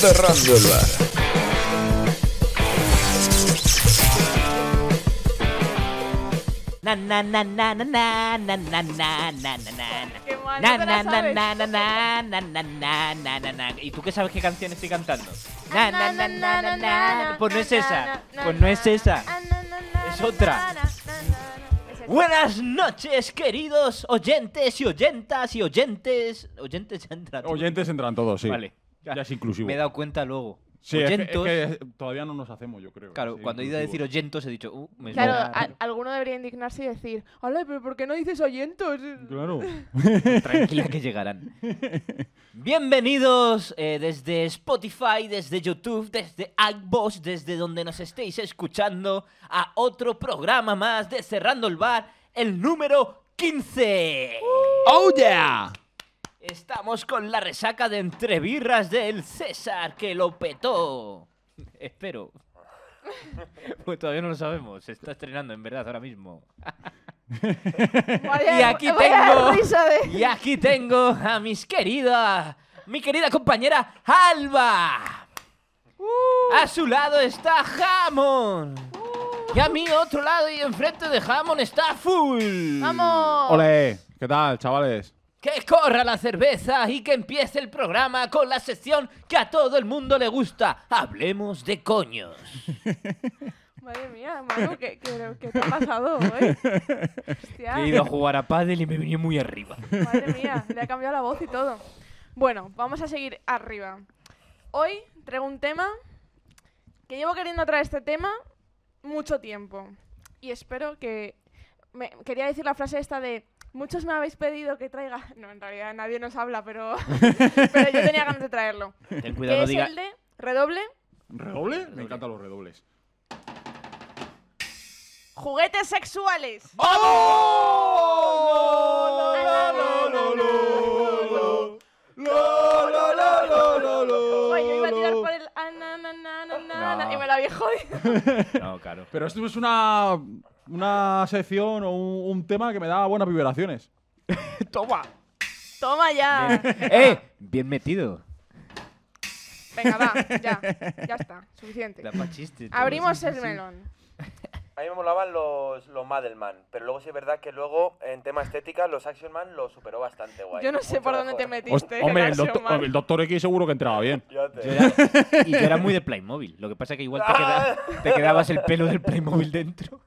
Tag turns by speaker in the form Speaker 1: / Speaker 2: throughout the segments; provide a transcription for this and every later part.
Speaker 1: Cerrando el bar.
Speaker 2: Na na na na na na na na na na na na na.
Speaker 3: Qué mal,
Speaker 2: Na, na,
Speaker 3: no te la
Speaker 2: na,
Speaker 3: sabes.
Speaker 2: na, na, na, na, na, na, na, na, na. ¿Y tú qué sabes qué canción estoy cantando? Na, na, na, na, na, na. Pues no es esa. Pues no es esa. Es otra. Buenas noches, queridos oyentes y oyentas y oyentes. Oyentes ya entra. todo.
Speaker 4: Oyentes entran todos, sí.
Speaker 2: Vale.
Speaker 4: Ya es inclusivo.
Speaker 2: Me he dado cuenta luego.
Speaker 4: Sí, es que- es
Speaker 2: oyentos.
Speaker 4: que todavía no nos hacemos, yo creo.
Speaker 2: Claro,
Speaker 4: Sí,
Speaker 2: cuando he ido a decir
Speaker 4: inclusivos.
Speaker 2: oyentos he dicho, uh, me
Speaker 3: Claro,
Speaker 2: suena-
Speaker 3: a- alguno debería indignarse y decir, hola, pero ¿por qué no dices oyentos?
Speaker 4: Claro.
Speaker 2: Tranquila que llegarán. Bienvenidos eh, desde Spotify, desde YouTube, desde iVoox, desde donde nos estéis escuchando a otro programa más de Cerrando el Bar, el número 15.
Speaker 4: ¡Oh, yeah!
Speaker 2: Estamos con la resaca de entrebirras del César que lo petó. Espero. Pues todavía no lo sabemos, se está estrenando en verdad ahora mismo.
Speaker 3: Vaya-
Speaker 2: Y aquí
Speaker 3: vaya
Speaker 2: tengo-
Speaker 3: risa de-
Speaker 2: Y aquí tengo a mis queridas, mi querida compañera Alba.
Speaker 3: Uh.
Speaker 2: A su lado está Hammond.
Speaker 3: Uh.
Speaker 2: Y a mi otro lado y enfrente de Hammond está Full.
Speaker 3: ¡Vamos!
Speaker 4: ¡Ole! ¿Qué tal, chavales?
Speaker 2: Que corra la cerveza y que empiece el programa con la sección que a todo el mundo le gusta. Hablemos de coños.
Speaker 3: Madre mía, Manu, ¿qué, qué, qué te ha pasado hoy? Hostia,
Speaker 2: a jugar a pádel y me venía muy arriba.
Speaker 3: madre mía, le ha cambiado la voz y todo. Bueno, vamos a seguir arriba. Hoy traigo un tema que llevo queriendo traer este tema mucho tiempo. Y espero que... me- quería decir la frase esta de... Muchos me habéis pedido que traiga... No, en realidad nadie nos habla, pero, pero yo tenía ganas de traerlo.
Speaker 2: Ten
Speaker 3: Que
Speaker 2: cuidado, no
Speaker 3: es
Speaker 2: diga.
Speaker 3: el de redoble,
Speaker 4: ¿Redoble? Me encantan los redobles.
Speaker 3: juguetes sexuales. Oye, yo iba a tirar por el ananananana y me la había jodido.
Speaker 2: No, claro.
Speaker 4: Pero esto es una, una sección o un, un tema que me da buenas vibraciones.
Speaker 2: Toma.
Speaker 3: Toma ya.
Speaker 2: ¡Eh! Bien metido.
Speaker 3: Venga, va, ya. Ya está, suficiente.
Speaker 2: La pachiste. tú.
Speaker 3: Abrimos el melón.
Speaker 5: A mí me molaban los, los Madelman, pero luego sí es verdad que luego en tema estética los Action Man los superó bastante guay.
Speaker 3: Yo no sé
Speaker 5: Mucho
Speaker 3: por dónde te
Speaker 5: mejor.
Speaker 3: metiste.
Speaker 4: hombre,
Speaker 3: que
Speaker 4: el
Speaker 3: no ha sido
Speaker 4: doctor,
Speaker 3: mal.
Speaker 4: el doctor X seguro que entraba bien.
Speaker 5: Ya te-
Speaker 2: Yo era- y yo era muy de Playmobil. Lo que pasa que igual te,
Speaker 5: Ah.
Speaker 2: queda- te quedabas el pelo del Playmobil dentro.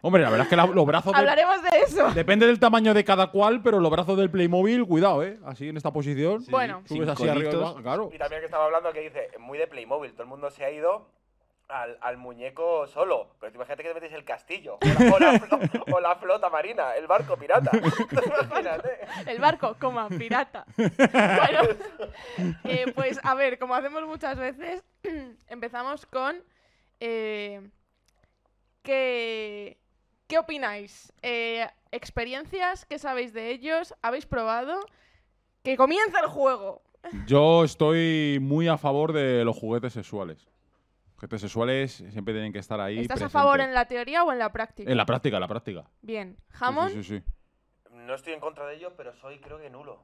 Speaker 4: Hombre, la verdad es que la- los brazos... de-
Speaker 3: Hablaremos de eso.
Speaker 4: depende del tamaño de cada cual, pero los brazos del Playmobil, cuidado, ¿eh? Así, en esta posición.
Speaker 3: Bueno.
Speaker 4: Subes
Speaker 2: Sin
Speaker 4: así arriba,
Speaker 2: coditos.
Speaker 4: abajo, claro.
Speaker 5: Y también que estaba hablando que dice, muy de Playmobil, todo el mundo se ha ido al, al muñeco solo. Pero tú imagínate que te metes el castillo, o la, o la flo- o la flota marina, el barco pirata. Imagínate.
Speaker 3: El barco, coma, pirata. bueno, eh, pues a ver, como hacemos muchas veces, empezamos con eh, ¿qué, ¿qué opináis? Eh, ¿Experiencias? ¿Qué sabéis de ellos? ¿Habéis probado? ¡Que comienza el juego!
Speaker 4: Yo estoy muy a favor de los juguetes sexuales. Juguetes sexuales siempre tienen que estar ahí.
Speaker 3: ¿Estás
Speaker 4: presentes.
Speaker 3: a favor en la teoría o en la práctica?
Speaker 4: En la práctica, en la práctica. Sí,
Speaker 3: Bien. ¿Jamón? Pues
Speaker 4: Sí, sí, sí.
Speaker 5: No estoy en contra de ellos, pero soy creo que nulo.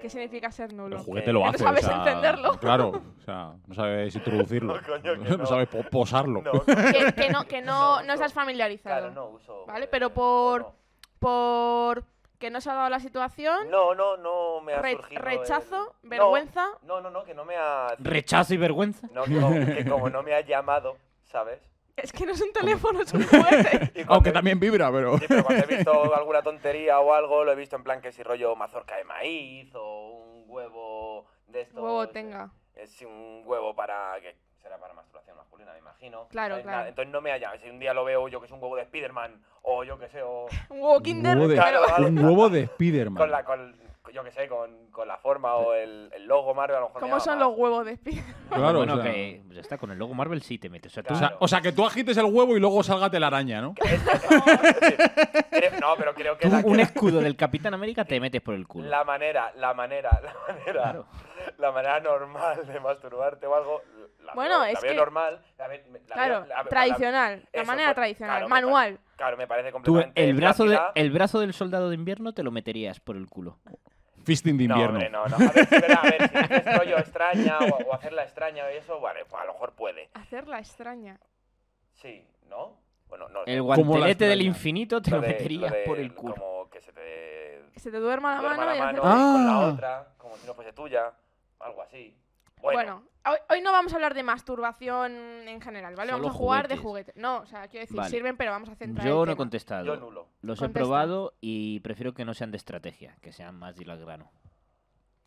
Speaker 3: ¿Qué
Speaker 5: Eh,
Speaker 3: significa ser
Speaker 4: El
Speaker 3: nulo?
Speaker 4: juguete lo
Speaker 3: Que no
Speaker 4: hace.
Speaker 3: sabes
Speaker 4: o sea,
Speaker 3: entenderlo.
Speaker 4: Claro, o sea, no sabes introducirlo.
Speaker 5: No, coño, que
Speaker 4: no.
Speaker 5: no.
Speaker 4: sabes po- posarlo.
Speaker 5: No,
Speaker 3: Que, que no, que no,
Speaker 5: No,
Speaker 3: no estás
Speaker 5: no.
Speaker 3: familiarizado.
Speaker 5: claro, no uso.
Speaker 3: Vale,
Speaker 5: eh,
Speaker 3: pero por-
Speaker 5: no.
Speaker 3: Por que no se ha dado la situación.
Speaker 5: No, no, no me ha
Speaker 3: Re-
Speaker 5: surgido. el-
Speaker 3: rechazo,
Speaker 5: No,
Speaker 3: vergüenza.
Speaker 5: No, no, no, que no me ha.
Speaker 2: Rechazo y vergüenza.
Speaker 5: No, no, que como no me ha llamado, ¿sabes?
Speaker 3: Es que no es un teléfono, es un juguete.
Speaker 5: Y cuando
Speaker 4: Aunque
Speaker 5: he-
Speaker 4: también vibra, pero.
Speaker 5: Sí, pero cuando he visto alguna tontería o algo, lo he visto en plan que si rollo mazorca de maíz o un huevo de estos.
Speaker 3: Huevo tenga.
Speaker 5: Es eh, un huevo para. que será para masturbación masculina, me imagino.
Speaker 3: Claro,
Speaker 5: ¿sabes?
Speaker 3: claro.
Speaker 5: Nada, entonces no me ha llamado. Si un día lo veo yo que es un huevo de Spiderman o yo que sé, o.
Speaker 3: Un huevo Kinder.
Speaker 4: Un huevo de-
Speaker 3: pero-
Speaker 5: Claro.
Speaker 4: Un huevo de Spiderman.
Speaker 5: Con la. Con, yo que sé, con, con la forma o el, el logo Marvel, a lo mejor. me
Speaker 3: ¿Cómo
Speaker 5: llama
Speaker 3: son
Speaker 5: más.
Speaker 3: los huevos de Spiderman?
Speaker 4: Claro,
Speaker 2: bueno,
Speaker 4: o sea-
Speaker 2: que pues ya está, con el logo Marvel sí te metes. O sea, tú-
Speaker 4: O sea, o sea, que tú agites el huevo y luego salga telaraña, ¿no?
Speaker 5: Creo- no, pero creo que.
Speaker 2: tú
Speaker 5: la-
Speaker 2: un escudo del Capitán América te metes por el culo.
Speaker 5: La manera, la manera, la manera,
Speaker 2: Claro.
Speaker 5: la manera normal de masturbarte o algo. La
Speaker 3: Bueno,
Speaker 5: veo,
Speaker 3: es
Speaker 5: la veo
Speaker 3: que-
Speaker 5: normal. La ve- la veo-
Speaker 3: Claro,
Speaker 5: la- la-
Speaker 3: tradicional. La
Speaker 5: eso,
Speaker 3: manera
Speaker 5: pues,
Speaker 3: tradicional,
Speaker 5: claro, me
Speaker 3: manual.
Speaker 5: pare- claro, me parece
Speaker 2: Tú,
Speaker 5: completamente.
Speaker 2: el brazo, de-
Speaker 5: plácida.
Speaker 2: el brazo del soldado de invierno te lo meterías por el culo.
Speaker 4: Fisting de
Speaker 5: No,
Speaker 4: invierno.
Speaker 5: hombre, no, no. A ver, sí, verdad, a ver, si es rollo extraña o, o hacerla extraña y eso, vale, pues a lo mejor puede.
Speaker 3: Hacerla extraña.
Speaker 5: Sí, ¿no? Bueno, no.
Speaker 2: El
Speaker 5: no,
Speaker 2: guantelete
Speaker 4: playa.
Speaker 2: del infinito te
Speaker 5: lo
Speaker 2: lo
Speaker 5: de- lo
Speaker 2: meterías
Speaker 5: de
Speaker 2: por el culo.
Speaker 5: Como que se te
Speaker 3: Que se te duerma la
Speaker 5: duerma
Speaker 3: mano
Speaker 5: la
Speaker 3: y hacer...
Speaker 5: mano
Speaker 4: hacer-
Speaker 5: con la
Speaker 4: Ah.
Speaker 5: otra, como si no fuese tuya, algo así. Bueno,
Speaker 3: Bueno, hoy, hoy no vamos a hablar de masturbación en general, ¿vale?
Speaker 2: Solo
Speaker 3: vamos a jugar de
Speaker 2: juguetes.
Speaker 3: juguetes. No, o sea, quiero decir,
Speaker 2: Vale.
Speaker 3: sirven, pero vamos a centrar el
Speaker 2: Yo no he
Speaker 3: tema.
Speaker 2: contestado.
Speaker 5: yo nulo.
Speaker 2: Los he
Speaker 3: Contesta.
Speaker 2: probado y prefiero que no sean de estrategia, que sean más de ir al grano.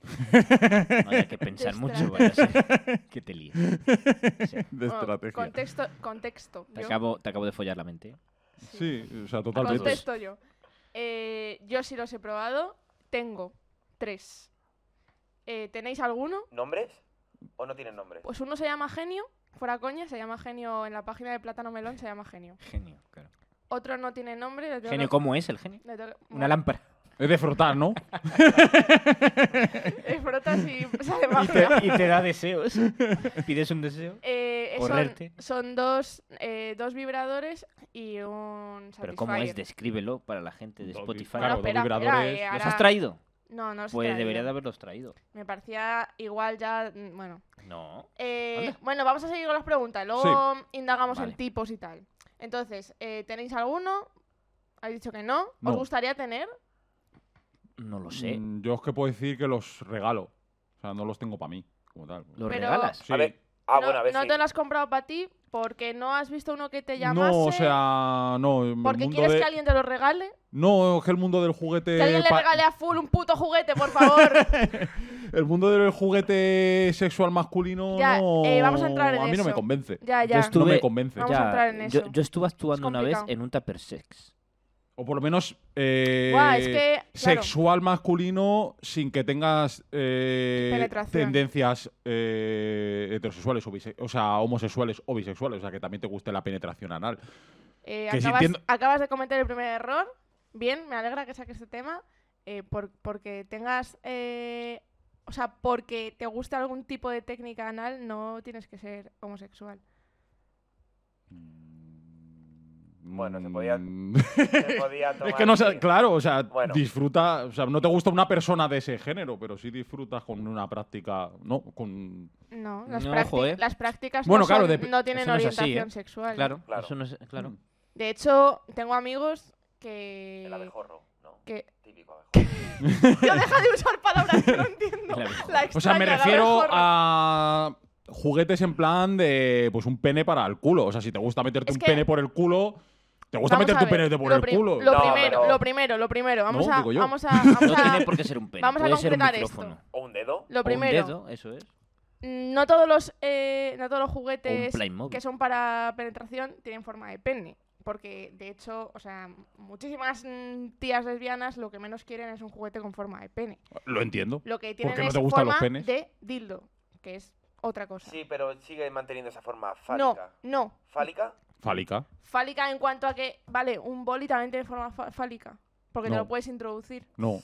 Speaker 2: No haya que pensar
Speaker 3: De
Speaker 2: mucho, vaya a ser que te líes. O sea,
Speaker 4: De
Speaker 3: Bueno,
Speaker 4: estrategia.
Speaker 3: Oh, Contexto, contexto.
Speaker 2: te,
Speaker 3: yo.
Speaker 2: acabo, te acabo de follar la mente.
Speaker 4: Sí, o sea, totalmente.
Speaker 3: Contesto yo. Eh, yo sí los he probado. Tengo tres. Eh, ¿Tenéis alguno?
Speaker 5: ¿Nombres? ¿O no tienen nombres?
Speaker 3: Pues uno se llama Genio. Fuera coña, se llama Genio. En la página de Plátano Melón se llama Genio.
Speaker 2: Genio, claro.
Speaker 3: Otro no tiene nombre. le tengo
Speaker 2: Genio,
Speaker 3: que-
Speaker 2: ¿cómo es el genio?
Speaker 3: le tengo que-
Speaker 2: Una lámpara.
Speaker 4: Es de frotar, ¿no?
Speaker 3: Eh, frotas y sale
Speaker 2: Y
Speaker 3: magia.
Speaker 2: te, y te da deseos. Pides un deseo.
Speaker 3: Eh, eh,
Speaker 2: correrte.
Speaker 3: son, son dos, eh, dos vibradores y un
Speaker 2: Pero ¿cómo es?
Speaker 3: Satisfyer.
Speaker 2: Descríbelo para la gente de
Speaker 4: Dos
Speaker 2: Spotify.
Speaker 4: Claro,
Speaker 3: Bueno,
Speaker 4: dos
Speaker 3: espera, espera,
Speaker 4: vibradores.
Speaker 3: eh,
Speaker 2: ¿Los
Speaker 3: ahora-
Speaker 2: has traído?
Speaker 3: No, no los
Speaker 2: Pues
Speaker 3: traía.
Speaker 2: debería de haberlos traído.
Speaker 3: Me parecía igual ya... mm, Bueno,
Speaker 2: No.
Speaker 3: Eh,
Speaker 2: Anda.
Speaker 3: bueno, vamos a seguir con las preguntas. Luego indagamos
Speaker 2: Vale.
Speaker 3: en tipos y tal. Entonces, eh, ¿tenéis alguno? ¿Habéis dicho que no?
Speaker 4: No.
Speaker 3: ¿Os gustaría tener?
Speaker 2: No
Speaker 5: Pues
Speaker 2: lo sé.
Speaker 4: Mm, Yo es que puedo decir que los regalo. O sea, no los tengo para mí, como tal.
Speaker 2: ¿Lo
Speaker 3: Pero-
Speaker 2: regalas?
Speaker 4: Sí.
Speaker 5: A ver, ah,
Speaker 3: no
Speaker 5: bueno, a ver
Speaker 3: no
Speaker 5: si...
Speaker 3: te lo has comprado para ti porque no has visto uno que te llamase.
Speaker 4: No, o sea, no. el
Speaker 3: Porque
Speaker 4: mundo
Speaker 3: quieres
Speaker 4: de-
Speaker 3: que alguien te lo regale.
Speaker 4: No, es que el mundo del juguete.
Speaker 3: que alguien le
Speaker 4: pa-
Speaker 3: regale a full un puto juguete, por favor.
Speaker 4: El mundo del juguete sexual masculino.
Speaker 3: Ya,
Speaker 4: no,
Speaker 3: eh, vamos a entrar en
Speaker 4: mí no me
Speaker 3: eso.
Speaker 4: convence.
Speaker 3: ya,
Speaker 2: Yo
Speaker 3: ya.
Speaker 2: estuve-
Speaker 4: No me convence.
Speaker 3: Vamos a entrar en
Speaker 2: yo-
Speaker 3: eso.
Speaker 2: Yo, estuve actuando una vez
Speaker 3: complicado.
Speaker 2: en un tupper sex.
Speaker 4: O por lo menos. eh,
Speaker 3: Buah, es que, claro.
Speaker 4: Sexual masculino sin que tengas eh,
Speaker 3: Penetración.
Speaker 4: tendencias eh, heterosexuales, o, bise- o sea, homosexuales o bisexuales, o sea, que también te guste la penetración anal.
Speaker 3: Eh,
Speaker 4: que si
Speaker 3: acabas,
Speaker 4: entiendo-
Speaker 3: acabas de cometer el primer error. Bien, me alegra que saques este tema. eh, por- porque tengas. eh, o sea, porque te gusta algún tipo de técnica anal, no tienes que ser homosexual.
Speaker 5: Bueno, se podía-
Speaker 4: Mm.
Speaker 5: se podía
Speaker 4: Es que
Speaker 5: tomar,
Speaker 4: no sé,
Speaker 5: sí.
Speaker 4: claro, o sea,
Speaker 5: Bueno.
Speaker 4: disfruta, o sea, no te gusta una persona de ese género, pero sí disfrutas con una práctica, ¿no? Con...
Speaker 3: No, las,
Speaker 2: No,
Speaker 3: prácti-
Speaker 2: joder.
Speaker 3: las prácticas
Speaker 4: Bueno,
Speaker 3: no, son-
Speaker 4: claro, dep-
Speaker 3: no tienen
Speaker 2: eso no es así,
Speaker 3: orientación
Speaker 2: ¿eh?
Speaker 3: sexual.
Speaker 2: Claro,
Speaker 5: Claro.
Speaker 2: eso no es- claro.
Speaker 3: De hecho, tengo amigos
Speaker 5: El
Speaker 3: que.
Speaker 5: abejorro, ¿no?
Speaker 3: que...
Speaker 5: Típico abejorro.
Speaker 3: Yo deja de usar palabras que no entiendo.
Speaker 2: Claro.
Speaker 3: La
Speaker 4: O sea, me
Speaker 3: extraña, la
Speaker 4: refiero
Speaker 3: abejorra.
Speaker 4: a juguetes en plan de, pues, un pene para el culo. O sea, si te gusta meterte
Speaker 3: Es
Speaker 4: un
Speaker 3: que-
Speaker 4: pene por el culo, te gusta
Speaker 3: Vamos
Speaker 4: meterte
Speaker 3: a
Speaker 4: un
Speaker 3: ver,
Speaker 4: pene por
Speaker 3: lo
Speaker 4: el
Speaker 3: prim-
Speaker 4: culo.
Speaker 3: Lo
Speaker 5: No,
Speaker 3: primero,
Speaker 5: pero-
Speaker 3: lo primero, lo primero. Vamos
Speaker 4: No,
Speaker 3: a.
Speaker 4: digo yo.
Speaker 3: Vamos a. Vamos
Speaker 2: No
Speaker 3: a-
Speaker 2: tiene por qué ser un pene.
Speaker 3: vamos a
Speaker 2: puede ser un
Speaker 3: concretar esto.
Speaker 2: micrófono.
Speaker 5: ¿O un dedo?
Speaker 2: o
Speaker 3: Lo
Speaker 2: un
Speaker 3: primero.
Speaker 2: dedo, eso es.
Speaker 3: Mm, No todos los, eh, no todos los juguetes
Speaker 2: Playmobil.
Speaker 3: que son para penetración tienen forma de pene. Porque, de hecho, o sea, muchísimas mm, tías lesbianas lo que menos quieren es un juguete con forma de pene.
Speaker 4: Lo entiendo.
Speaker 3: Lo que tienen
Speaker 4: Porque no
Speaker 3: es
Speaker 4: te gustan los
Speaker 3: forma
Speaker 4: penes.
Speaker 3: de dildo, que es otra cosa.
Speaker 5: Sí, pero sigue manteniendo esa forma
Speaker 3: no,
Speaker 5: fálica.
Speaker 3: no.
Speaker 5: ¿Fálica?
Speaker 4: Fálica.
Speaker 3: Fálica en cuanto a que, vale, un boli también tiene forma fa- fálica. Porque te
Speaker 4: No.
Speaker 3: lo puedes introducir.
Speaker 4: No.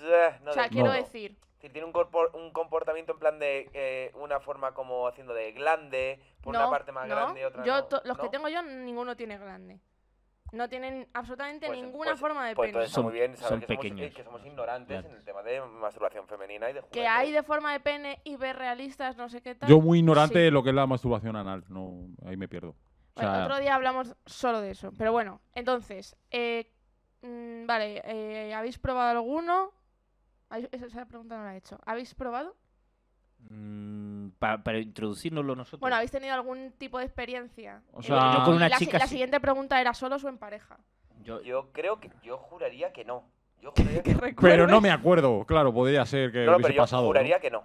Speaker 5: Eh, no
Speaker 3: o sea,
Speaker 5: del
Speaker 3: quiero
Speaker 5: todo.
Speaker 3: decir,
Speaker 5: Es decir, tiene un, corpor- un comportamiento en plan de eh, una forma como haciendo de glande, por
Speaker 3: no,
Speaker 5: una parte más
Speaker 3: no,
Speaker 5: grande y otra
Speaker 3: yo
Speaker 5: no.
Speaker 3: to- los que
Speaker 5: ¿No?
Speaker 3: tengo yo, ninguno tiene grande. No tienen absolutamente
Speaker 5: Pues-
Speaker 3: ninguna
Speaker 5: pues-
Speaker 3: forma de pene.
Speaker 5: Pues entonces está
Speaker 2: Son-
Speaker 5: muy bien
Speaker 2: son
Speaker 5: saber que somos,
Speaker 2: pequeños.
Speaker 5: que somos ignorantes en
Speaker 2: Claro.
Speaker 5: el tema de masturbación femenina y de
Speaker 3: que
Speaker 5: juguetes.
Speaker 3: hay de forma de pene y ver realistas, no sé qué tal.
Speaker 4: Yo muy ignorante
Speaker 3: Sí.
Speaker 4: de lo que es la masturbación anal. No, ahí me pierdo. O
Speaker 3: Bueno,
Speaker 4: sea,
Speaker 3: otro día hablamos solo de eso. Pero bueno, entonces, eh, mm, vale, eh, ¿habéis probado alguno? ¿Habéis- Esa esa pregunta no la he hecho. ¿Habéis probado?
Speaker 2: Mm, pa- para introducirnoslo nosotros.
Speaker 3: Bueno, ¿habéis tenido algún tipo de experiencia?
Speaker 4: O
Speaker 3: Eh,
Speaker 4: sea- Yo
Speaker 2: con una
Speaker 3: la, si-
Speaker 2: chica
Speaker 3: la
Speaker 2: sí.
Speaker 3: siguiente pregunta era ¿solos o en pareja?
Speaker 2: Yo-
Speaker 5: Yo creo que... Yo juraría que no. Yo juraría que no.
Speaker 4: pero
Speaker 3: pues
Speaker 4: no me acuerdo. Claro, podría ser que
Speaker 5: No, no,
Speaker 4: hubiese
Speaker 5: pero yo
Speaker 4: pasado. ¿no?
Speaker 5: juraría que no.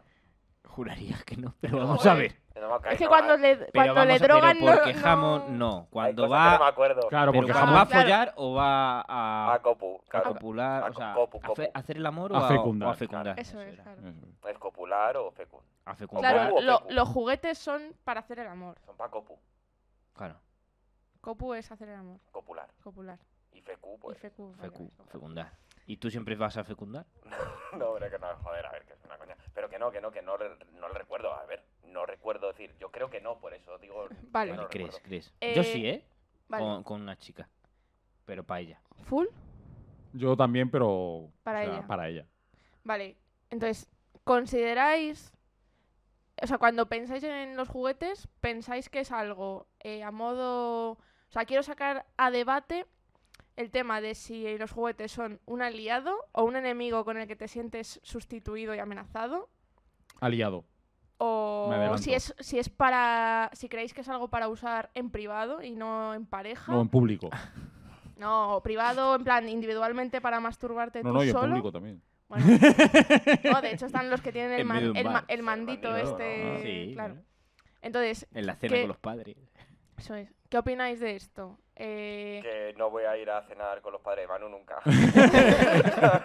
Speaker 2: juraría que no, pero
Speaker 5: No,
Speaker 2: vamos
Speaker 3: joder.
Speaker 2: a ver.
Speaker 5: No me acuerdo,
Speaker 3: Es que
Speaker 5: no,
Speaker 3: cuando
Speaker 5: hay- hay
Speaker 3: le,
Speaker 2: Pero
Speaker 3: cuando
Speaker 2: vamos
Speaker 3: le
Speaker 2: a- pero
Speaker 3: drogan no-
Speaker 2: porque
Speaker 3: no-
Speaker 2: jamón no, cuando
Speaker 5: cosas que
Speaker 2: va
Speaker 5: no me acuerdo.
Speaker 4: Claro,
Speaker 2: pero
Speaker 4: porque
Speaker 2: cuando
Speaker 4: jamás
Speaker 2: va a
Speaker 3: claro.
Speaker 2: follar o va a,
Speaker 5: A copu,
Speaker 2: a
Speaker 5: claro.
Speaker 2: copular,
Speaker 5: a
Speaker 2: o sea,
Speaker 5: copu,
Speaker 2: a
Speaker 5: copu.
Speaker 2: fe- hacer el amor
Speaker 4: A
Speaker 2: o,
Speaker 4: fecundar,
Speaker 2: o a fecundar.
Speaker 3: Eso es,
Speaker 2: era.
Speaker 3: claro.
Speaker 4: Eso.
Speaker 5: Es copular o fecund.
Speaker 2: A fecundar,
Speaker 3: Claro,
Speaker 5: Copu o
Speaker 3: lo-
Speaker 5: copu.
Speaker 3: los juguetes son para hacer el amor.
Speaker 5: Son para copu.
Speaker 2: claro.
Speaker 3: Copu es hacer el amor,
Speaker 5: Copular.
Speaker 3: copular.
Speaker 5: Y fecu, pues.
Speaker 3: y fecu, vale,
Speaker 2: fecu-
Speaker 3: vale, copu.
Speaker 2: fecundar. ¿Y tú siempre vas a fecundar?
Speaker 5: No, hombre, que no, joder, a ver, que es una coña. Pero que no, que no, que no, re- no lo recuerdo, a ver, no recuerdo decir, yo creo que no, por eso digo.
Speaker 3: Vale.
Speaker 5: que no
Speaker 2: Vale,
Speaker 5: lo
Speaker 2: crees,
Speaker 5: recuerdo.
Speaker 2: crees. Yo
Speaker 3: Eh,
Speaker 2: sí, ¿eh?
Speaker 3: Vale.
Speaker 2: Con, con una chica. Pero para ella.
Speaker 3: ¿Full?
Speaker 4: Yo también, pero.
Speaker 3: Para
Speaker 4: o sea,
Speaker 3: ella.
Speaker 4: Para ella.
Speaker 3: Vale. Entonces, ¿consideráis, o sea, cuando pensáis en los juguetes, pensáis que es algo eh, a modo, o sea, quiero sacar a debate el tema de si los juguetes son un aliado o un enemigo con el que te sientes sustituido y amenazado,
Speaker 4: Aliado. Me
Speaker 3: o
Speaker 4: adelanto.
Speaker 3: si es, si es para, si creéis que es algo para usar en privado y no en pareja,
Speaker 4: No, en público.
Speaker 3: No, privado, en plan, individualmente para masturbarte
Speaker 4: No,
Speaker 3: tú
Speaker 4: no, y en
Speaker 3: solo.
Speaker 4: público también.
Speaker 3: Bueno, no, de hecho están los que tienen el,
Speaker 2: En
Speaker 3: man-
Speaker 2: medio de un
Speaker 3: el, ma-
Speaker 2: bar.
Speaker 3: el mandito
Speaker 5: Sí,
Speaker 3: este.
Speaker 2: Ah, Sí,
Speaker 3: claro.
Speaker 2: claro.
Speaker 3: Entonces,
Speaker 2: En la cena
Speaker 3: Que-
Speaker 2: con los padres.
Speaker 3: eso es. ¿Qué opináis de esto? Eh,
Speaker 5: Que no voy a ir a cenar con los padres de Manu nunca.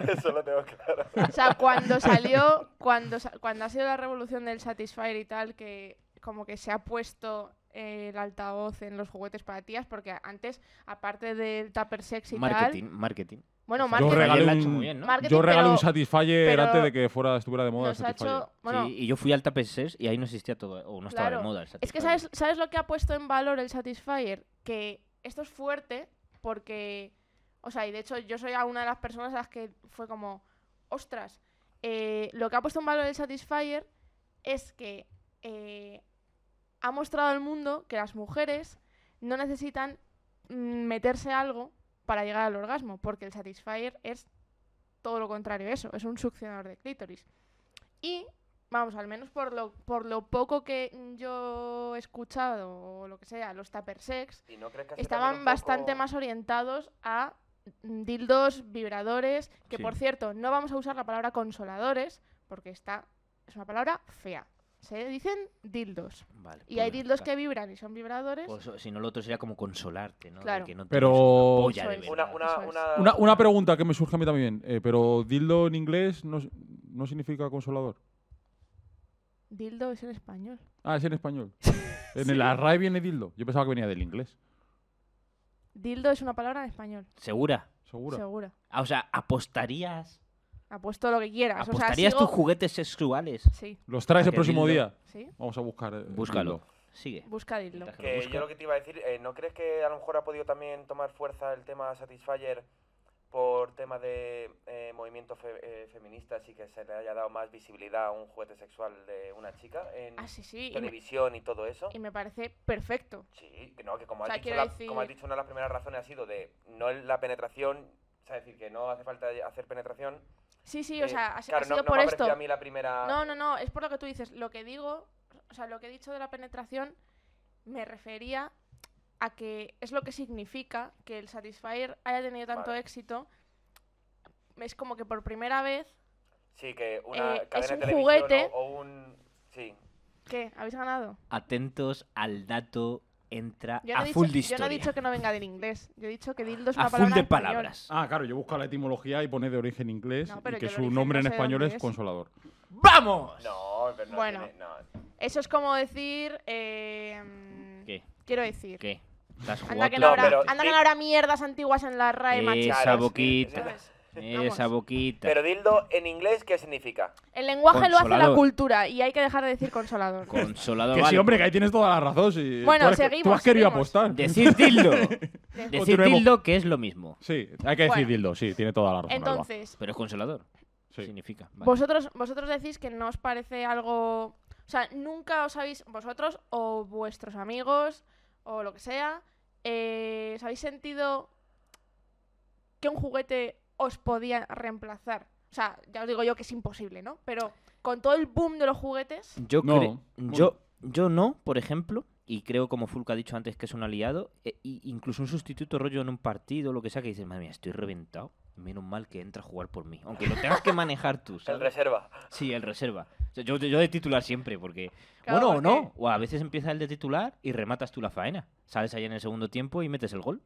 Speaker 5: Eso lo tengo claro.
Speaker 3: o sea, cuando salió, cuando, sa- cuando ha sido la revolución del Satisfyer y tal, que como que se ha puesto eh, el altavoz en los juguetes para tías, porque antes, aparte del tupper sex y
Speaker 2: Marketing, marketing.
Speaker 3: tal, bueno,
Speaker 4: Yo
Speaker 3: marketing,
Speaker 4: regalé
Speaker 2: Ayer la ha
Speaker 4: un-
Speaker 2: hecho muy bien, ¿no?
Speaker 3: marketing,
Speaker 4: Yo regalé
Speaker 3: pero
Speaker 4: un Satisfyer
Speaker 3: pero
Speaker 4: antes de que fuera estuviera de moda el
Speaker 3: nos ha
Speaker 4: Satisfyer.
Speaker 3: hecho, bueno,
Speaker 2: Sí, y yo fui al Tapesers y ahí no existía todo, o no estaba
Speaker 3: Claro.
Speaker 2: de moda el
Speaker 3: Es que
Speaker 2: Satisfyer.
Speaker 3: ¿sabes, ¿sabes lo que ha puesto en valor el Satisfyer? Que esto es fuerte porque, o sea, y de hecho yo soy a una de las personas a las que fue como, ostras, eh, lo que ha puesto en valor el Satisfyer es que eh, ha mostrado al mundo que las mujeres no necesitan mm, meterse algo para llegar al orgasmo, porque el Satisfyer es todo lo contrario a eso, es un succionador de clítoris. Y, vamos, al menos por lo, por lo poco que yo he escuchado, o lo que sea, los Tupper Sex,
Speaker 5: ¿Y no crees que así también
Speaker 3: estaban
Speaker 5: un
Speaker 3: bastante
Speaker 5: poco-
Speaker 3: más orientados a mm, dildos, vibradores, que
Speaker 2: Sí.
Speaker 3: por cierto, no vamos a usar la palabra consoladores, porque está, es una palabra fea. Se dicen dildos.
Speaker 2: Vale,
Speaker 3: Y
Speaker 2: pues ya
Speaker 3: hay dildos
Speaker 2: está.
Speaker 3: que vibran y son vibradores.
Speaker 2: Pues, o- si no, lo otro sería como consolarte, ¿no? De
Speaker 3: Claro.
Speaker 2: que no tienes
Speaker 4: Pero-
Speaker 2: una polla
Speaker 3: Eso
Speaker 2: de
Speaker 3: es.
Speaker 5: Una,
Speaker 2: verdad.
Speaker 5: una,
Speaker 3: Eso es.
Speaker 5: una...
Speaker 4: Una, una pregunta que me surge a mí también. eh, pero dildo en inglés no, no significa consolador.
Speaker 3: Dildo es en español.
Speaker 4: Ah, es en español. En el array viene dildo. Yo pensaba que venía del inglés.
Speaker 3: Dildo es una palabra en español,
Speaker 2: ¿Segura?
Speaker 4: Seguro.
Speaker 3: seguro.
Speaker 2: Ah, o sea, ¿apostarías,
Speaker 3: Apuesto lo que quieras.
Speaker 2: apostarías
Speaker 3: o sea,
Speaker 2: tus
Speaker 3: sigo-
Speaker 2: juguetes sexuales?
Speaker 3: Sí,
Speaker 4: Los traes
Speaker 2: Ah,
Speaker 4: el
Speaker 2: que
Speaker 4: próximo
Speaker 2: dildo.
Speaker 4: día.
Speaker 3: sí.
Speaker 4: Vamos a buscar. eh,
Speaker 2: Búscalo.
Speaker 4: dildo.
Speaker 2: Sigue.
Speaker 3: Busca dildo.
Speaker 2: Mientras lo
Speaker 5: Que
Speaker 2: busca.
Speaker 5: yo lo que te iba a decir, eh, ¿no crees que a lo mejor ha podido también tomar fuerza el tema Satisfyer por tema de eh, movimientos fe- eh, feministas y que se le haya dado más visibilidad a un juguete sexual de una chica en
Speaker 3: Ah, sí, sí. Y me,
Speaker 5: televisión y todo eso?
Speaker 3: y me parece perfecto.
Speaker 5: Sí, que no, que como
Speaker 3: O
Speaker 5: has,
Speaker 3: sea,
Speaker 5: dicho,
Speaker 3: quiero
Speaker 5: la- como has
Speaker 3: decir-
Speaker 5: dicho, una de las primeras razones ha sido de no el- la penetración, o sea, decir que no hace falta hacer penetración.
Speaker 3: Sí, sí, o
Speaker 5: Eh,
Speaker 3: sea, ha, ha
Speaker 5: claro, no,
Speaker 3: sido
Speaker 5: no
Speaker 3: por
Speaker 5: me ha
Speaker 3: esto.
Speaker 5: parecido a mí la primera...
Speaker 3: No, no, no, es por lo que tú dices. Lo que digo, o sea, lo que he dicho de la penetración me refería a que es lo que significa que el Satisfyer haya tenido tanto
Speaker 5: Vale.
Speaker 3: éxito. Es como que por primera vez
Speaker 5: Sí, que una
Speaker 3: Eh, es
Speaker 5: cadena
Speaker 3: un
Speaker 5: de televisión
Speaker 3: juguete.
Speaker 5: o, o un... Sí,
Speaker 3: ¿Qué? ¿Habéis ganado?
Speaker 2: Atentos al dato, entra
Speaker 3: Yo no,
Speaker 2: a
Speaker 3: he
Speaker 2: full de
Speaker 3: dicho, yo no he
Speaker 2: historia.
Speaker 3: dicho que no venga del inglés. Yo he dicho que dildo es una
Speaker 2: a full
Speaker 3: palabra
Speaker 2: de
Speaker 3: en español.
Speaker 2: palabras.
Speaker 4: Ah, claro, yo busco la etimología y pone de origen inglés
Speaker 3: No,
Speaker 4: y
Speaker 3: pero
Speaker 4: que
Speaker 3: yo el
Speaker 4: su
Speaker 3: origen
Speaker 4: nombre
Speaker 3: no
Speaker 4: en
Speaker 3: sé
Speaker 4: español
Speaker 3: dónde
Speaker 4: es
Speaker 3: es.
Speaker 4: consolador.
Speaker 2: ¡Vamos!
Speaker 5: no, pero no
Speaker 3: Bueno.
Speaker 5: tiene- no,
Speaker 3: Eso es como decir. eh,
Speaker 2: ¿Qué?
Speaker 3: Quiero decir.
Speaker 2: ¿Qué? ¿Te has jugado
Speaker 3: Anda que
Speaker 2: a
Speaker 3: no,
Speaker 5: No,
Speaker 3: habrá,
Speaker 5: pero-
Speaker 3: anda que no habrá mierdas antiguas en la RAE, macho.
Speaker 2: Esa
Speaker 5: Claro, sí,
Speaker 2: boquita.
Speaker 5: sí.
Speaker 2: Esa
Speaker 3: Vamos.
Speaker 2: boquita.
Speaker 5: Pero dildo en inglés, ¿qué significa?
Speaker 3: El lenguaje lo hace la
Speaker 2: Consolador.
Speaker 3: cultura y hay que dejar de decir consolador.
Speaker 2: Consolador.
Speaker 4: que sí,
Speaker 2: vale,
Speaker 4: hombre,
Speaker 2: pues.
Speaker 4: que ahí tienes toda la razón. sí.
Speaker 3: Bueno,
Speaker 4: tú has, Tú
Speaker 3: seguimos,
Speaker 4: has querido
Speaker 3: seguimos.
Speaker 4: apostar.
Speaker 2: Decir dildo. Decir
Speaker 4: Continuemos.
Speaker 2: dildo que es lo mismo.
Speaker 4: Sí, hay que decir
Speaker 3: Bueno.
Speaker 4: dildo, sí, tiene toda la razón. Alba.
Speaker 3: Entonces,
Speaker 2: Pero es consolador.
Speaker 4: Sí.
Speaker 2: Significa. vale.
Speaker 3: vosotros, vosotros decís que no os parece algo. O sea, nunca os habéis. Vosotros o vuestros amigos o lo que sea. eh, ¿Os habéis sentido que un juguete os podía reemplazar? O sea, ya os digo yo que es imposible, ¿no? Pero con todo el boom de los juguetes.
Speaker 2: Yo,
Speaker 4: No,
Speaker 2: cre-
Speaker 4: bueno.
Speaker 2: yo, yo no, por ejemplo, y creo como Fulca ha dicho antes que es un aliado, e- y incluso un sustituto rollo en un partido, lo que sea, que dices, madre mía, estoy reventado. Menos mal que entra a jugar por mí. Aunque lo tengas que manejar tú,
Speaker 5: El
Speaker 2: ¿sabes?
Speaker 5: reserva.
Speaker 2: Sí, el reserva. O sea, yo, yo de titular siempre, porque.
Speaker 3: Claro,
Speaker 2: bueno, o no.
Speaker 3: porque-
Speaker 2: O a veces empieza el de titular y rematas tú la faena. Sales ahí en el segundo tiempo y metes el gol.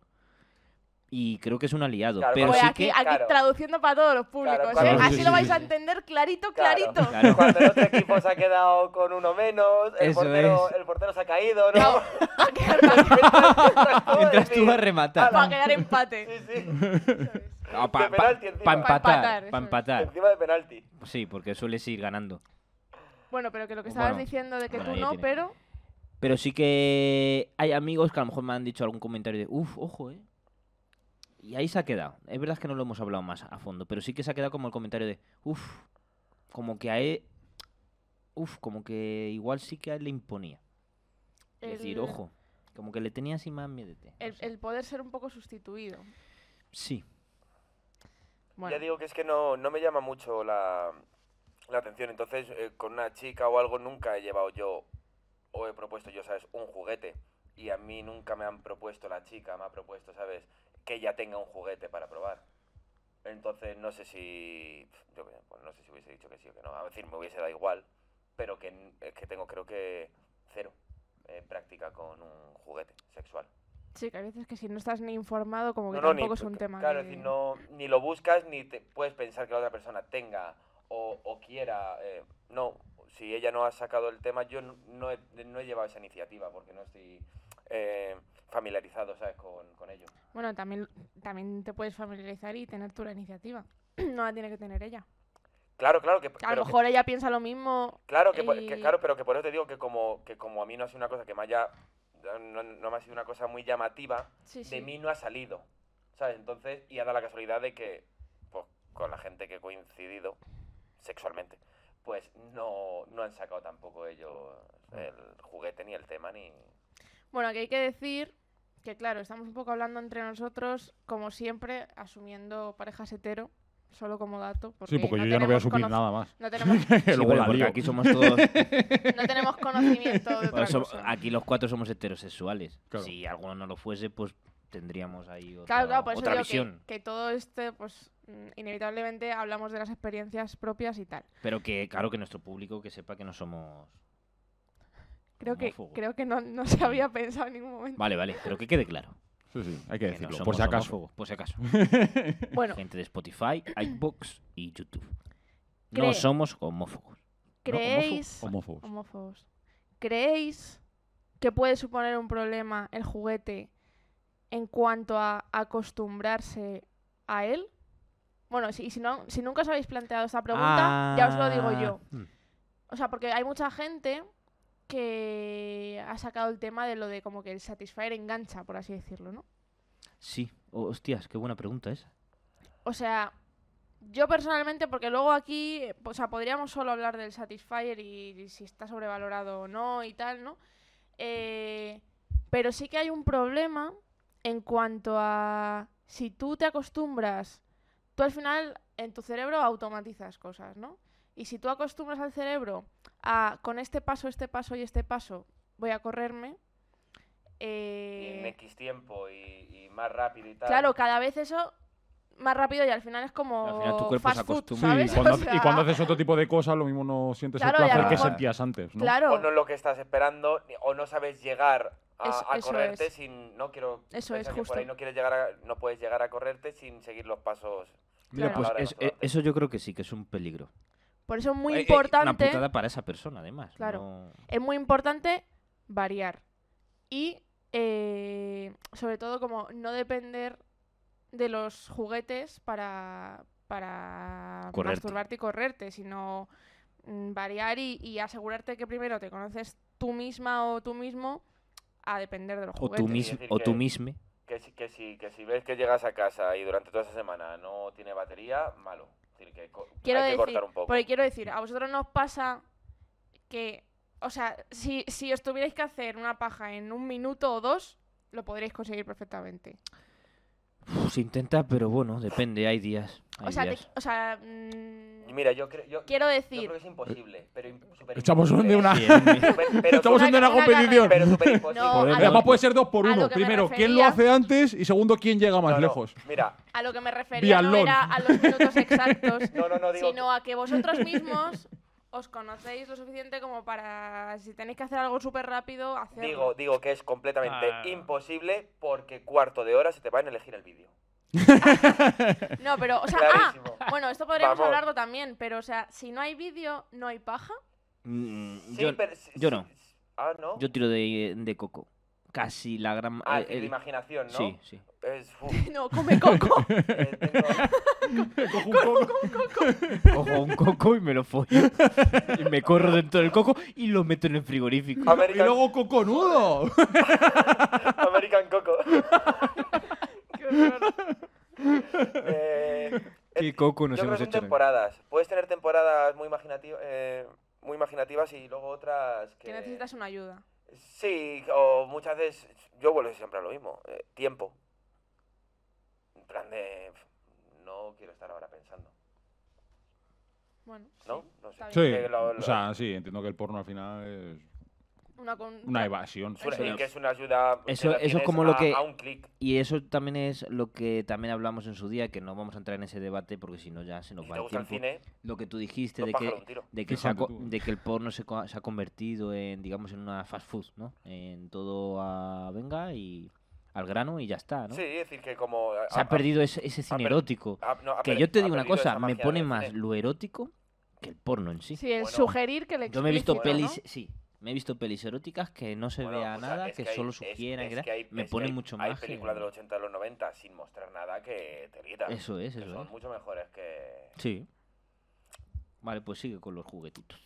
Speaker 2: Y creo que es un aliado.
Speaker 5: Claro,
Speaker 2: pero
Speaker 3: Pues
Speaker 2: sí
Speaker 3: aquí,
Speaker 2: que.
Speaker 3: aquí
Speaker 5: Claro.
Speaker 3: traduciendo para todos los públicos,
Speaker 5: Claro,
Speaker 3: ¿eh?
Speaker 5: claro,
Speaker 4: sí,
Speaker 3: Así
Speaker 4: sí,
Speaker 3: lo
Speaker 4: sí,
Speaker 3: vais
Speaker 4: sí.
Speaker 3: a entender clarito,
Speaker 5: Claro.
Speaker 3: clarito.
Speaker 2: Claro.
Speaker 5: Cuando el otro equipo se ha quedado con uno menos, el,
Speaker 2: Eso
Speaker 5: portero,
Speaker 2: es.
Speaker 5: el portero se ha caído,
Speaker 3: No,
Speaker 5: ¿no?
Speaker 3: va a quedar mal,
Speaker 2: Entras tú a
Speaker 3: va a
Speaker 2: rematar. Ah,
Speaker 3: quedar empate.
Speaker 5: Sí, sí.
Speaker 2: Para
Speaker 5: De penalti encima. Pa
Speaker 3: empatar,
Speaker 2: empatar.
Speaker 3: eso
Speaker 2: Para
Speaker 3: es.
Speaker 2: empatar.
Speaker 5: Encima de penalti.
Speaker 2: Sí, porque sueles ir ganando.
Speaker 3: Bueno, pero que lo que estabas
Speaker 2: Bueno,
Speaker 3: diciendo de que
Speaker 2: bueno,
Speaker 3: tú
Speaker 2: ya
Speaker 3: no,
Speaker 2: tiene-
Speaker 3: pero
Speaker 2: Pero sí que hay amigos que a lo mejor me han dicho algún comentario de, uff, ojo, eh. Y ahí se ha quedado. Es verdad que no lo hemos hablado más a fondo, pero sí que se ha quedado como el comentario de, uff, como que a él. Uf, como que igual sí que a él le imponía. Es decir,
Speaker 3: El-
Speaker 2: ojo, como que le tenía así más miedo.
Speaker 3: El, el poder ser un poco sustituido.
Speaker 2: Sí.
Speaker 3: Bueno,
Speaker 5: Ya digo que es que no, no me llama mucho la, la atención. Entonces, eh, con una chica o algo nunca he llevado yo o he propuesto yo, ¿sabes? Un juguete. Y a mí nunca me han propuesto la chica, me ha propuesto, ¿sabes? Que ella tenga un juguete para probar. Entonces, no sé si. pf, Yo, qué sé, pues no sé si hubiese dicho que sí o que no. A decir, me hubiese dado igual. Pero que n- es que tengo, creo que, cero eh, práctica con un juguete sexual.
Speaker 3: sí, que a veces que si no estás ni informado, como que
Speaker 5: No, no, ni-
Speaker 3: tampoco es un tema. que-
Speaker 5: Claro, es decir, no, ni lo buscas ni te puedes pensar que la otra persona tenga o, o quiera. eh, no, si ella no ha sacado el tema, yo no, no he, no he llevado esa iniciativa porque no estoy eh, familiarizado, ¿sabes? Con, con ello.
Speaker 3: Bueno, también, también te puedes familiarizar y tener tú la iniciativa. no la tiene que tener ella.
Speaker 5: Claro, claro, que.
Speaker 3: A
Speaker 5: pero
Speaker 3: lo
Speaker 5: que-
Speaker 3: mejor ella piensa lo mismo.
Speaker 5: Claro, que, por- que-
Speaker 3: Y-
Speaker 5: claro, pero que por eso te digo que como, que como a mí no ha sido una cosa que me haya. No, no me ha sido una cosa muy llamativa,
Speaker 3: Sí, sí.
Speaker 5: de mí no ha salido. ¿Sabes? Entonces, y ha dado la casualidad de que, pues, con la gente que he coincidido sexualmente, pues no, no han sacado tampoco ellos el juguete, ni el tema, ni.
Speaker 3: Bueno, aquí hay que decir que, claro, estamos un poco hablando entre nosotros, como siempre, asumiendo parejas hetero, solo como dato. Porque
Speaker 4: Sí, porque yo ya no voy a
Speaker 3: tenemos
Speaker 4: asumir
Speaker 3: conoc-
Speaker 4: nada más.
Speaker 3: No tenemos,
Speaker 4: Que
Speaker 2: Sí,
Speaker 4: luego
Speaker 2: bueno,
Speaker 4: la
Speaker 2: porque
Speaker 4: lío.
Speaker 2: aquí somos todos.
Speaker 3: no tenemos conocimiento de otra
Speaker 2: bueno, som-
Speaker 3: cosa.
Speaker 2: aquí los cuatro somos heterosexuales.
Speaker 4: Claro.
Speaker 2: Si alguno no lo fuese, pues tendríamos ahí otra,
Speaker 3: Claro, claro, por eso
Speaker 2: otra
Speaker 3: digo
Speaker 2: visión.
Speaker 3: que, que todo este, pues, mm, inevitablemente hablamos de las experiencias propias y tal.
Speaker 2: Pero que, claro, que nuestro público que sepa que no somos.
Speaker 3: Creo que,
Speaker 2: Homófobos.
Speaker 3: creo que no, no se había pensado en ningún momento.
Speaker 2: Vale, vale, pero que quede claro.
Speaker 4: Sí, sí, hay que
Speaker 2: que no
Speaker 4: decirlo,
Speaker 2: somos
Speaker 4: por si acaso.
Speaker 2: homófobos, por si acaso.
Speaker 3: Bueno,
Speaker 2: Gente de Spotify, iBox y YouTube. No
Speaker 3: Cree-
Speaker 2: somos homófobos.
Speaker 3: ¿creéis...
Speaker 4: Homófobos.
Speaker 3: homófobos. ¿Creéis que puede suponer un problema el juguete en cuanto a acostumbrarse a él? Bueno, si, si, no, si nunca os habéis planteado esta pregunta, ya os lo digo yo.
Speaker 2: Ah,
Speaker 3: O sea, porque hay mucha gente que ha sacado el tema de lo de como que el Satisfyer engancha, por así decirlo, ¿no?
Speaker 2: Sí, Oh, hostias, qué buena pregunta esa.
Speaker 3: O sea, yo personalmente, porque luego aquí, eh, o sea, podríamos solo hablar del Satisfyer y, y si está sobrevalorado o no y tal, ¿no? Eh, pero sí que hay un problema en cuanto a si tú te acostumbras, tú al final en tu cerebro automatizas cosas, ¿no? Y si tú acostumbras al cerebro a con este paso, este paso y este paso voy a correrme,
Speaker 5: Y en
Speaker 3: eh,
Speaker 5: X tiempo y, y más rápido y tal.
Speaker 3: Claro, cada vez eso más rápido y al final es como
Speaker 2: Al final tu cuerpo se
Speaker 3: fast food,
Speaker 2: acostumbra.
Speaker 4: Sí,
Speaker 3: ¿sabes?
Speaker 4: y cuando,
Speaker 3: O sea,
Speaker 4: y cuando haces otro tipo de cosas, lo mismo no sientes
Speaker 3: Claro, y a
Speaker 4: el
Speaker 3: lo
Speaker 4: placer que
Speaker 2: mejor-
Speaker 4: sentías antes, ¿no?
Speaker 5: O no
Speaker 3: Claro,
Speaker 5: es lo que estás esperando, ni- o no sabes llegar a,
Speaker 3: Eso-
Speaker 5: a
Speaker 3: eso
Speaker 5: correrte
Speaker 3: es.
Speaker 5: sin. No quiero.
Speaker 3: Eso es,
Speaker 5: pensar que
Speaker 3: justo.
Speaker 5: Por ahí no, quieres llegar a- no puedes llegar a correrte sin seguir los pasos.
Speaker 2: Mira,
Speaker 3: Claro.
Speaker 2: pues
Speaker 5: Ahora
Speaker 2: es-
Speaker 5: vamos a
Speaker 2: eh, eso yo creo que sí que es un peligro.
Speaker 3: por eso es muy
Speaker 2: Eh, eh, Una
Speaker 3: importante,
Speaker 2: putada para esa persona, además.
Speaker 3: Claro.
Speaker 2: no-
Speaker 3: es muy importante variar y eh, sobre todo como no depender de los juguetes para para
Speaker 2: Correrte.
Speaker 3: masturbarte y correrte, sino mm, variar y, y asegurarte que primero te conoces tú misma o tú mismo a depender de los
Speaker 2: O
Speaker 3: juguetes.
Speaker 2: tú,
Speaker 5: mis-
Speaker 2: mismo,
Speaker 5: decir
Speaker 2: o tú
Speaker 5: que-
Speaker 2: mismo.
Speaker 5: Que si, que, si, que si ves que llegas a casa y durante toda esa semana no tiene batería, malo. Es decir, que co-
Speaker 3: quiero
Speaker 5: hay que
Speaker 3: decir,
Speaker 5: cortar un poco.
Speaker 3: Porque quiero decir, a vosotros nos pasa que, o sea, si, si os tuvierais que hacer una paja en un minuto o dos, lo podríais conseguir perfectamente.
Speaker 2: Uf, se intenta, pero bueno, depende, hay días.
Speaker 3: o
Speaker 2: hay
Speaker 3: sea, te-
Speaker 2: días.
Speaker 3: o sea mm,
Speaker 5: Y Mira, yo creo, yo,
Speaker 3: quiero
Speaker 5: yo creo
Speaker 3: decir,
Speaker 5: que es imposible, pero im- súper
Speaker 4: Echamos un de
Speaker 5: imposible.
Speaker 4: una.
Speaker 2: Sí, es muy-
Speaker 5: Súper- pero
Speaker 4: Estamos
Speaker 3: una-
Speaker 4: en una
Speaker 3: una
Speaker 4: competición.
Speaker 5: Pero súper imposible.
Speaker 3: No, a
Speaker 4: Además
Speaker 3: lo-
Speaker 4: puede ser dos por
Speaker 3: a lo
Speaker 4: uno.
Speaker 3: que me
Speaker 4: Primero, ¿quién lo hace
Speaker 3: refería-
Speaker 4: antes? Y segundo, ¿quién llega más
Speaker 5: No, no,
Speaker 4: lejos?
Speaker 5: Mira,
Speaker 3: a lo que me refería no
Speaker 4: Vialón.
Speaker 3: era a los minutos exactos,
Speaker 5: no, no, no digo.
Speaker 3: sino a que vosotros mismos os conocéis lo suficiente como para, si tenéis que hacer algo súper rápido, hacerlo.
Speaker 5: Digo, digo que es completamente
Speaker 2: Ah.
Speaker 5: imposible porque cuarto de hora se te va a elegir el vídeo.
Speaker 3: No, pero, o sea, ah,
Speaker 5: Clarísimo.
Speaker 3: bueno, esto podríamos
Speaker 5: Vamos.
Speaker 3: hablarlo también, pero, o sea, si no hay vídeo, no hay paja.
Speaker 2: Mm,
Speaker 5: Sí,
Speaker 2: yo,
Speaker 5: pero si-
Speaker 2: yo
Speaker 5: si-
Speaker 2: no.
Speaker 5: Ah, no.
Speaker 2: yo tiro de, de coco. Casi la gran.
Speaker 5: ah,
Speaker 2: eh,
Speaker 5: es decir,
Speaker 2: el-
Speaker 5: de imaginación, ¿no?
Speaker 2: Sí, sí.
Speaker 5: Es, uf,
Speaker 3: No, come coco.
Speaker 5: eh, tengo-
Speaker 4: Cojo un coco.
Speaker 2: Cojo un coco y me lo follo. y me corro dentro del coco y lo meto en el frigorífico.
Speaker 4: Y
Speaker 5: American,
Speaker 4: luego coconudo.
Speaker 5: American Coco.
Speaker 3: Qué horror.
Speaker 5: Eh,
Speaker 2: Qué coco nos
Speaker 5: yo creo
Speaker 2: hemos hecho. en
Speaker 5: eh, que son
Speaker 2: el-
Speaker 5: temporadas. Puedes tener temporadas muy, imaginativa- eh, muy imaginativas y luego otras que...
Speaker 3: Que necesitas una ayuda.
Speaker 5: Sí, o muchas veces yo vuelvo siempre a lo mismo, eh, tiempo. En plan de... pf, No quiero estar ahora pensando.
Speaker 3: Bueno,
Speaker 5: ¿No? No sé.
Speaker 3: está
Speaker 4: Sí,
Speaker 5: Que lo-
Speaker 4: o sea, sí, entiendo que el porno al final es
Speaker 3: una con-
Speaker 4: una evasión.
Speaker 5: suele-
Speaker 2: Eso-
Speaker 5: que es una ayuda... que
Speaker 2: eso-
Speaker 5: la
Speaker 2: eso es
Speaker 5: tienes
Speaker 2: como lo
Speaker 5: a-
Speaker 2: que-
Speaker 5: A un clic.
Speaker 2: Y eso también es lo que también hablamos en su día, que no vamos a entrar en ese debate porque si no ya se nos
Speaker 5: Si
Speaker 2: va
Speaker 5: te
Speaker 2: el
Speaker 5: gusta el
Speaker 2: tiempo.
Speaker 5: cine,
Speaker 2: Lo que tú dijiste
Speaker 5: dos
Speaker 2: de
Speaker 5: pájaros,
Speaker 2: que,
Speaker 5: un tiro.
Speaker 2: de que, se ha
Speaker 4: Fíjate
Speaker 2: co-
Speaker 4: tú.
Speaker 2: de que el porno se, co- se ha convertido en, digamos, en una fast food, ¿no? En todo a venga y al grano y ya está, ¿no?
Speaker 5: Sí, es decir, que como...
Speaker 2: Se ha perdido ese, ese cine
Speaker 5: per-
Speaker 2: erótico.
Speaker 5: Ah,
Speaker 2: Que yo te digo una cosa, me pone más lo erótico que el porno en sí.
Speaker 3: Sí, el
Speaker 5: Bueno.
Speaker 3: sugerir que le
Speaker 2: Yo me he visto
Speaker 5: explícito,
Speaker 3: explícito, ¿no?
Speaker 2: pelis, sí, me he visto pelis eróticas que no se
Speaker 5: Bueno,
Speaker 2: vea
Speaker 5: o sea,
Speaker 2: nada,
Speaker 5: es
Speaker 2: que,
Speaker 5: hay-
Speaker 2: solo
Speaker 5: es-
Speaker 2: sugieran,
Speaker 5: es
Speaker 2: que tal,
Speaker 5: que hay-
Speaker 2: me
Speaker 5: es que
Speaker 2: pone
Speaker 5: hay-
Speaker 2: mucho
Speaker 5: Hay
Speaker 2: más.
Speaker 5: películas de los 80 a los 90 sin mostrar nada que te gritan.
Speaker 2: Eso es,
Speaker 5: que
Speaker 2: eso
Speaker 5: son
Speaker 2: es.
Speaker 5: mucho mejores que...
Speaker 2: Sí. Vale, pues sigue con los juguetitos.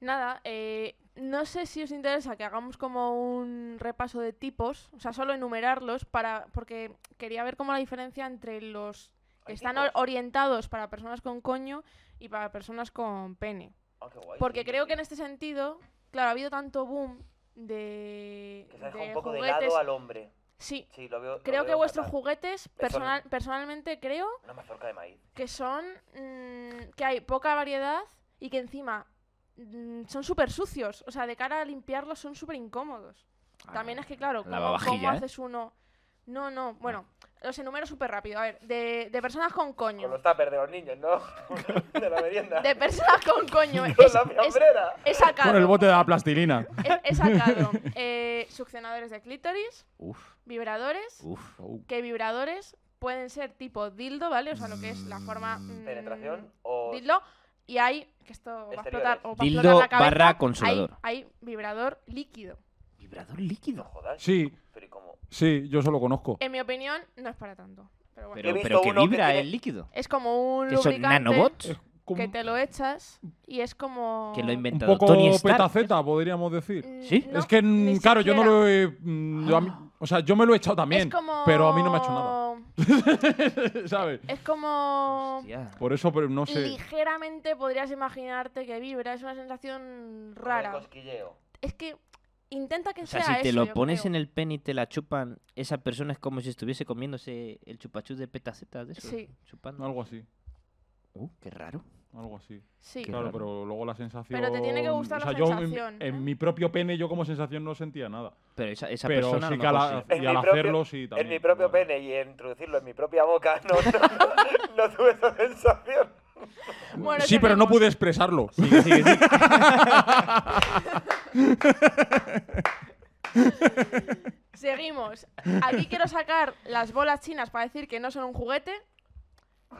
Speaker 3: Nada, eh, no sé si os interesa que hagamos como un repaso de tipos, o sea, solo enumerarlos, para porque quería ver como la diferencia entre los que
Speaker 5: Hay
Speaker 3: están
Speaker 5: tipos.
Speaker 3: or- orientados para personas con coño y para personas con pene.
Speaker 5: Ah, qué guay,
Speaker 3: Porque
Speaker 5: sí,
Speaker 3: creo
Speaker 5: sí.
Speaker 3: que en este sentido, claro, ha habido tanto boom de,
Speaker 5: Que se deja
Speaker 3: de
Speaker 5: un poco
Speaker 3: juguetes.
Speaker 5: de lado al hombre.
Speaker 3: Sí,
Speaker 5: Sí, lo veo. lo
Speaker 3: creo que
Speaker 5: veo
Speaker 3: vuestros
Speaker 5: fatal.
Speaker 3: juguetes, personal, personalmente creo
Speaker 5: Una mazorca de maíz.
Speaker 3: que son mm, que hay poca variedad y que encima mm, son súper sucios. O sea, de cara a limpiarlos son súper incómodos.
Speaker 2: Ah,
Speaker 3: También es que, claro, como
Speaker 2: lavavajilla, ¿eh?
Speaker 3: haces uno? No, no, bueno, los enumero súper rápido. A ver, de, de personas con coño.
Speaker 5: Con los tuppers de los niños, ¿no? de la merienda.
Speaker 3: De personas con coño.
Speaker 5: Con
Speaker 3: Es,
Speaker 5: la
Speaker 3: es-
Speaker 5: fiambrera.
Speaker 3: he
Speaker 4: Con el
Speaker 3: sacado.
Speaker 4: bote de la plastilina.
Speaker 3: He, he sacado eh, succionadores de clítoris,
Speaker 2: Uf,
Speaker 3: vibradores,
Speaker 2: uf.
Speaker 4: Oh,
Speaker 3: que vibradores pueden ser tipo dildo, ¿vale? O sea, lo que es la forma... mm,
Speaker 5: Penetración o.
Speaker 3: dildo y hay que esto va a explotar
Speaker 5: Exteriores.
Speaker 3: o va a
Speaker 2: Dildo
Speaker 3: explotar la cabeza,
Speaker 2: barra
Speaker 3: hay-
Speaker 2: consolador.
Speaker 3: hay, vibrador líquido
Speaker 2: Vibrador
Speaker 5: No
Speaker 2: líquido.
Speaker 5: jodas.
Speaker 4: Sí,
Speaker 5: Pero ¿y cómo?
Speaker 4: sí, yo solo conozco.
Speaker 3: en mi opinión no es para tanto pero bueno
Speaker 2: Pero,
Speaker 5: visto
Speaker 2: pero que
Speaker 5: uno que
Speaker 2: vibra
Speaker 5: tiene-
Speaker 2: el líquido.
Speaker 3: es como un
Speaker 2: Que son
Speaker 3: lubricante
Speaker 2: nanobots.
Speaker 4: Como
Speaker 3: que te lo echas y es como
Speaker 2: Que lo ha
Speaker 4: un
Speaker 2: inventado
Speaker 4: poco
Speaker 2: Tony Stark.
Speaker 4: petaceta, podríamos decir.
Speaker 3: Mm,
Speaker 2: ¿Sí?
Speaker 3: no,
Speaker 4: es que,
Speaker 3: ni
Speaker 4: mm, claro, yo no
Speaker 3: siquiera.
Speaker 4: lo he. mm, yo a mí- o sea, yo me lo he echado también.
Speaker 3: es como
Speaker 4: Pero a mí no me ha hecho nada. ¿Sabes?
Speaker 3: es como
Speaker 2: Hostia.
Speaker 4: Por eso, pero no sé.
Speaker 3: ligeramente podrías imaginarte que vibra es una sensación
Speaker 5: Como de
Speaker 3: rara
Speaker 5: cosquilleo.
Speaker 3: es que intenta que
Speaker 2: O sea,
Speaker 3: sea
Speaker 2: si te
Speaker 3: eso,
Speaker 2: lo
Speaker 3: yo
Speaker 2: pones
Speaker 3: creo.
Speaker 2: en el pen y te la chupan, esa persona es como si estuviese comiéndose el chupachú de petaceta de eso.
Speaker 3: Sí.
Speaker 2: Chupando.
Speaker 4: Algo así.
Speaker 2: Uh, qué raro.
Speaker 4: Algo así.
Speaker 3: sí
Speaker 2: Qué
Speaker 4: Claro,
Speaker 2: raro.
Speaker 4: pero luego la sensación.
Speaker 3: Pero te tiene que gustar
Speaker 4: o sea,
Speaker 3: la
Speaker 4: yo en-
Speaker 3: sensación,
Speaker 4: en,
Speaker 3: ¿eh?
Speaker 4: mi propio pene, yo como sensación no sentía nada.
Speaker 2: Pero esa, esa
Speaker 4: pero
Speaker 2: persona a
Speaker 4: sí
Speaker 2: lo
Speaker 4: que al,
Speaker 2: mejor sí.
Speaker 5: En
Speaker 4: y al
Speaker 5: mi propio-
Speaker 4: hacerlo sí también.
Speaker 5: En mi propio
Speaker 4: Bueno.
Speaker 5: pene y introducirlo en mi propia boca no, no, no tuve esa sensación.
Speaker 3: Bueno,
Speaker 4: sí, pero no
Speaker 3: tenemos-
Speaker 4: pude expresarlo.
Speaker 2: Sigue, sigue, sigue.
Speaker 3: Seguimos. Aquí quiero sacar las bolas chinas para decir que no son un juguete.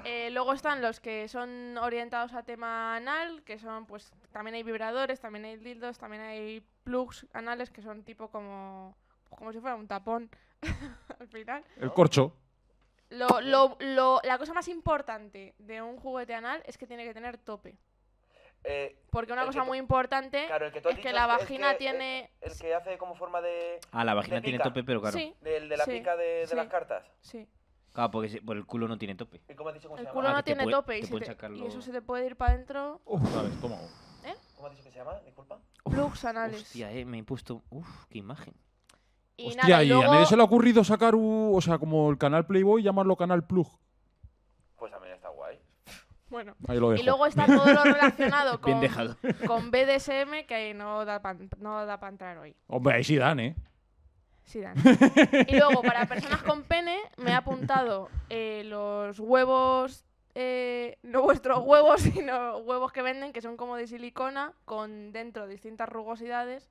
Speaker 3: Eh, luego están los que son orientados a tema anal, que son, pues, también hay vibradores, también hay dildos, también hay plugs anales que son tipo como, como si fuera un tapón al final.
Speaker 4: El corcho.
Speaker 3: Lo- lo- lo- la cosa más importante de un juguete anal es que tiene que tener tope.
Speaker 5: Eh,
Speaker 3: Porque una
Speaker 5: El que
Speaker 3: cosa
Speaker 5: to-
Speaker 3: muy importante
Speaker 5: claro, el que tú has
Speaker 3: es que
Speaker 5: dicho
Speaker 3: la
Speaker 5: es- es
Speaker 3: vagina
Speaker 5: que-
Speaker 3: tiene...
Speaker 5: el que hace como forma de.
Speaker 2: Ah, la vagina
Speaker 5: Le
Speaker 2: tiene
Speaker 5: pica.
Speaker 2: tope, pero claro.
Speaker 3: Sí,
Speaker 5: del de la
Speaker 3: Sí,
Speaker 5: pica de, de
Speaker 3: sí.
Speaker 5: las cartas.
Speaker 3: sí.
Speaker 2: Claro, porque si- por el culo no tiene tope.
Speaker 5: ¿Y cómo has dicho cómo se
Speaker 3: El
Speaker 5: llama?
Speaker 3: culo
Speaker 2: Ah,
Speaker 3: no
Speaker 2: que te
Speaker 3: tiene
Speaker 2: puede-
Speaker 3: tope y,
Speaker 2: te
Speaker 3: se
Speaker 2: pueden
Speaker 3: te-
Speaker 2: sacarlo-
Speaker 3: y eso se te puede ir para adentro
Speaker 4: Al estómago.
Speaker 5: ¿Cómo has dicho que se llama? Disculpa.
Speaker 3: plugs anales.
Speaker 2: Hostia, eh, me he puesto. Uf, qué imagen.
Speaker 3: Y
Speaker 4: Hostia,
Speaker 3: nada, y
Speaker 4: y a
Speaker 3: luego,
Speaker 4: nadie se le ha ocurrido sacar, u- o sea, como el canal Playboy, llamarlo canal Plug.
Speaker 5: Pues también está guay.
Speaker 3: bueno,
Speaker 4: Ahí lo dejo.
Speaker 3: y luego está todo lo relacionado
Speaker 2: Bien
Speaker 3: con,
Speaker 2: dejado.
Speaker 3: con BDSM que no da para no da pa entrar hoy.
Speaker 4: Hombre, ahí sí dan, ¿eh?
Speaker 3: Sí, Dan. y luego, para personas con pene, me he apuntado eh, los huevos, eh, no vuestros huevos, sino huevos que venden, que son como de silicona, con dentro distintas rugosidades.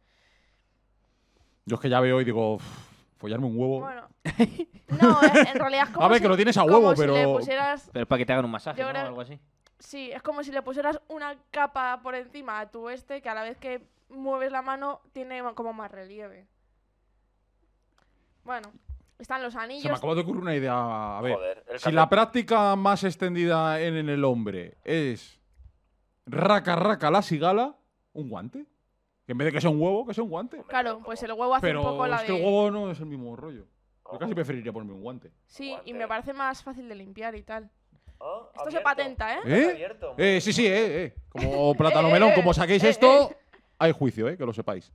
Speaker 4: Yo es que ya veo y digo, "Uf, follarme un huevo.
Speaker 3: Bueno, no, eh, en realidad es como
Speaker 4: Oh. a ver,
Speaker 3: si-
Speaker 4: que lo tienes a
Speaker 3: como
Speaker 4: huevo,
Speaker 3: si
Speaker 4: pero.
Speaker 3: le pusieras
Speaker 2: Pero es para que te hagan un masaje,
Speaker 3: Yo
Speaker 2: ¿no?
Speaker 3: creo-
Speaker 2: Algo así.
Speaker 3: Sí, es como si le pusieras una capa por encima a tu este que a la vez que mueves la mano tiene ma- como más relieve. Bueno, están los
Speaker 4: Se me
Speaker 3: anillos.
Speaker 4: acaba de ocurrir una idea. A ver,
Speaker 5: Joder, el
Speaker 4: si
Speaker 5: café-
Speaker 4: la práctica más extendida en, en el hombre es raca raca la cigala, un guante. Que en vez de que sea un huevo, que sea un guante.
Speaker 5: Hombre,
Speaker 3: Claro,
Speaker 5: pero
Speaker 3: pues
Speaker 5: como-
Speaker 3: el huevo hace
Speaker 4: Pero
Speaker 3: un poco la
Speaker 4: es que
Speaker 3: de... Oh.
Speaker 4: el huevo no es el mismo rollo. Yo
Speaker 5: como-
Speaker 4: casi preferiría ponerme un guante.
Speaker 3: Sí, y
Speaker 5: Guante.
Speaker 3: me parece más fácil de limpiar y tal.
Speaker 5: Ah,
Speaker 3: Esto se
Speaker 5: abierto.
Speaker 3: patenta, ¿eh?
Speaker 5: Está
Speaker 4: ¿Eh?
Speaker 5: abierto, muy
Speaker 4: Eh, sí, sí, eh, eh. Como plátano
Speaker 3: Eh,
Speaker 4: melón,
Speaker 3: eh,
Speaker 4: como saquéis
Speaker 3: eh,
Speaker 4: esto, hay juicio, eh, que lo sepáis.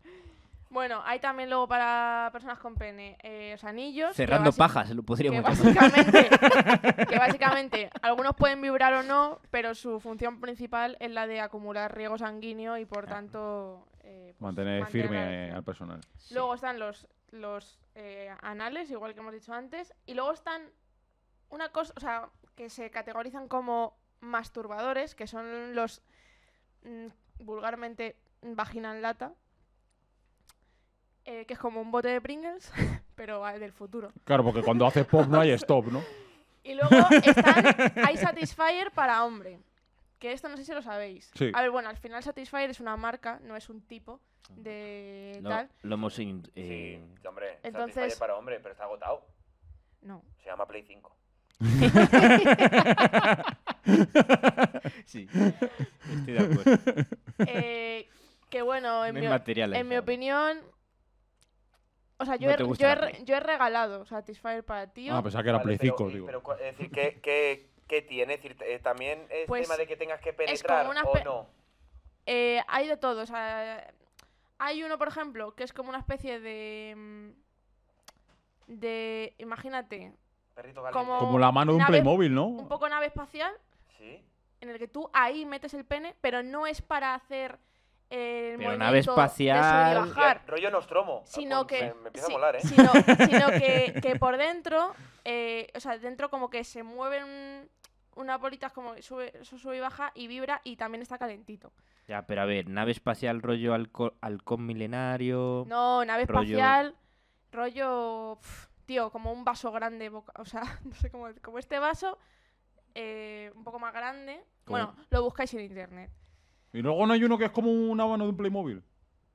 Speaker 3: Bueno, hay también luego para personas con pene eh, los anillos. que
Speaker 2: Cerrando
Speaker 3: basi-
Speaker 2: pajas, lo
Speaker 3: Que
Speaker 2: podríamos llamar.
Speaker 3: básicamente, que básicamente algunos pueden vibrar o no, pero su función principal es la de acumular riego sanguíneo y
Speaker 4: Ah.
Speaker 3: por tanto... eh, pues,
Speaker 4: Mantener
Speaker 3: la
Speaker 4: firme
Speaker 3: erección.
Speaker 4: al personal.
Speaker 3: Luego están los, los eh, anales, igual que hemos dicho antes. Y luego están una cosa, o sea, que se categorizan como masturbadores, que son los mm, vulgarmente vagina en lata, eh, que es como un bote de Pringles, pero ah, del futuro.
Speaker 4: Claro, porque cuando haces pop no hay stop, ¿no?
Speaker 3: Y luego están hay Satisfyer para hombre. Que esto no sé si lo sabéis.
Speaker 4: Sí.
Speaker 3: A ver, bueno, al final Satisfyer es una marca, no es un tipo de
Speaker 2: Lo,
Speaker 3: tal.
Speaker 2: lo hemos. in- eh,
Speaker 5: Sí, sí, hombre.
Speaker 3: entonces-
Speaker 5: Entonces... para hombre, pero está agotado.
Speaker 3: No.
Speaker 5: Se llama Play 5.
Speaker 2: sí. Estoy de acuerdo.
Speaker 3: Eh, que bueno, en
Speaker 2: No hay
Speaker 3: mi,
Speaker 2: materiales,
Speaker 3: en mi
Speaker 2: ¿sabes?
Speaker 3: opinión. O sea, yo,
Speaker 2: No
Speaker 3: he,
Speaker 2: te gusta
Speaker 3: yo,
Speaker 2: la pues.
Speaker 3: he, re-
Speaker 2: Play.
Speaker 3: yo he regalado Satisfyer para ti.
Speaker 4: Ah, pensaba que era
Speaker 5: Vale,
Speaker 4: Play 5,
Speaker 3: eh,
Speaker 5: pero,
Speaker 4: digo.
Speaker 5: pero cua- es decir, ¿qué, qué, qué tiene? Es decir, eh, también es
Speaker 3: Pues
Speaker 5: tema de que tengas que
Speaker 3: como
Speaker 5: penetrar
Speaker 3: una
Speaker 5: o
Speaker 3: espe-
Speaker 5: no.
Speaker 3: Eh, hay de todo. O sea, hay uno, por ejemplo, que es como una especie de. mm, De. Imagínate,
Speaker 5: Perrito caliente.
Speaker 3: Como-
Speaker 4: Como la mano de un
Speaker 3: Una vez-
Speaker 4: Playmobil,
Speaker 3: un
Speaker 4: ¿no?
Speaker 3: poco nave espacial
Speaker 5: Sí.
Speaker 3: en el que tú ahí metes el pene, pero no es para hacer. eh, El
Speaker 2: Pero
Speaker 3: movimiento
Speaker 2: nave
Speaker 3: de subir y
Speaker 2: espacial-
Speaker 3: bajar.
Speaker 5: Ya, rollo Nostromo.
Speaker 3: sino
Speaker 5: Ah, Con-
Speaker 3: que
Speaker 5: Me, me empieza
Speaker 3: si-
Speaker 5: a molar, ¿eh?
Speaker 3: sino, sino que, que por dentro eh, o sea dentro como que se mueven unas bolitas como que sube eso sube y baja y vibra y también está calentito
Speaker 2: Ya, pero a ver, nave espacial rollo halco- halcón milenario.
Speaker 3: no nave
Speaker 2: Rollo-
Speaker 3: espacial rollo pf, tío como un vaso grande boca- o sea no sé cómo como este vaso eh, un poco más grande
Speaker 2: Como-
Speaker 3: bueno lo buscáis en internet
Speaker 4: Y luego no hay uno que es como una mano de un Playmobil.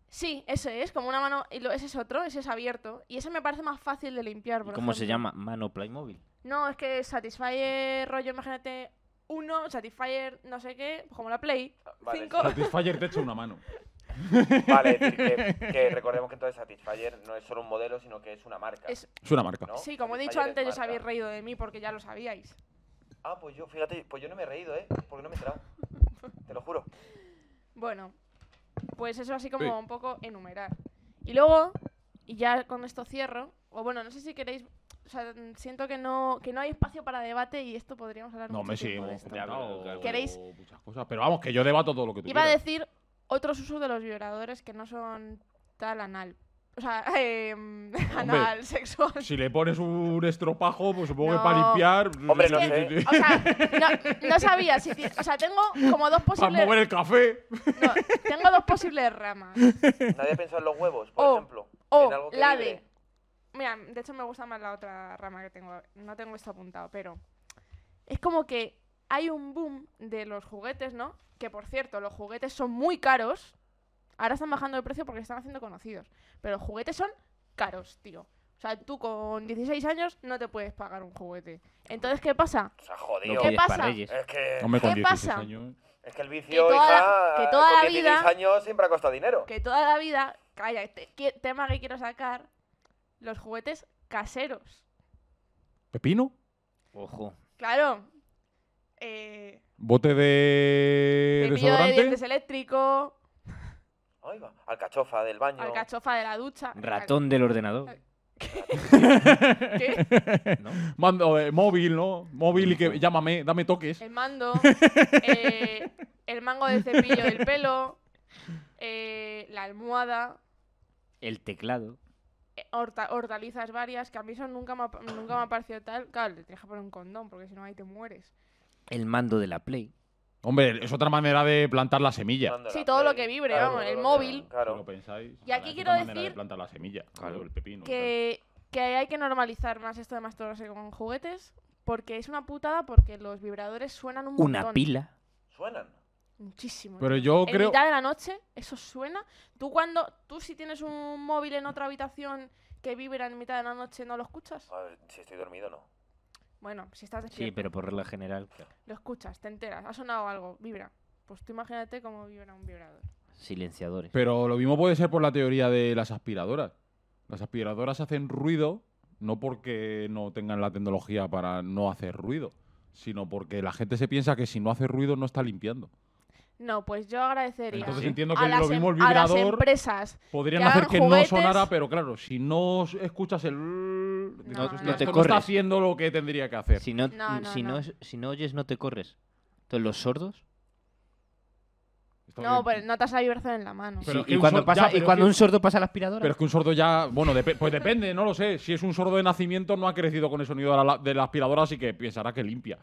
Speaker 3: sí ese es como una mano y lo- ese es otro ese es abierto y ese me parece más fácil de limpiar
Speaker 2: ¿Y
Speaker 3: por
Speaker 2: ¿Cómo se
Speaker 3: ejemplo.
Speaker 2: llama? Mano Playmobil.
Speaker 3: No, es que Satisfyer, rollo, imagínate, uno, Satisfyer, no sé qué, pues como la Play.
Speaker 5: Vale,
Speaker 3: cinco.
Speaker 4: Satisfyer te echa una mano.
Speaker 5: sí. Vale, es decir, que, que recordemos que entonces Satisfyer no es solo un modelo, sino que es una marca.
Speaker 3: Es-
Speaker 4: Es una marca.
Speaker 5: ¿no?
Speaker 3: sí, como he dicho
Speaker 5: Satisfyer es
Speaker 3: antes, os
Speaker 5: marca.
Speaker 3: habéis reído de mí porque ya lo sabíais.
Speaker 5: Ah, pues yo, fíjate, pues yo no me he reído, ¿eh? Porque no me he enterado. Te lo juro.
Speaker 3: Bueno, pues eso así
Speaker 4: Sí.
Speaker 3: como un poco enumerar. Y luego, y ya con esto cierro, o bueno, no sé si queréis, o sea, mm, siento que no, que no hay espacio para debate y esto podríamos hablar
Speaker 4: No,
Speaker 3: mucho
Speaker 4: me sí,
Speaker 3: tiempo de
Speaker 4: hemos
Speaker 3: esto.
Speaker 4: comentado
Speaker 2: Claro.
Speaker 3: ¿Queréis?
Speaker 4: muchas cosas. Pero vamos, que yo debato todo lo que tú
Speaker 3: Iba a
Speaker 4: quieras.
Speaker 3: decir otros usos de los vibradores que no son tal anal. O sea, em, anal, sexual.
Speaker 4: Si le pones un estropajo, pues supongo
Speaker 3: No.
Speaker 4: que para limpiar.
Speaker 5: Hombre, no
Speaker 4: Sí,
Speaker 5: sé.
Speaker 4: sí, sí.
Speaker 3: O sea, no, no sabía si ti- O sea, tengo como dos
Speaker 4: Para
Speaker 3: posibles.
Speaker 4: mover el café.
Speaker 3: no, tengo dos posibles ramas.
Speaker 5: Nadie ha pensado en los huevos, por
Speaker 3: O-
Speaker 5: ejemplo. en
Speaker 3: O
Speaker 5: algo que
Speaker 3: la
Speaker 5: vibre.
Speaker 3: de. Mira, de hecho me gusta más la otra rama que tengo. No tengo esto apuntado, pero. Es como que hay un boom de los juguetes, ¿no? Que por cierto, los juguetes son muy caros. Ahora están bajando el precio porque se están haciendo conocidos. Pero los juguetes son caros, tío. O sea, tú con 16 años no te puedes pagar un juguete. Entonces, ¿qué pasa?
Speaker 5: O sea,
Speaker 2: Lo
Speaker 5: jodido.
Speaker 2: pides
Speaker 3: pasa?
Speaker 2: para Reyes.
Speaker 5: Es que,
Speaker 4: Hombre, con
Speaker 3: ¿Qué
Speaker 4: 16
Speaker 3: pasa?
Speaker 4: años.
Speaker 5: es que el vicio,
Speaker 3: que toda
Speaker 5: hija,
Speaker 3: la- que toda
Speaker 5: con
Speaker 3: la
Speaker 5: 16
Speaker 3: vida-
Speaker 5: años siempre ha costado dinero.
Speaker 3: que toda la vida, calla, te- qui- tema que quiero sacar, los juguetes caseros.
Speaker 4: ¿Pepino?
Speaker 2: Ojo.
Speaker 3: Claro. Eh,
Speaker 4: ¿Bote de
Speaker 3: cepillo de
Speaker 4: desodorante?
Speaker 3: dientes eléctrico,
Speaker 5: Ahí va. Alcachofa del baño.
Speaker 3: alcachofa de la ducha.
Speaker 2: Ratón del ordenador.
Speaker 3: al- ¿qué?
Speaker 2: ¿no?
Speaker 4: Mando, eh, móvil, ¿no? Móvil y que llámame, dame toques.
Speaker 3: El mando, eh, el mango de cepillo del pelo, eh, la almohada,
Speaker 2: El teclado.
Speaker 3: eh, horta- hortalizas varias, que a mí eso nunca me ha, nunca me ha parecido tal. Claro, le tienes que poner un condón, porque si no ahí te mueres.
Speaker 2: El mando de la Play.
Speaker 4: Hombre, es otra manera de plantar la semilla.
Speaker 5: Dándola,
Speaker 3: Sí, todo lo
Speaker 5: ahí.
Speaker 3: que vibre,
Speaker 5: Claro,
Speaker 3: vamos,
Speaker 5: todo
Speaker 3: el
Speaker 5: lo que-
Speaker 3: móvil.
Speaker 4: Si lo
Speaker 5: Claro.
Speaker 4: pensáis,
Speaker 3: Y aquí
Speaker 4: es
Speaker 3: quiero
Speaker 4: otra manera
Speaker 3: decir
Speaker 4: de plantar la semilla.
Speaker 2: Claro.
Speaker 4: o el pepino.
Speaker 3: que, que hay que normalizar más esto de masturbarse con juguetes, porque es una putada porque los vibradores suenan un montón.
Speaker 2: Una pila.
Speaker 5: Suenan.
Speaker 3: Muchísimo.
Speaker 4: Pero yo
Speaker 3: en
Speaker 4: creo.
Speaker 3: mitad de la noche, eso suena. Tú cuando, tú si tienes un móvil en otra habitación que vibra en mitad de la noche, ¿no lo escuchas?
Speaker 5: A ver, si estoy dormido, no.
Speaker 3: Bueno, si estás
Speaker 2: Sí,
Speaker 3: despierto,
Speaker 2: pero por regla general.
Speaker 3: lo escuchas, te enteras, ha sonado algo, vibra. Pues tú imagínate cómo vibra un vibrador.
Speaker 2: Silenciadores.
Speaker 4: Pero lo mismo puede ser por la teoría de las aspiradoras. Las aspiradoras hacen ruido no porque no tengan la tecnología para no hacer ruido, sino porque la gente se piensa que si no hace ruido no está limpiando.
Speaker 3: No, pues yo agradecería
Speaker 4: Entonces
Speaker 3: Sí.
Speaker 4: entiendo
Speaker 3: a,
Speaker 4: que
Speaker 3: las
Speaker 4: lo mismo
Speaker 3: em-
Speaker 4: el
Speaker 3: a las
Speaker 4: vibrador-
Speaker 3: empresas.
Speaker 4: Podrían
Speaker 3: Que
Speaker 4: hacer
Speaker 3: hagan
Speaker 4: que
Speaker 3: juguetes.
Speaker 4: no sonara, pero claro, si no s- escuchas el... No,
Speaker 3: no,
Speaker 2: no te corres.
Speaker 4: está haciendo lo que tendría que hacer.
Speaker 2: Si no,
Speaker 3: No, no,
Speaker 2: si, no.
Speaker 3: no.
Speaker 2: es- si no oyes, no te corres. Entonces, los sordos.
Speaker 4: Está
Speaker 3: No,
Speaker 4: bien.
Speaker 3: pero notas la vibración en la mano.
Speaker 4: Pero
Speaker 2: Sí,
Speaker 4: es que
Speaker 2: y
Speaker 4: un
Speaker 2: cuando,
Speaker 4: sor-
Speaker 2: pasa,
Speaker 4: ya,
Speaker 2: y
Speaker 4: pero es
Speaker 2: cuando
Speaker 4: que-
Speaker 2: un sordo pasa la aspiradora.
Speaker 4: Pero es que un sordo ya, bueno, depe- pues depende, no lo sé. Si es un sordo de nacimiento, no ha crecido con el sonido de la, de la aspiradora, así que pensará que limpia.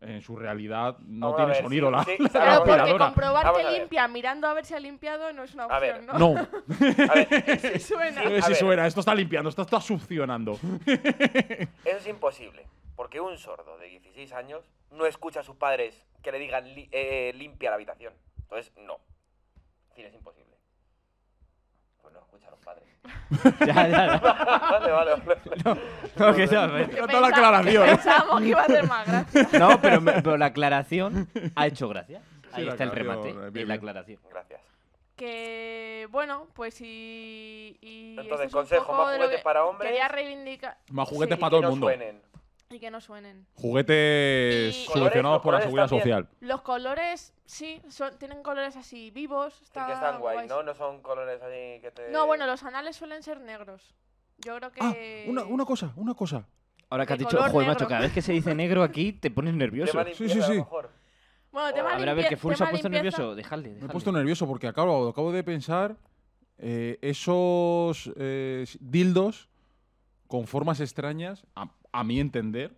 Speaker 4: En su realidad no
Speaker 5: Vamos a
Speaker 4: tiene
Speaker 5: ver,
Speaker 4: sonido
Speaker 5: sí,
Speaker 4: la,
Speaker 5: sí,
Speaker 4: la
Speaker 5: claro,
Speaker 3: Claro, porque
Speaker 4: aspiradora.
Speaker 3: comprobar
Speaker 5: Vamos
Speaker 3: que
Speaker 5: a ver.
Speaker 3: limpia mirando a ver si ha limpiado no es una
Speaker 5: A ver,
Speaker 3: opción, ¿no?
Speaker 4: No,
Speaker 5: A ver,
Speaker 3: Suena.
Speaker 4: a ver
Speaker 5: a
Speaker 4: si
Speaker 5: ver.
Speaker 4: Eh, suena. Esto está limpiando, esto está succionando.
Speaker 5: Eso es imposible, porque un sordo de 16 años no escucha a sus padres que le digan li- eh, limpia la habitación. Entonces, no. En fin, es imposible. Pues no escucha a los padres.
Speaker 2: Ya, ya, ya.
Speaker 5: vale, vale, vale.
Speaker 2: No, que no,
Speaker 3: Que
Speaker 4: Pero toda la
Speaker 3: pensaba-
Speaker 4: aclaración.
Speaker 3: que Pensábamos que iba a ser más gracia.
Speaker 2: no, pero, me- pero la aclaración ha hecho gracia. Ahí
Speaker 4: la
Speaker 2: está el
Speaker 4: aclaración,
Speaker 2: remate.
Speaker 4: eh, bien,
Speaker 2: y la
Speaker 4: bien.
Speaker 2: aclaración.
Speaker 5: Gracias.
Speaker 3: Que bueno, pues y. y
Speaker 5: Entonces,
Speaker 3: esto es un
Speaker 5: consejo,
Speaker 3: poco
Speaker 5: más
Speaker 3: de lo
Speaker 5: juguetes
Speaker 3: que
Speaker 5: para hombres.
Speaker 3: Quería reivindicar.
Speaker 4: Más juguetes
Speaker 3: Sí,
Speaker 4: para
Speaker 5: Que
Speaker 4: todo el
Speaker 5: no
Speaker 4: mundo.
Speaker 5: suenen.
Speaker 3: Y que no suenen.
Speaker 4: Juguetes
Speaker 3: Y-
Speaker 4: subvencionados
Speaker 5: Colores,
Speaker 4: por la
Speaker 5: los
Speaker 4: seguridad
Speaker 5: colores
Speaker 4: social.
Speaker 3: Los colores, sí, son, tienen colores así vivos.
Speaker 5: Sí,
Speaker 3: Está
Speaker 5: que están guay,
Speaker 3: guays.
Speaker 5: ¿no? No son colores así que te.
Speaker 3: No, bueno, los anales suelen ser negros. Yo creo que.
Speaker 4: Ah, una, una cosa, una cosa.
Speaker 2: Ahora que has
Speaker 3: De
Speaker 2: dicho,
Speaker 3: color
Speaker 2: joder, macho,
Speaker 3: negro".
Speaker 2: cada vez que se dice negro aquí te pones nervioso.
Speaker 5: Tema
Speaker 2: A
Speaker 5: limpieza,
Speaker 4: sí,
Speaker 5: a lo
Speaker 4: sí.
Speaker 5: mejor.
Speaker 3: Bueno, tema
Speaker 5: A
Speaker 2: ver, a ver,
Speaker 3: limpie-
Speaker 2: que Full se ha
Speaker 3: tema
Speaker 2: puesto
Speaker 3: limpieza-
Speaker 2: nervioso. Dejadle,
Speaker 4: Me he
Speaker 2: dejadle.
Speaker 4: puesto nervioso porque acabo, acabo de pensar eh, esos eh, dildos con formas extrañas, a, a mi entender.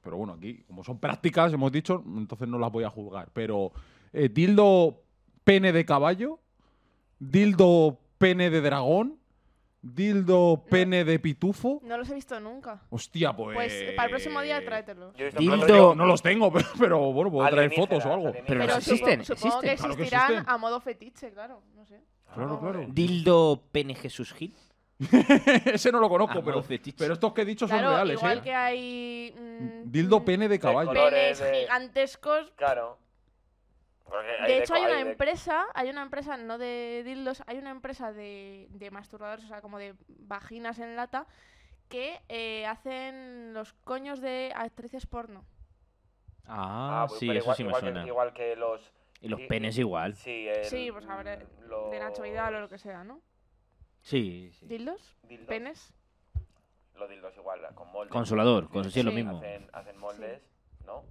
Speaker 4: Pero bueno, aquí, como son prácticas, hemos dicho, entonces no las voy a juzgar. Pero eh, dildo pene de caballo, dildo pene de dragón, dildo pene de pitufo.
Speaker 3: No los he visto nunca.
Speaker 4: Hostia, pues.
Speaker 3: Pues para el próximo día tráetelo.
Speaker 5: Yo he visto
Speaker 2: Dildo.
Speaker 5: platos-
Speaker 4: Yo no los tengo, pero, pero bueno, puedo traer
Speaker 5: Alienígenas,
Speaker 4: fotos o algo.
Speaker 5: alienígenas.
Speaker 2: Pero
Speaker 5: Pero
Speaker 2: los
Speaker 5: supongo-
Speaker 2: existen,
Speaker 3: supongo que
Speaker 2: existen.
Speaker 4: Claro que
Speaker 3: existirán
Speaker 4: existen.
Speaker 3: a modo fetiche, claro, no sé.
Speaker 4: Claro, claro.
Speaker 2: Dildo Pene Jesús Gil.
Speaker 4: Ese no lo conozco,
Speaker 2: Ah,
Speaker 4: pero,
Speaker 2: modo fetiche.
Speaker 4: pero estos que he dicho
Speaker 3: Claro,
Speaker 4: son reales,
Speaker 3: igual
Speaker 4: ¿eh?
Speaker 3: que hay mm,
Speaker 4: Dildo
Speaker 3: mm,
Speaker 4: pene de caballo.
Speaker 5: color.
Speaker 3: penes
Speaker 5: Colores de-
Speaker 3: gigantescos.
Speaker 5: Claro. Porque
Speaker 3: De hecho, hay
Speaker 5: co-
Speaker 3: una
Speaker 5: de-
Speaker 3: empresa, hay una empresa no de dildos, hay una empresa de, de masturbadores, o sea, como de vaginas en lata, que eh, hacen los coños de actrices porno.
Speaker 2: Ah,
Speaker 5: pues,
Speaker 2: sí,
Speaker 5: pero
Speaker 2: eso
Speaker 5: igual-
Speaker 2: sí me
Speaker 5: igual que-
Speaker 2: suena.
Speaker 5: Igual que los.
Speaker 2: Y los
Speaker 5: y-
Speaker 2: penes igual.
Speaker 5: Sí, el-
Speaker 3: Sí, pues a ver, de Nacho Vidal o lo que sea, ¿no?
Speaker 2: Sí, sí.
Speaker 3: ¿Dildos?
Speaker 5: Dildos.
Speaker 3: ¿Penes?
Speaker 5: Los dildos igual, con moldes.
Speaker 2: Consolador, con- sí, es lo
Speaker 3: Sí.
Speaker 2: mismo. Pues
Speaker 5: Hacen, hacen moldes, ¿no?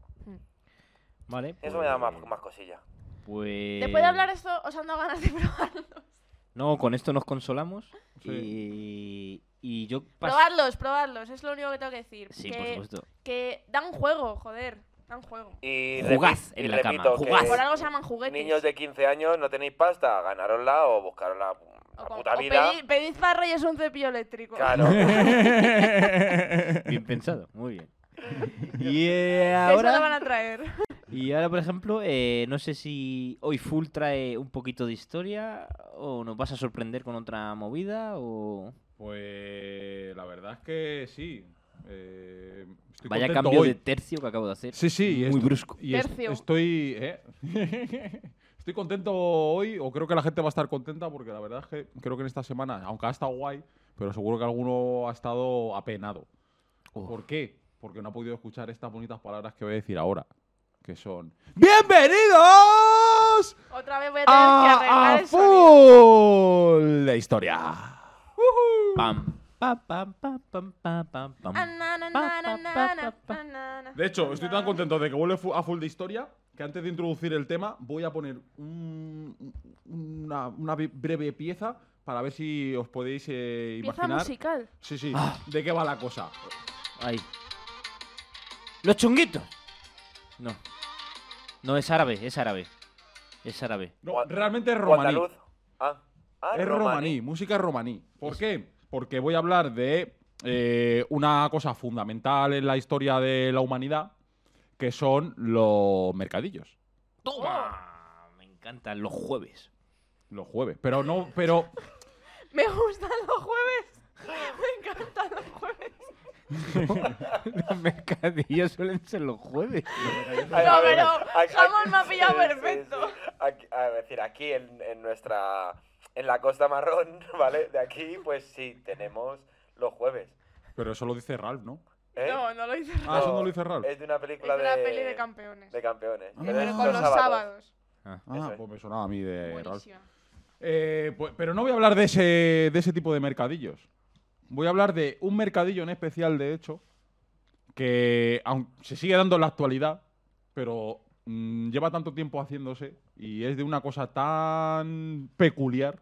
Speaker 2: Vale.
Speaker 5: Eso me da más, más cosilla.
Speaker 2: Pues...
Speaker 3: Después de hablar esto, os han dado ganas de probarlos.
Speaker 2: No, con esto nos consolamos. Y... y yo... pas-
Speaker 3: Probarlos, probarlos, es lo único que tengo que decir.
Speaker 2: Sí,
Speaker 3: que,
Speaker 2: por supuesto.
Speaker 3: que dan juego, joder, dan juego.
Speaker 5: Y
Speaker 2: Jugad
Speaker 5: repi-
Speaker 2: en
Speaker 5: y
Speaker 2: la cama,
Speaker 5: repito que
Speaker 2: jugad.
Speaker 3: Por algo se llaman juguetes.
Speaker 5: Pues, Niños de 15 años, no tenéis pasta, ganarosla o buscaros la,
Speaker 3: O
Speaker 5: la
Speaker 3: con-
Speaker 5: puta
Speaker 3: o
Speaker 5: vida.
Speaker 3: pedid, pedid para Reyes un cepillo eléctrico.
Speaker 5: Claro.
Speaker 2: Bien pensado, muy bien. Y eh,
Speaker 3: Que Eso lo van
Speaker 2: ahora,
Speaker 3: a traer.
Speaker 2: y ahora, por ejemplo, eh, no sé si hoy Full trae un poquito de historia o nos vas a sorprender con otra movida o...
Speaker 4: Pues la verdad es que sí. Eh, estoy
Speaker 2: Vaya
Speaker 4: contento
Speaker 2: cambio
Speaker 4: hoy.
Speaker 2: de tercio que acabo de hacer.
Speaker 4: Sí, sí. y
Speaker 2: Muy
Speaker 4: est-
Speaker 2: brusco.
Speaker 4: y est-
Speaker 3: Tercio.
Speaker 4: estoy... ¿eh? estoy contento hoy, o creo que la gente va a estar contenta, porque la verdad es que creo que en esta semana, aunque ha estado guay, pero seguro que alguno ha estado apenado.
Speaker 2: Uf.
Speaker 4: ¿Por qué? Porque no ha podido escuchar estas bonitas palabras que voy a decir ahora, que son... ¡Bienvenidos!
Speaker 3: Otra vez voy a tener que
Speaker 4: a,
Speaker 3: arreglar
Speaker 4: ¡Ah, a
Speaker 3: el sonido.
Speaker 4: full la historia.
Speaker 2: Pam. Pam, pam, pam, pam, pam, pam, pam.
Speaker 3: Ah, na, na, na, na, na, na, na, na, na.
Speaker 4: De hecho, estoy tan contento de que vuelve fu- a full de historia que antes de introducir el tema voy a poner un- una, una bi- breve pieza para ver si os podéis eh,
Speaker 3: Pieza
Speaker 4: imaginar.
Speaker 3: musical.
Speaker 4: Sí, sí. ¿De qué va la cosa?
Speaker 2: Ahí. ¡Los chunguitos! No. No, es árabe, es árabe. Es árabe.
Speaker 4: No,
Speaker 5: Gua-
Speaker 4: realmente es romaní.
Speaker 5: Guandaluz. Ah, ah,
Speaker 4: es romaní. música romaní. ¿Por qué? Porque voy a hablar de eh, una cosa fundamental en la historia de la humanidad, que son los mercadillos.
Speaker 2: ¡Toma! Oh. Me encantan los jueves.
Speaker 4: Los jueves. Pero no, pero
Speaker 3: Me gustan los jueves. Me encantan los jueves.
Speaker 2: los mercadillos suelen ser los jueves.
Speaker 5: Ay,
Speaker 3: No,
Speaker 5: a ver,
Speaker 3: pero
Speaker 5: a- a-
Speaker 3: jamón me ha pillado
Speaker 5: sí,
Speaker 3: perfecto.
Speaker 5: sí, sí. Aquí- a decir, aquí en, en nuestra. En la costa marrón, ¿vale? De aquí, pues sí, tenemos los jueves.
Speaker 4: Pero eso lo dice Ralph, ¿no?
Speaker 5: ¿Eh?
Speaker 3: No, no lo hice.
Speaker 4: Ah, eso no lo hice raro.
Speaker 5: Es de una
Speaker 3: Es
Speaker 5: película
Speaker 3: una
Speaker 5: de,
Speaker 3: peli de campeones.
Speaker 5: de campeones.
Speaker 4: Ah.
Speaker 5: que
Speaker 3: Pero
Speaker 5: es
Speaker 3: con los sábados.
Speaker 5: eso
Speaker 4: Ah,
Speaker 5: es.
Speaker 4: pues me sonaba a mí de Ralph.
Speaker 3: Buenísima.
Speaker 4: Eh, pues- pero no voy a hablar de ese, de ese tipo de mercadillos. Voy a hablar de un mercadillo en especial, de hecho, que aun- se sigue dando en la actualidad, pero mm, lleva tanto tiempo haciéndose y es de una cosa tan peculiar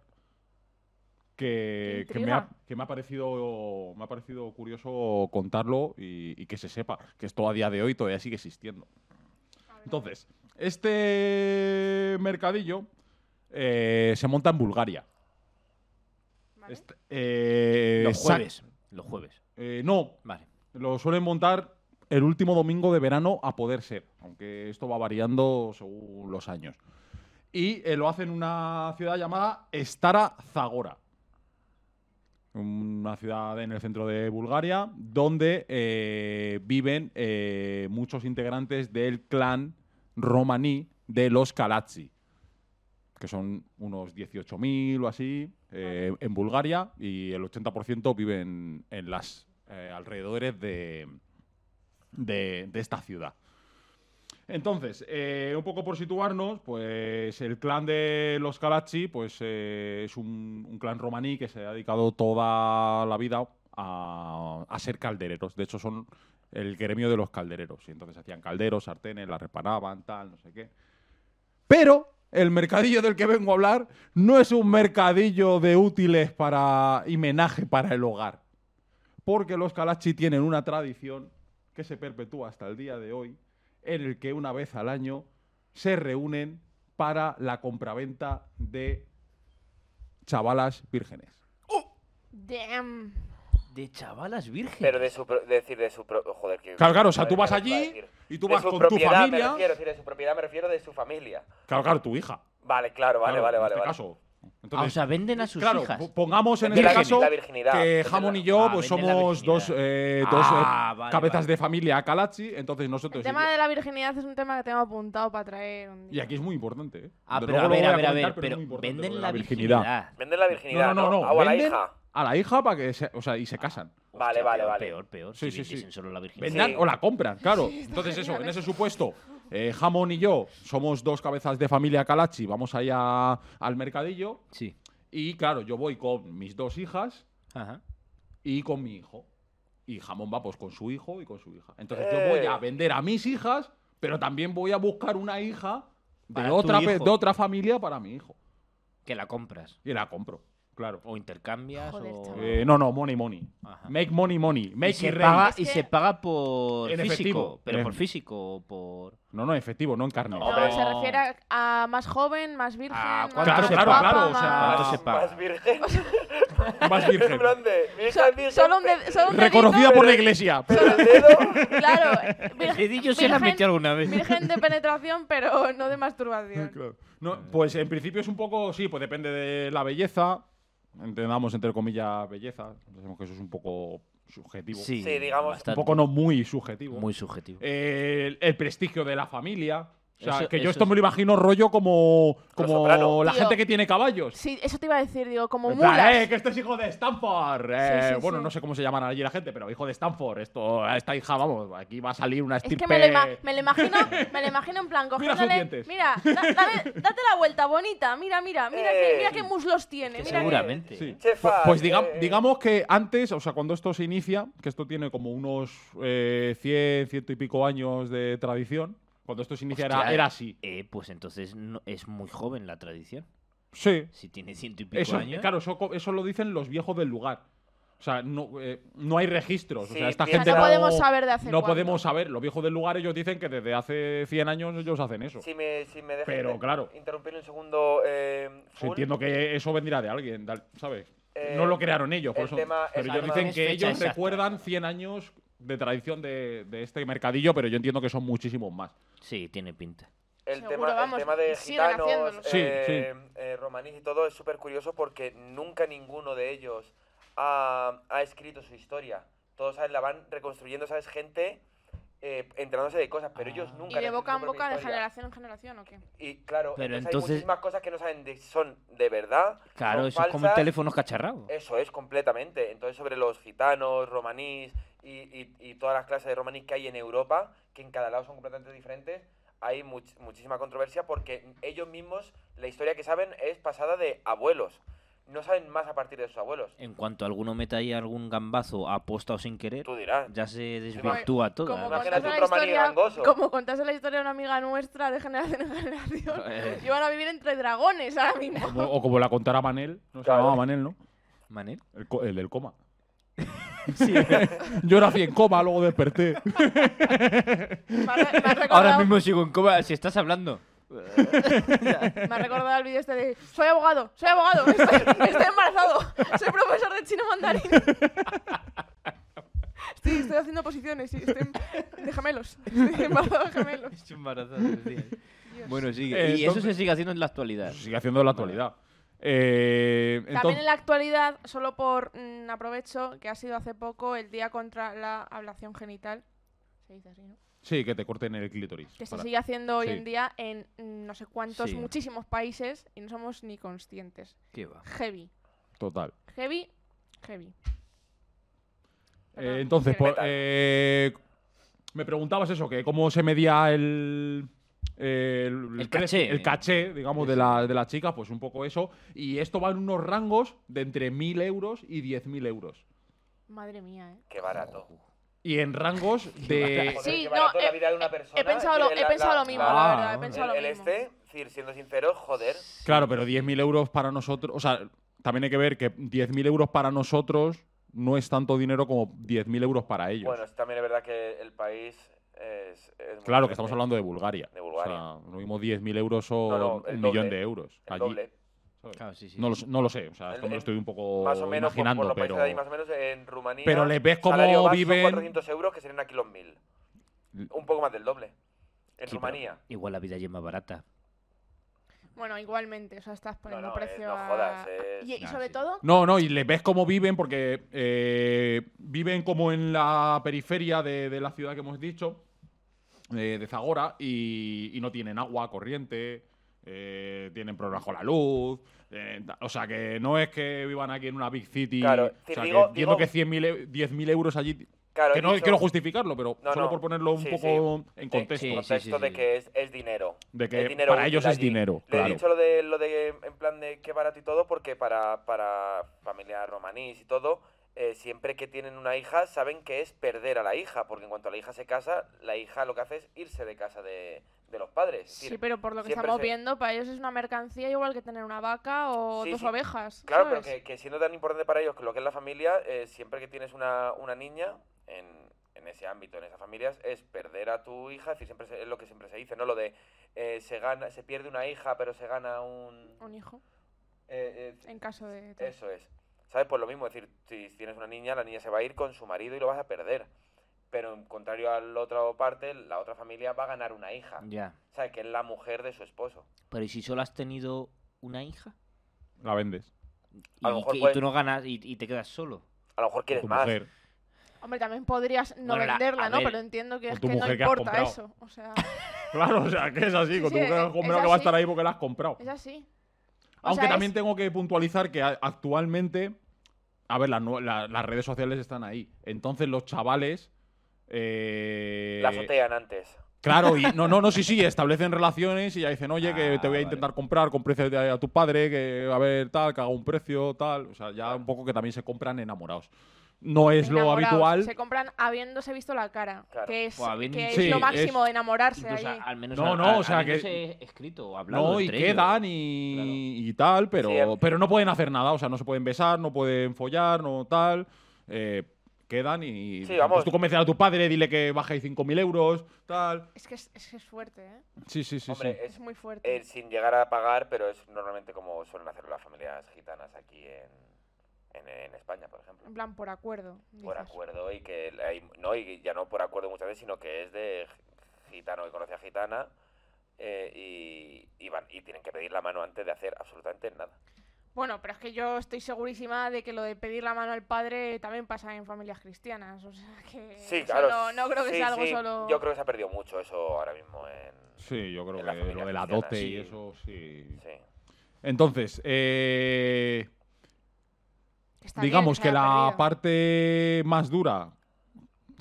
Speaker 4: que,
Speaker 3: Qué
Speaker 4: que me, ha,
Speaker 3: intriga.
Speaker 4: que me ha parecido, me ha parecido curioso contarlo y, y que se sepa que esto a día de hoy todavía sigue existiendo. Entonces, este mercadillo eh, se monta en Bulgaria.
Speaker 3: Vale.
Speaker 4: Este- eh,
Speaker 2: Los
Speaker 4: sa-
Speaker 2: jueves. Los jueves.
Speaker 4: eh, no,
Speaker 2: Vale.
Speaker 4: lo suelen montar el último domingo de verano a poder ser, aunque esto va variando según los años. Y eh, lo hacen en una ciudad llamada Stara Zagora. Una ciudad en el centro de Bulgaria donde eh, viven eh, muchos integrantes del clan romaní de los Kalatsi, que son unos 18.000 o así eh, en Bulgaria y el 80% viven en las eh, alrededores de, de- de esta ciudad. Entonces, eh, un poco por situarnos, pues el clan de los Kalachi pues, eh, es un, un clan romaní que se ha dedicado toda la vida a, a ser caldereros. De hecho, son el gremio de los caldereros. Y entonces hacían calderos, sartenes, las reparaban, tal, no sé qué. Pero el mercadillo del que vengo a hablar no es un mercadillo de útiles para y menaje para el hogar. Porque los Kalachi tienen una tradición que se perpetúa hasta el día de hoy, en el que una vez al año se reúnen para la compraventa de chavalas vírgenes.
Speaker 3: Damn.
Speaker 2: De chavalas virgen.
Speaker 5: Pero de su. pro- decir, de su. pro- joder, que.
Speaker 4: Claro, claro, o sea, tú vas
Speaker 5: iba a
Speaker 4: allí
Speaker 5: decir.
Speaker 4: y tú
Speaker 5: De
Speaker 4: vas
Speaker 5: su
Speaker 4: con tu
Speaker 5: propiedad Me
Speaker 4: familia.
Speaker 5: refiero, sí, de su propiedad me refiero de su familia.
Speaker 4: Claro, claro, tu hija.
Speaker 5: Vale, claro, vale,
Speaker 4: claro,
Speaker 5: vale,
Speaker 4: en
Speaker 5: vale.
Speaker 4: este
Speaker 5: vale.
Speaker 4: caso.
Speaker 2: Ah, o
Speaker 4: Entonces,
Speaker 2: sea, venden a sus
Speaker 4: claro,
Speaker 2: hijas.
Speaker 4: po- pongamos en
Speaker 5: Vende
Speaker 4: este
Speaker 5: la-
Speaker 4: caso
Speaker 5: la virginidad,
Speaker 4: que
Speaker 5: vende
Speaker 4: Jamón
Speaker 5: la-
Speaker 4: y yo
Speaker 2: Ah,
Speaker 4: pues
Speaker 2: vende la
Speaker 4: somos
Speaker 2: virginidad.
Speaker 4: dos, eh, dos, eh,
Speaker 2: Ah, vale,
Speaker 4: cabezas
Speaker 2: vale.
Speaker 4: de familia a Kalachi, entonces
Speaker 3: El
Speaker 4: nosotros...
Speaker 3: tema de la virginidad es un tema que tengo apuntado para traer un
Speaker 4: Y
Speaker 3: día.
Speaker 4: aquí es muy importante, ¿eh?
Speaker 2: Ah,
Speaker 4: De
Speaker 2: pero a
Speaker 4: luego lo
Speaker 2: ver,
Speaker 4: voy
Speaker 2: a ver, a ver.
Speaker 4: comentar,
Speaker 2: Pero
Speaker 4: es muy importante lo
Speaker 2: venden
Speaker 4: de
Speaker 2: la virginidad.
Speaker 5: Venden la virginidad.
Speaker 4: No, no, no, no.
Speaker 5: O a la
Speaker 4: venden
Speaker 5: hija.
Speaker 4: A la hija para que se, o sea, y
Speaker 2: Ah,
Speaker 4: se casan.
Speaker 5: Vale,
Speaker 2: Hostia,
Speaker 5: vale,
Speaker 2: peor,
Speaker 5: vale.
Speaker 2: Peor, peor.
Speaker 4: Sí,
Speaker 2: Si
Speaker 4: sí, sí.
Speaker 2: vendiesen solo la virginidad.
Speaker 4: Vendan
Speaker 5: Sí.
Speaker 4: o la compran, claro.
Speaker 3: Sí, está
Speaker 4: Entonces eso,
Speaker 3: genial
Speaker 4: en
Speaker 3: eso.
Speaker 4: ese supuesto, eh, Jamón y yo somos dos cabezas de familia Kalachi, vamos ahí a- al mercadillo
Speaker 2: Sí.
Speaker 4: y claro, yo voy con mis dos hijas
Speaker 2: Ajá.
Speaker 4: y con mi hijo. Y Jamón va pues con su hijo y con su hija. Entonces
Speaker 5: Eh.
Speaker 4: yo voy a vender a mis hijas, pero también voy a buscar una hija de
Speaker 2: Para tu
Speaker 4: otra, pe-
Speaker 2: hijo.
Speaker 4: de otra familia para mi hijo.
Speaker 2: Que la compras.
Speaker 4: Y la compro, claro.
Speaker 2: O intercambias.
Speaker 3: Joder,
Speaker 2: o...
Speaker 3: chaval.
Speaker 4: Eh, no, no, money, money.
Speaker 2: Ajá.
Speaker 4: Make money, money.
Speaker 2: Y
Speaker 4: Make
Speaker 2: se,
Speaker 4: it rain.
Speaker 2: paga,
Speaker 3: Es
Speaker 2: y
Speaker 3: que-
Speaker 2: se paga por
Speaker 4: En
Speaker 2: físico.
Speaker 4: efectivo.
Speaker 2: Pero
Speaker 4: En-
Speaker 2: por físico o por.
Speaker 4: No, no, efectivo, no en carne.
Speaker 3: No,
Speaker 5: Hombre.
Speaker 3: se refiere a, a más joven, más virgen,
Speaker 2: Ah,
Speaker 3: más
Speaker 2: ¿cuánto
Speaker 4: Claro,
Speaker 2: se
Speaker 4: claro,
Speaker 2: paga?
Speaker 3: guapa,
Speaker 4: claro, o sea,
Speaker 2: ¿Cuánto
Speaker 3: más-
Speaker 2: se paga?
Speaker 5: Ah, Más virgen.
Speaker 4: Más virgen.
Speaker 5: En plan de,
Speaker 3: So-
Speaker 5: virgen, virgen,
Speaker 3: solo un de- solo un dedito,
Speaker 4: Reconocida por la iglesia.
Speaker 5: pero el dedo.
Speaker 3: Claro,
Speaker 2: El
Speaker 3: vir-
Speaker 2: dedillo se la
Speaker 3: virgen-
Speaker 2: metió alguna vez.
Speaker 3: Virgen de penetración, pero no de masturbación.
Speaker 4: No, pues en principio es un poco, sí, pues depende de la belleza. Entendamos, entre comillas, belleza. Sabemos que eso es un poco subjetivo.
Speaker 2: Sí,
Speaker 5: Sí, digamos, un
Speaker 4: Un
Speaker 2: bastante.
Speaker 4: poco no muy subjetivo.
Speaker 2: Muy subjetivo.
Speaker 4: Eh, el, el prestigio de la familia. O sea,
Speaker 2: Eso-
Speaker 4: que
Speaker 2: eso
Speaker 4: yo esto
Speaker 2: es-
Speaker 4: me lo imagino rollo como,
Speaker 5: Soprano.
Speaker 4: como la
Speaker 3: Tío.
Speaker 4: gente que tiene caballos.
Speaker 3: Sí, eso te iba a decir, digo, como
Speaker 4: En plan,
Speaker 3: mulas.
Speaker 4: "Eh, que este es hijo de Stanford. Eh,
Speaker 3: Sí, sí,
Speaker 4: bueno,
Speaker 3: sí.
Speaker 4: no sé cómo se llaman allí la gente, pero hijo de Stanford. Esto, a esta hija, vamos, aquí va a salir una
Speaker 3: Es
Speaker 4: estirpe.
Speaker 3: que me lo, ima- me lo imagino, me lo imagino en plan,
Speaker 4: Mira sus
Speaker 3: cogiéndole.
Speaker 4: dientes.
Speaker 3: da- dame- date la vuelta, bonita. Mira, mira, mira,
Speaker 5: Eh.
Speaker 3: qué, mira qué muslos tiene.
Speaker 2: Que
Speaker 3: mira qué-
Speaker 2: seguramente.
Speaker 4: Sí.
Speaker 5: Chefa,
Speaker 4: pues diga-
Speaker 5: eh.
Speaker 4: digamos que antes, o sea, cuando esto se inicia, que esto tiene como unos eh, 100, ciento y pico años de tradición, cuando esto se inicia era,
Speaker 2: Hostia,
Speaker 4: era así.
Speaker 2: Eh, pues entonces no- es muy joven la tradición.
Speaker 4: Sí.
Speaker 2: Si tiene ciento y pico
Speaker 4: Eso,
Speaker 2: años.
Speaker 4: claro, eso, co- eso lo dicen los viejos del lugar. O sea, no, eh, no hay registros. o
Speaker 5: Sí,
Speaker 4: sea, esta
Speaker 5: piensa-
Speaker 4: gente
Speaker 5: O sea,
Speaker 4: no,
Speaker 5: no
Speaker 3: podemos saber de hace
Speaker 4: No
Speaker 3: cuánto.
Speaker 4: podemos saber. Los viejos del lugar, ellos dicen que desde hace 100 años ellos hacen eso.
Speaker 5: Si me, si me dejas
Speaker 4: Pero,
Speaker 5: inter-
Speaker 4: claro.
Speaker 5: interrumpir un segundo. Eh,
Speaker 4: Sí,
Speaker 5: full,
Speaker 4: entiendo que eso vendrá de alguien, dal- ¿sabes?
Speaker 5: Eh,
Speaker 4: no lo crearon ellos, por
Speaker 5: el
Speaker 4: eso.
Speaker 5: tema es
Speaker 4: Pero ellos
Speaker 5: armar-
Speaker 4: dicen
Speaker 2: Es
Speaker 4: que
Speaker 2: fecha
Speaker 4: ellos
Speaker 2: exacta.
Speaker 4: recuerdan 100 años de tradición de, de este mercadillo, pero yo entiendo que son muchísimos más.
Speaker 2: Sí, tiene pinta.
Speaker 5: El,
Speaker 3: Seguro,
Speaker 5: tema, el
Speaker 3: vamos,
Speaker 5: tema de
Speaker 3: siguen
Speaker 5: gitanos,
Speaker 3: haciéndolo.
Speaker 4: Sí,
Speaker 5: eh, eh, romaníes y todo es súper curioso porque nunca ninguno de ellos ha, ha escrito su historia. Todos ¿sabes? la van reconstruyendo, ¿sabes? Gente eh, enterándose de cosas, pero ellos
Speaker 2: Ah.
Speaker 5: nunca.
Speaker 3: Y
Speaker 5: han
Speaker 3: de
Speaker 5: escrito
Speaker 3: boca en
Speaker 5: su propia
Speaker 3: boca, de
Speaker 5: historia.
Speaker 3: generación en generación, ¿o qué?
Speaker 5: Y claro,
Speaker 2: Pero
Speaker 5: entonces
Speaker 2: entonces-
Speaker 5: hay muchísimas cosas que no saben de, son de verdad.
Speaker 2: Claro,
Speaker 5: son
Speaker 2: eso es como un
Speaker 5: falsas. Eh,
Speaker 2: teléfono escacharrado.
Speaker 5: Eso es, completamente. Entonces, sobre los gitanos, romanís y, y- y todas las clases de romaní que hay en Europa, que en cada lado son completamente diferentes, hay much- muchísima controversia porque ellos mismos, la historia que saben es pasada de abuelos. No saben más a partir de sus abuelos.
Speaker 4: Eh,
Speaker 1: En cuanto alguno meta ahí algún gambazo apostado sin querer,
Speaker 5: Tú dirás.
Speaker 1: ya se desvirtúa todo.
Speaker 3: Como
Speaker 1: ¿eh?
Speaker 5: Imagínate
Speaker 3: contase,
Speaker 5: un
Speaker 3: la
Speaker 5: romaní
Speaker 3: historia,
Speaker 5: gangoso.
Speaker 3: como contase la historia de una amiga nuestra de generación en generación,
Speaker 1: Eh,
Speaker 3: iban a vivir entre dragones ahora mismo.
Speaker 4: Como- o como la contara Manel. No se
Speaker 5: Claro.
Speaker 4: llamaba Manel, ¿no?
Speaker 1: ¿Manel?
Speaker 4: El, co- el del coma.
Speaker 1: Sí.
Speaker 4: Yo nací en coma, luego desperté.
Speaker 3: Me ha, re- me ha recordado,
Speaker 2: Ahora mismo sigo en coma, si estás hablando.
Speaker 3: me ha recordado el vídeo este de soy abogado, soy abogado, estoy, estoy embarazado, soy profesor de chino mandarín. Estoy, estoy haciendo posiciones, sí, estoy en- de gemelos, estoy embarazado de gemelos.
Speaker 2: Estoy embarazado, decía.
Speaker 3: Dios.
Speaker 2: Bueno, sigue.
Speaker 4: Eh,
Speaker 2: y eso
Speaker 4: entonces-
Speaker 2: se sigue haciendo en la actualidad.
Speaker 4: Sigue haciendo la actualidad. Eh,
Speaker 3: También
Speaker 4: entonces-
Speaker 3: en la actualidad, solo por mm, aprovecho, que ha sido hace poco el día contra la ablación genital. Se dice así, ¿no?
Speaker 4: Sí, que te corten el clítoris.
Speaker 3: Que se
Speaker 4: Para-
Speaker 3: sigue haciendo hoy
Speaker 4: sí.
Speaker 3: en día en mm, no sé cuántos,
Speaker 2: Sí.
Speaker 3: muchísimos países y no somos ni conscientes.
Speaker 2: ¿Qué va?
Speaker 3: Heavy,
Speaker 4: Total.
Speaker 3: heavy, heavy.
Speaker 4: Eh,
Speaker 3: Perdón,
Speaker 4: entonces,
Speaker 3: que-
Speaker 4: por- eh, me preguntabas eso, que cómo se medía el. El,
Speaker 2: El
Speaker 4: pre-
Speaker 2: caché.
Speaker 4: el caché, digamos, de, la, de las chicas, pues un poco eso. Y esto va en unos rangos de entre 1.000 euros y 10.000 euros.
Speaker 3: Madre mía, ¿eh?
Speaker 5: Qué barato.
Speaker 4: Y en rangos de.
Speaker 5: Joder,
Speaker 3: Sí,
Speaker 5: qué
Speaker 3: no,
Speaker 5: barato
Speaker 3: he-
Speaker 5: la vida de una
Speaker 3: he-
Speaker 5: persona.
Speaker 3: He pensado lo,
Speaker 5: El-
Speaker 3: he
Speaker 5: la-
Speaker 3: pensado
Speaker 5: la-
Speaker 3: lo mismo,
Speaker 5: la-
Speaker 3: la verdad. He
Speaker 2: Ah,
Speaker 3: pensado
Speaker 5: el,
Speaker 3: lo
Speaker 5: el
Speaker 3: mismo.
Speaker 5: este, decir, siendo sincero, joder.
Speaker 4: Claro, pero 10.000 euros para nosotros. O sea, también hay que ver que 10.000 euros para nosotros no es tanto dinero como 10.000 euros para ellos.
Speaker 5: Bueno, es- también es verdad que el país es. es muy
Speaker 4: claro,
Speaker 5: diferente.
Speaker 4: que estamos hablando de Bulgaria.
Speaker 5: De Bulgaria.
Speaker 4: O sea, lo mismo 10.000 euros son
Speaker 5: No, no, el
Speaker 4: un
Speaker 5: doble.
Speaker 4: millón de euros.
Speaker 5: El
Speaker 4: Allí.
Speaker 5: doble.
Speaker 4: ¿sabes?
Speaker 2: Claro, sí, sí.
Speaker 4: No lo, sé- no lo sé, o sea,
Speaker 5: El-
Speaker 4: esto me
Speaker 5: el-
Speaker 4: lo estoy un poco
Speaker 5: más o menos, por,
Speaker 4: imaginando,
Speaker 5: por los países
Speaker 4: pero
Speaker 5: de ahí, más o menos en Rumanía.
Speaker 4: pero les ves cómo
Speaker 5: salario base son
Speaker 4: viven-
Speaker 5: 400 euros, que serían aquí los 1000. Un poco más del doble. En
Speaker 1: Sí,
Speaker 5: Rumanía.
Speaker 1: pero Igual la vida ya es más barata.
Speaker 3: Bueno, igualmente, o sea, estás poniendo
Speaker 5: no,
Speaker 3: precio
Speaker 5: eh, no
Speaker 3: a-
Speaker 5: jodas,
Speaker 3: a-
Speaker 5: es-
Speaker 3: Y, y
Speaker 1: Nah,
Speaker 3: sobre
Speaker 1: sí.
Speaker 3: todo,
Speaker 4: No, no, y les ves cómo viven porque eh, viven como en la periferia de, de la ciudad que hemos dicho, eh, de Zagora, y, y no tienen agua corriente, eh, tienen problemas con la luz. eh, ta- o sea, que no es que vivan aquí en una big city.
Speaker 5: Claro,
Speaker 4: o
Speaker 5: te
Speaker 4: sea,
Speaker 5: digo-
Speaker 4: que entiendo
Speaker 5: digo-
Speaker 4: que 100.000 e- 10.000 euros allí.
Speaker 5: Claro,
Speaker 4: que
Speaker 5: he
Speaker 4: no
Speaker 5: dicho-
Speaker 4: quiero justificarlo, pero
Speaker 5: No,
Speaker 4: solo
Speaker 5: no.
Speaker 4: por ponerlo un
Speaker 5: Sí,
Speaker 4: poco en
Speaker 5: Sí,
Speaker 4: contexto.
Speaker 5: en
Speaker 2: sí,
Speaker 5: contexto
Speaker 2: sí, sí,
Speaker 5: de
Speaker 2: sí.
Speaker 5: que es, es dinero.
Speaker 4: De que
Speaker 5: Es dinero
Speaker 4: para ellos
Speaker 5: útil
Speaker 4: es
Speaker 5: allí.
Speaker 4: dinero,
Speaker 5: Le
Speaker 4: claro.
Speaker 5: he dicho lo de, lo de en plan de qué barato y todo, porque para, para familias romaníes y todo, eh, siempre que tienen una hija saben que es perder a la hija, porque en cuanto la hija se casa, la hija lo que hace es irse de casa de, de los padres. Es
Speaker 3: sí,
Speaker 5: decir,
Speaker 3: pero por lo que
Speaker 5: siempre
Speaker 3: estamos
Speaker 5: se-
Speaker 3: viendo, para ellos es una mercancía igual que tener una vaca o
Speaker 5: Sí,
Speaker 3: dos
Speaker 5: sí.
Speaker 3: ovejas.
Speaker 5: Claro,
Speaker 3: ¿sabes?
Speaker 5: pero que, que siendo tan importante para ellos que lo que es la familia, eh, siempre que tienes una, una niña en, en ese ámbito, en esas familias, es perder a tu hija, es decir, siempre se- es lo que siempre se dice, ¿no? Lo de eh, se gana, se pierde una hija, pero se gana un...
Speaker 3: Un hijo,
Speaker 5: eh, eh,
Speaker 3: en caso de... tal.
Speaker 5: eso es. ¿Sabes? Pues lo mismo, es decir, si tienes una niña, la niña se va a ir con su marido y lo vas a perder. Pero en contrario a la otra parte, la otra familia va a ganar una hija.
Speaker 1: Ya.
Speaker 5: ¿Sabes? Que es la mujer de su esposo.
Speaker 1: Pero ¿y si solo has tenido una hija?
Speaker 4: La vendes.
Speaker 1: Y,
Speaker 5: A lo mejor
Speaker 1: que- y
Speaker 5: puede-
Speaker 1: tú no ganas y, y te quedas solo.
Speaker 5: A lo mejor
Speaker 4: con
Speaker 5: quieres
Speaker 4: tu
Speaker 5: más.
Speaker 4: mujer.
Speaker 3: Hombre, también podrías no
Speaker 1: Bueno, la-
Speaker 3: venderla,
Speaker 1: a
Speaker 3: ¿no?
Speaker 1: ver,
Speaker 3: Pero entiendo que
Speaker 4: con
Speaker 3: es
Speaker 4: tu
Speaker 3: que no
Speaker 4: mujer que has
Speaker 3: importa
Speaker 4: comprado.
Speaker 3: eso. O sea,
Speaker 4: Claro, o sea, que es así,
Speaker 3: Sí,
Speaker 4: con tu
Speaker 3: sí,
Speaker 4: mujer
Speaker 3: es-
Speaker 4: has comprado
Speaker 3: es
Speaker 4: que va a
Speaker 3: así.
Speaker 4: estar ahí porque la has comprado.
Speaker 3: es así. O
Speaker 4: Aunque
Speaker 3: sea,
Speaker 4: también
Speaker 3: es-
Speaker 4: tengo que puntualizar que a- actualmente, a ver, las, nue- la- las redes sociales están ahí. Entonces los chavales... eh,
Speaker 5: La azotean antes.
Speaker 4: Claro, y no, no, no, sí, sí, establecen relaciones y ya dicen, oye, que
Speaker 1: Ah,
Speaker 4: te voy a
Speaker 1: vale.
Speaker 4: intentar comprar con precio de- a tu padre, que a ver, tal, que haga un precio, tal. O sea, ya un poco que también se compran enamorados. No es lo
Speaker 3: enamorados,
Speaker 4: habitual.
Speaker 3: Se compran habiéndose visto la cara,
Speaker 5: Claro.
Speaker 3: que es,
Speaker 1: O habiendo-
Speaker 3: que es
Speaker 4: Sí,
Speaker 3: lo
Speaker 4: es-
Speaker 3: máximo de enamorarse
Speaker 1: Incluso
Speaker 3: allí.
Speaker 1: a- al menos
Speaker 4: No,
Speaker 1: a-
Speaker 4: no,
Speaker 1: a-
Speaker 4: o sea, que-
Speaker 1: habiéndose escrito o hablado
Speaker 4: No, y
Speaker 1: entre ellos.
Speaker 4: quedan y,
Speaker 1: Claro.
Speaker 4: y tal, pero,
Speaker 5: Sí, el-
Speaker 4: pero no pueden hacer nada. O sea, no se pueden besar, no pueden follar, no tal. Eh, quedan y.
Speaker 5: Sí, vamos.
Speaker 4: pues tú convences a tu padre, dile que baje 5.000 euros, tal.
Speaker 3: Es que es, es que es fuerte, ¿eh?
Speaker 4: Sí, sí, sí.
Speaker 5: Hombre,
Speaker 4: sí.
Speaker 5: es
Speaker 3: Es muy fuerte.
Speaker 5: Eh, sin llegar a pagar, pero es normalmente como suelen hacer las familias gitanas aquí en, en, en España, por ejemplo.
Speaker 3: En plan, por acuerdo.
Speaker 5: Por
Speaker 3: dices.
Speaker 5: acuerdo y que el- hay- no y ya no por acuerdo muchas veces, sino que es de gi- gitano que conoce a gitana eh, y, y van y tienen que pedir la mano antes de hacer absolutamente nada.
Speaker 3: Bueno, pero es que yo estoy segurísima de que lo de pedir la mano al padre también pasa en familias cristianas. O sea que.
Speaker 5: Sí,
Speaker 3: eso
Speaker 5: claro.
Speaker 3: No, no creo que
Speaker 5: sí,
Speaker 3: sea algo
Speaker 5: sí,
Speaker 3: solo.
Speaker 5: Yo creo que se ha perdido mucho eso ahora mismo en
Speaker 4: Sí, yo creo
Speaker 5: en la
Speaker 4: que
Speaker 5: familia
Speaker 4: lo de la
Speaker 5: cristiana,
Speaker 4: dote
Speaker 5: sí.
Speaker 4: y eso, sí.
Speaker 5: sí.
Speaker 4: Entonces, eh,
Speaker 3: que está bien
Speaker 4: digamos
Speaker 3: se
Speaker 4: que
Speaker 3: haya
Speaker 4: la
Speaker 3: perdido.
Speaker 4: parte más dura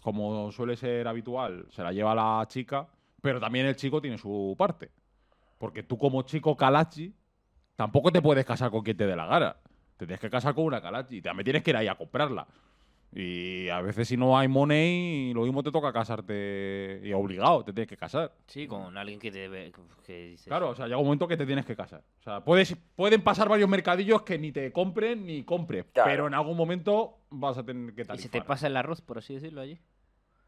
Speaker 4: como suele ser habitual, se la lleva la chica, pero también el chico tiene su parte. Porque tú como chico calachi, tampoco te puedes casar con quien te dé la gana. Te tienes que casar con una calachi y también tienes que ir ahí a comprarla. Y a veces si no hay money, lo mismo te toca casarte y obligado, te tienes que casar.
Speaker 1: Sí, con alguien que te ve- que dices,
Speaker 4: Claro, o sea, llega un momento que te tienes que casar. O sea, puedes, pueden pasar varios mercadillos que ni te compren ni compres,
Speaker 5: Claro.
Speaker 4: pero en algún momento vas a tener que
Speaker 1: Y
Speaker 4: tarifar.
Speaker 1: se te pasa el arroz, por así decirlo, allí.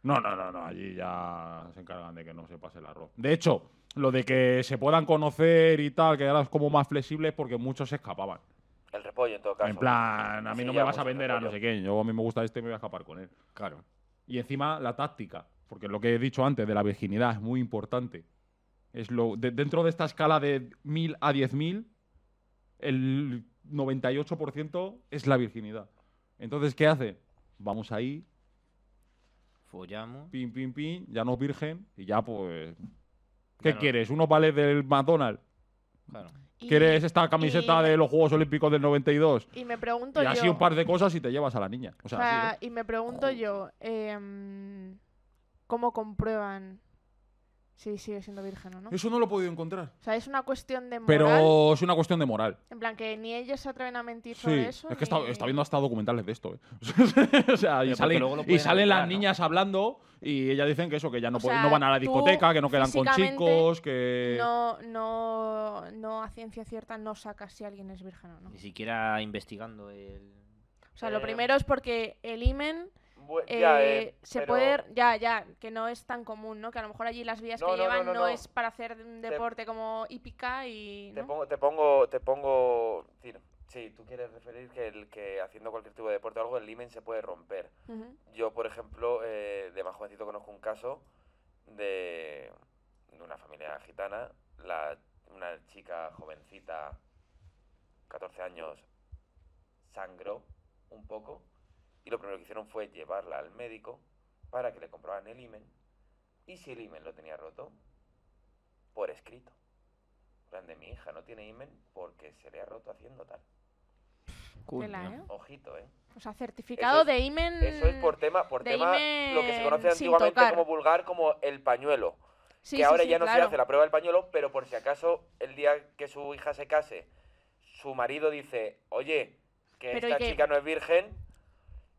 Speaker 4: No, no, no, no, allí ya se encargan de que no se pase el arroz. De hecho, lo de que se puedan conocer y tal, que ahora es como más flexible porque muchos se escapaban.
Speaker 5: El repollo, en todo caso.
Speaker 4: En plan, a mí
Speaker 5: Sí,
Speaker 4: no
Speaker 5: ya,
Speaker 4: me vas a
Speaker 5: pues, el
Speaker 4: vender a no
Speaker 5: repollo.
Speaker 4: sé quién, yo a mí me gusta este, me voy a escapar con él.
Speaker 1: Claro.
Speaker 4: Y encima la táctica, porque lo que he dicho antes de la virginidad es muy importante. Es lo de- dentro de esta escala de 1000 a 10000, el 98% es la virginidad. Entonces, ¿qué hace? Vamos ahí,
Speaker 1: Follamos.
Speaker 4: pim pim pim, ya no es virgen y ya pues ¿Qué
Speaker 1: Ya no-
Speaker 4: quieres? ¿Unos vales del McDonald's?
Speaker 1: Claro.
Speaker 4: ¿Quieres esta camiseta
Speaker 3: y-
Speaker 4: de los Juegos Olímpicos del 92?
Speaker 3: Y me pregunto
Speaker 4: Y
Speaker 3: yo.
Speaker 4: así un par de cosas y te llevas a la niña. O
Speaker 3: o
Speaker 4: sea,
Speaker 3: sea,
Speaker 4: así, ¿eh?
Speaker 3: y me
Speaker 5: Oh.
Speaker 3: pregunto yo. em, ¿Cómo comprueban si sigue siendo virgen o no?
Speaker 4: Eso no lo he podido encontrar.
Speaker 3: O sea, es una cuestión de moral.
Speaker 4: ¿eh? Pero es una cuestión de moral.
Speaker 3: En plan, que ni ellos se atreven a mentir
Speaker 4: Sí,
Speaker 3: sobre eso.
Speaker 4: es que está,
Speaker 3: ni-
Speaker 4: está viendo hasta documentales de esto. ¿eh? o sea, y
Speaker 1: porque
Speaker 4: salen,
Speaker 1: luego lo
Speaker 4: y
Speaker 1: pueden
Speaker 4: salen las
Speaker 1: arreglar, ¿no?
Speaker 4: niñas hablando y ellas dicen que eso, que ya no,
Speaker 3: O
Speaker 4: pueden-
Speaker 3: sea,
Speaker 4: no van a la
Speaker 3: tú
Speaker 4: discoteca, que no quedan con
Speaker 3: físicamente
Speaker 4: chicos, que...
Speaker 3: No, no, no, a ciencia cierta no sacas si alguien es virgen o no.
Speaker 1: Ni siquiera investigando el.
Speaker 3: O sea, lo
Speaker 5: Eh,
Speaker 3: primero es porque el imen
Speaker 5: Bu-
Speaker 3: eh,
Speaker 5: ya, eh,
Speaker 3: se
Speaker 5: pero
Speaker 3: puede... Ya, ya, que no es tan común, ¿no? Que a lo mejor allí las vías
Speaker 5: No,
Speaker 3: que
Speaker 5: no,
Speaker 3: llevan no,
Speaker 5: no, no, no.
Speaker 3: es para hacer un deporte como hípica y...
Speaker 5: Te
Speaker 3: ¿no?
Speaker 5: pongo, te pongo, te pongo... decir, Sí, tú quieres referir que, el, que haciendo cualquier tipo de deporte o algo, el limen se puede romper.
Speaker 3: Ujú.
Speaker 5: Yo, por ejemplo, eh, de más jovencito conozco un caso de, de una familia gitana, la, una chica jovencita, 14 años, sangró un poco y lo primero que hicieron fue llevarla al médico para que le comprobaran el himen y si el himen lo tenía roto, por escrito. En plan de mi hija no tiene himen porque se le ha roto haciendo tal.
Speaker 3: Tela, ¿eh?
Speaker 5: Ojito, ¿eh?
Speaker 3: O sea, certificado
Speaker 5: es-
Speaker 3: de imen...
Speaker 5: Eso es por tema, por
Speaker 3: de
Speaker 5: tema
Speaker 3: irme
Speaker 5: lo que se conoce
Speaker 3: sin
Speaker 5: antiguamente
Speaker 3: tocar.
Speaker 5: como vulgar como el pañuelo.
Speaker 3: Sí, sí,
Speaker 5: que ahora
Speaker 3: sí,
Speaker 5: ya no se
Speaker 3: claro.
Speaker 5: hace la prueba del pañuelo, pero por si acaso el día que su hija se case, su marido dice, oye, que
Speaker 3: Pero ¿y
Speaker 5: esta
Speaker 3: qué?
Speaker 5: chica no es virgen,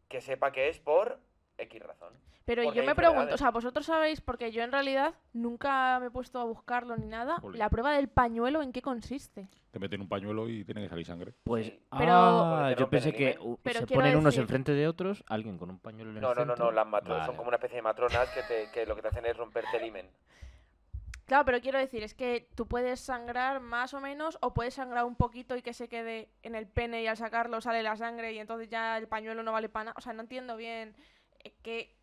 Speaker 5: que sepa que es por X razón.
Speaker 3: Pero
Speaker 5: porque
Speaker 3: yo
Speaker 5: hay
Speaker 3: me pregunto, o
Speaker 5: enfermedades.
Speaker 3: sea, vosotros sabéis, porque yo en realidad nunca me he puesto a buscarlo ni nada,
Speaker 4: Ole.
Speaker 3: la prueba del pañuelo en qué consiste.
Speaker 4: Te meten un pañuelo y tiene que salir sangre.
Speaker 1: Pues.
Speaker 5: Sí.
Speaker 3: Pero-
Speaker 1: ah,
Speaker 5: Porque te
Speaker 1: yo
Speaker 5: rompen
Speaker 1: pensé
Speaker 5: el
Speaker 1: que
Speaker 5: himen.
Speaker 1: uh,
Speaker 3: Pero
Speaker 1: se
Speaker 3: quiero
Speaker 1: ponen unos
Speaker 3: decir-
Speaker 1: enfrente de otros, alguien con un pañuelo en el
Speaker 5: No, no, no, no,
Speaker 1: centro.
Speaker 5: las matro-
Speaker 1: Vale.
Speaker 5: son como una especie de matronas que, te- que lo que te hacen es romperte el himen.
Speaker 3: Claro, pero quiero decir, es que tú puedes sangrar más o menos, o puedes sangrar un poquito y que se quede en el pene y al sacarlo sale la sangre y entonces ya el pañuelo no vale para nada. O sea, no entiendo bien eh, qué,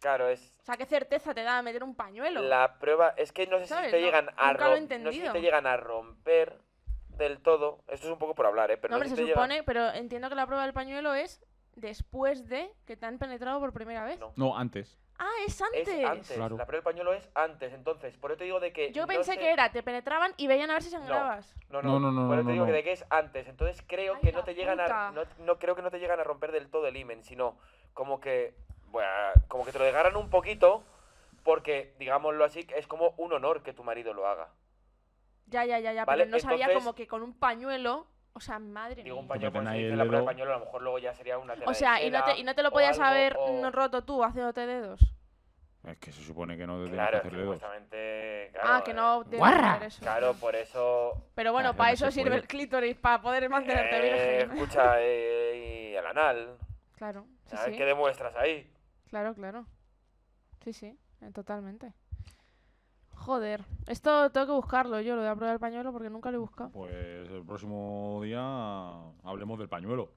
Speaker 5: Claro, es
Speaker 3: o sea, qué certeza te da meter un pañuelo.
Speaker 5: La prueba es que no sé
Speaker 3: ¿Sabes?
Speaker 5: si te
Speaker 3: No,
Speaker 5: llegan a
Speaker 3: nunca lo he
Speaker 5: rom- no sé si
Speaker 3: entendido.
Speaker 5: te llegan a romper del todo. Esto es un poco por hablar, eh, pero
Speaker 3: no,
Speaker 5: no,
Speaker 3: hombre,
Speaker 5: sé
Speaker 3: se
Speaker 5: si te llegan-
Speaker 3: supone, pero entiendo que la prueba del pañuelo es después de que te han penetrado por primera vez.
Speaker 5: No.
Speaker 4: No, antes.
Speaker 3: Ah, es
Speaker 5: Es
Speaker 3: antes.
Speaker 5: antes.
Speaker 4: Claro.
Speaker 5: La prueba del pañuelo es antes, entonces, por eso te digo de que
Speaker 3: Yo
Speaker 5: no
Speaker 3: pensé
Speaker 5: sé-
Speaker 3: que era, te penetraban y veían a ver si sangrabas.
Speaker 5: No,
Speaker 4: No,
Speaker 5: no,
Speaker 4: no, no,
Speaker 5: Por
Speaker 4: no,
Speaker 5: eso te
Speaker 4: no,
Speaker 5: digo que
Speaker 4: no.
Speaker 5: de que es antes, entonces creo
Speaker 3: Ay,
Speaker 5: que
Speaker 3: la
Speaker 5: no te llegan
Speaker 3: puta.
Speaker 5: a no, no creo que no te llegan a romper del todo el himen, sino como que bueno, como que te lo dejaran un poquito porque digámoslo así, es como un honor que tu marido lo haga.
Speaker 3: Ya, ya, ya, ya,
Speaker 5: Vale,
Speaker 3: pero no sabía
Speaker 5: entonces-
Speaker 3: como que con un pañuelo, o sea, madre
Speaker 5: Digo un
Speaker 3: mía.
Speaker 5: pañuelo,
Speaker 4: meten
Speaker 5: porque
Speaker 4: ahí
Speaker 5: si dice
Speaker 4: el
Speaker 5: la prueba del
Speaker 4: dedo.
Speaker 5: pañuelo, a lo mejor luego ya sería una tela
Speaker 3: O
Speaker 5: de
Speaker 3: sea, y no
Speaker 5: seda
Speaker 3: te, y no te lo
Speaker 5: o
Speaker 3: podías
Speaker 5: algo,
Speaker 3: haber
Speaker 5: o-
Speaker 3: mm, roto tú haciéndote dedos.
Speaker 4: Es que se supone que no te tienes que
Speaker 5: Claro,
Speaker 4: hacer dedos.
Speaker 5: supuestamente. Claro,
Speaker 3: Ah, que no
Speaker 5: eh,
Speaker 3: te
Speaker 1: ¡Guarra!
Speaker 3: eso.
Speaker 5: Claro, pues, por eso.
Speaker 3: Pero bueno,
Speaker 4: Claro,
Speaker 3: para
Speaker 4: no
Speaker 3: eso
Speaker 4: se
Speaker 3: sirve
Speaker 4: puede.
Speaker 3: el clítoris, para poder mantenerte
Speaker 5: eh,
Speaker 3: virgen.
Speaker 5: escucha, eh, y el anal.
Speaker 3: Claro, sí,
Speaker 5: A ver
Speaker 3: sí.
Speaker 5: qué demuestras ahí.
Speaker 3: Claro, claro. Sí, sí, eh, totalmente. Joder, esto tengo que buscarlo yo, lo de la prueba del pañuelo, porque nunca lo he buscado.
Speaker 4: Pues el próximo día hablemos del pañuelo.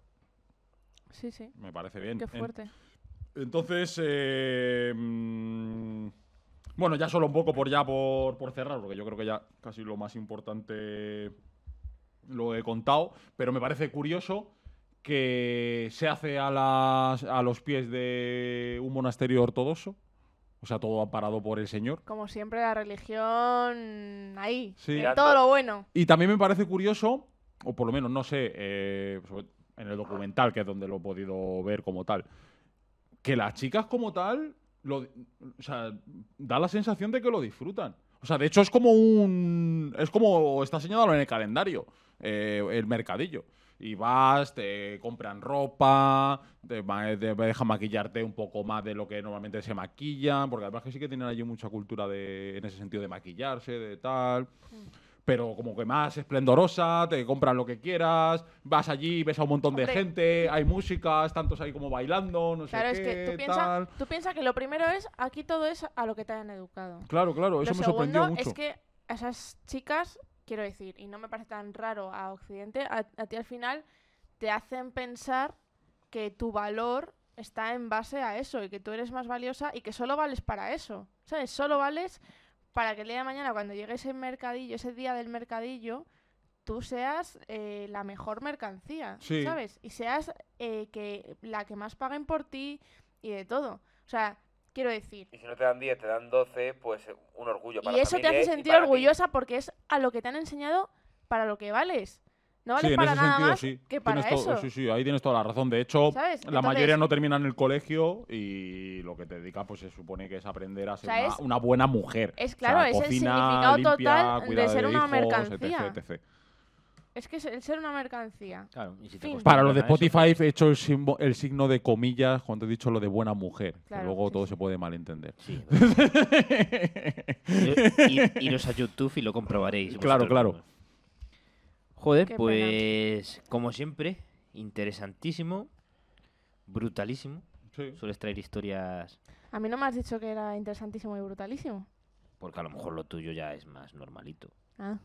Speaker 3: Sí, sí.
Speaker 4: Me parece bien.
Speaker 3: Qué
Speaker 4: En-
Speaker 3: fuerte.
Speaker 4: Entonces, eh, mm, bueno, ya solo un poco por ya por, por cerrar, porque yo creo que ya casi lo más importante lo he contado, pero me parece curioso que se hace a, las, a los pies de un monasterio ortodoxo, o sea, todo amparado por el Señor.
Speaker 3: Como siempre, la religión ahí.
Speaker 4: Sí.
Speaker 3: En
Speaker 5: Mirando.
Speaker 3: todo lo bueno.
Speaker 4: Y también me parece curioso, o por lo menos no sé, eh, sobre- en el documental, que es donde lo he podido ver como tal, que las chicas como tal, lo, o sea, da la sensación de que lo disfrutan. O sea, de hecho es como un... Es como está señalado en el calendario, eh, el mercadillo. Y vas, te compran ropa, te, ma- te dejan maquillarte un poco más de lo que normalmente se maquillan, porque además que sí que tienen allí mucha cultura de, en ese sentido de maquillarse, de tal pero como que más esplendorosa, te compran lo que quieras, vas allí, ves a un montón de
Speaker 3: Hombre.
Speaker 4: gente, hay músicas, tantos ahí como bailando, no
Speaker 3: Claro,
Speaker 4: sé
Speaker 3: es
Speaker 4: qué,
Speaker 3: que tú
Speaker 4: tal.
Speaker 3: piensas tú piensa que lo primero es, aquí todo es a lo que te hayan educado.
Speaker 4: Claro, claro, eso
Speaker 3: lo
Speaker 4: me sorprendió
Speaker 3: segundo
Speaker 4: mucho.
Speaker 3: es que a esas chicas, quiero decir, y no me parece tan raro a Occidente, a, a ti al final te hacen pensar que tu valor está en base a eso y que tú eres más valiosa y que solo vales para eso. ¿Sabes? Solo vales para que el día de mañana, cuando llegue ese mercadillo, ese día del mercadillo, tú seas eh, la mejor mercancía,
Speaker 4: Sí.
Speaker 3: ¿sabes? Y seas eh, que la que más paguen por ti y de todo. O sea, quiero decir,
Speaker 5: Y si no te dan 10, te dan 12, pues eh, un orgullo para
Speaker 3: y eso te hace sentir
Speaker 5: orgulloso
Speaker 3: orgullosa porque es a lo que te han enseñado para lo que vales. No vales
Speaker 4: sí, en
Speaker 3: para
Speaker 4: ese
Speaker 3: nada
Speaker 4: sentido
Speaker 3: más
Speaker 4: sí.
Speaker 3: que para
Speaker 4: Tienes to-
Speaker 3: eso.
Speaker 4: Sí, sí, ahí tienes toda la razón. De hecho,
Speaker 3: ¿Sabes?
Speaker 4: la
Speaker 3: Entonces-
Speaker 4: mayoría no terminan el colegio y lo que te dedicas pues se supone que es aprender a ser
Speaker 3: sea,
Speaker 4: una,
Speaker 3: es-
Speaker 4: una buena mujer.
Speaker 3: es
Speaker 4: O sea,
Speaker 3: claro, es el
Speaker 4: cocina,
Speaker 3: significado
Speaker 4: limpia,
Speaker 3: total de
Speaker 4: cuida
Speaker 3: ser una
Speaker 4: hijos,
Speaker 3: mercancía. Pues
Speaker 4: etc, etc.
Speaker 3: Es que es el ser una mercancía.
Speaker 1: Claro, y si te
Speaker 3: Fin.
Speaker 1: acostumbras
Speaker 4: Para
Speaker 1: a
Speaker 4: los de
Speaker 1: eso,
Speaker 4: Spotify he hecho el, simbo- el signo de comillas cuando he dicho lo de buena mujer. que
Speaker 3: Claro,
Speaker 4: luego
Speaker 3: sí,
Speaker 4: todo
Speaker 3: sí.
Speaker 4: se puede malentender.
Speaker 1: Sí, I- Iros a YouTube Eh, y lo comprobaréis.
Speaker 4: Claro,
Speaker 1: vosotros
Speaker 4: claro.
Speaker 1: mismos. Joder,
Speaker 3: Qué pena.
Speaker 1: pues como siempre, interesantísimo, brutalísimo.
Speaker 4: Sí.
Speaker 1: Sueles traer historias
Speaker 3: A mí no me has dicho que era interesantísimo y brutalísimo.
Speaker 1: porque a lo mejor lo tuyo ya es más normalito.
Speaker 3: Ah.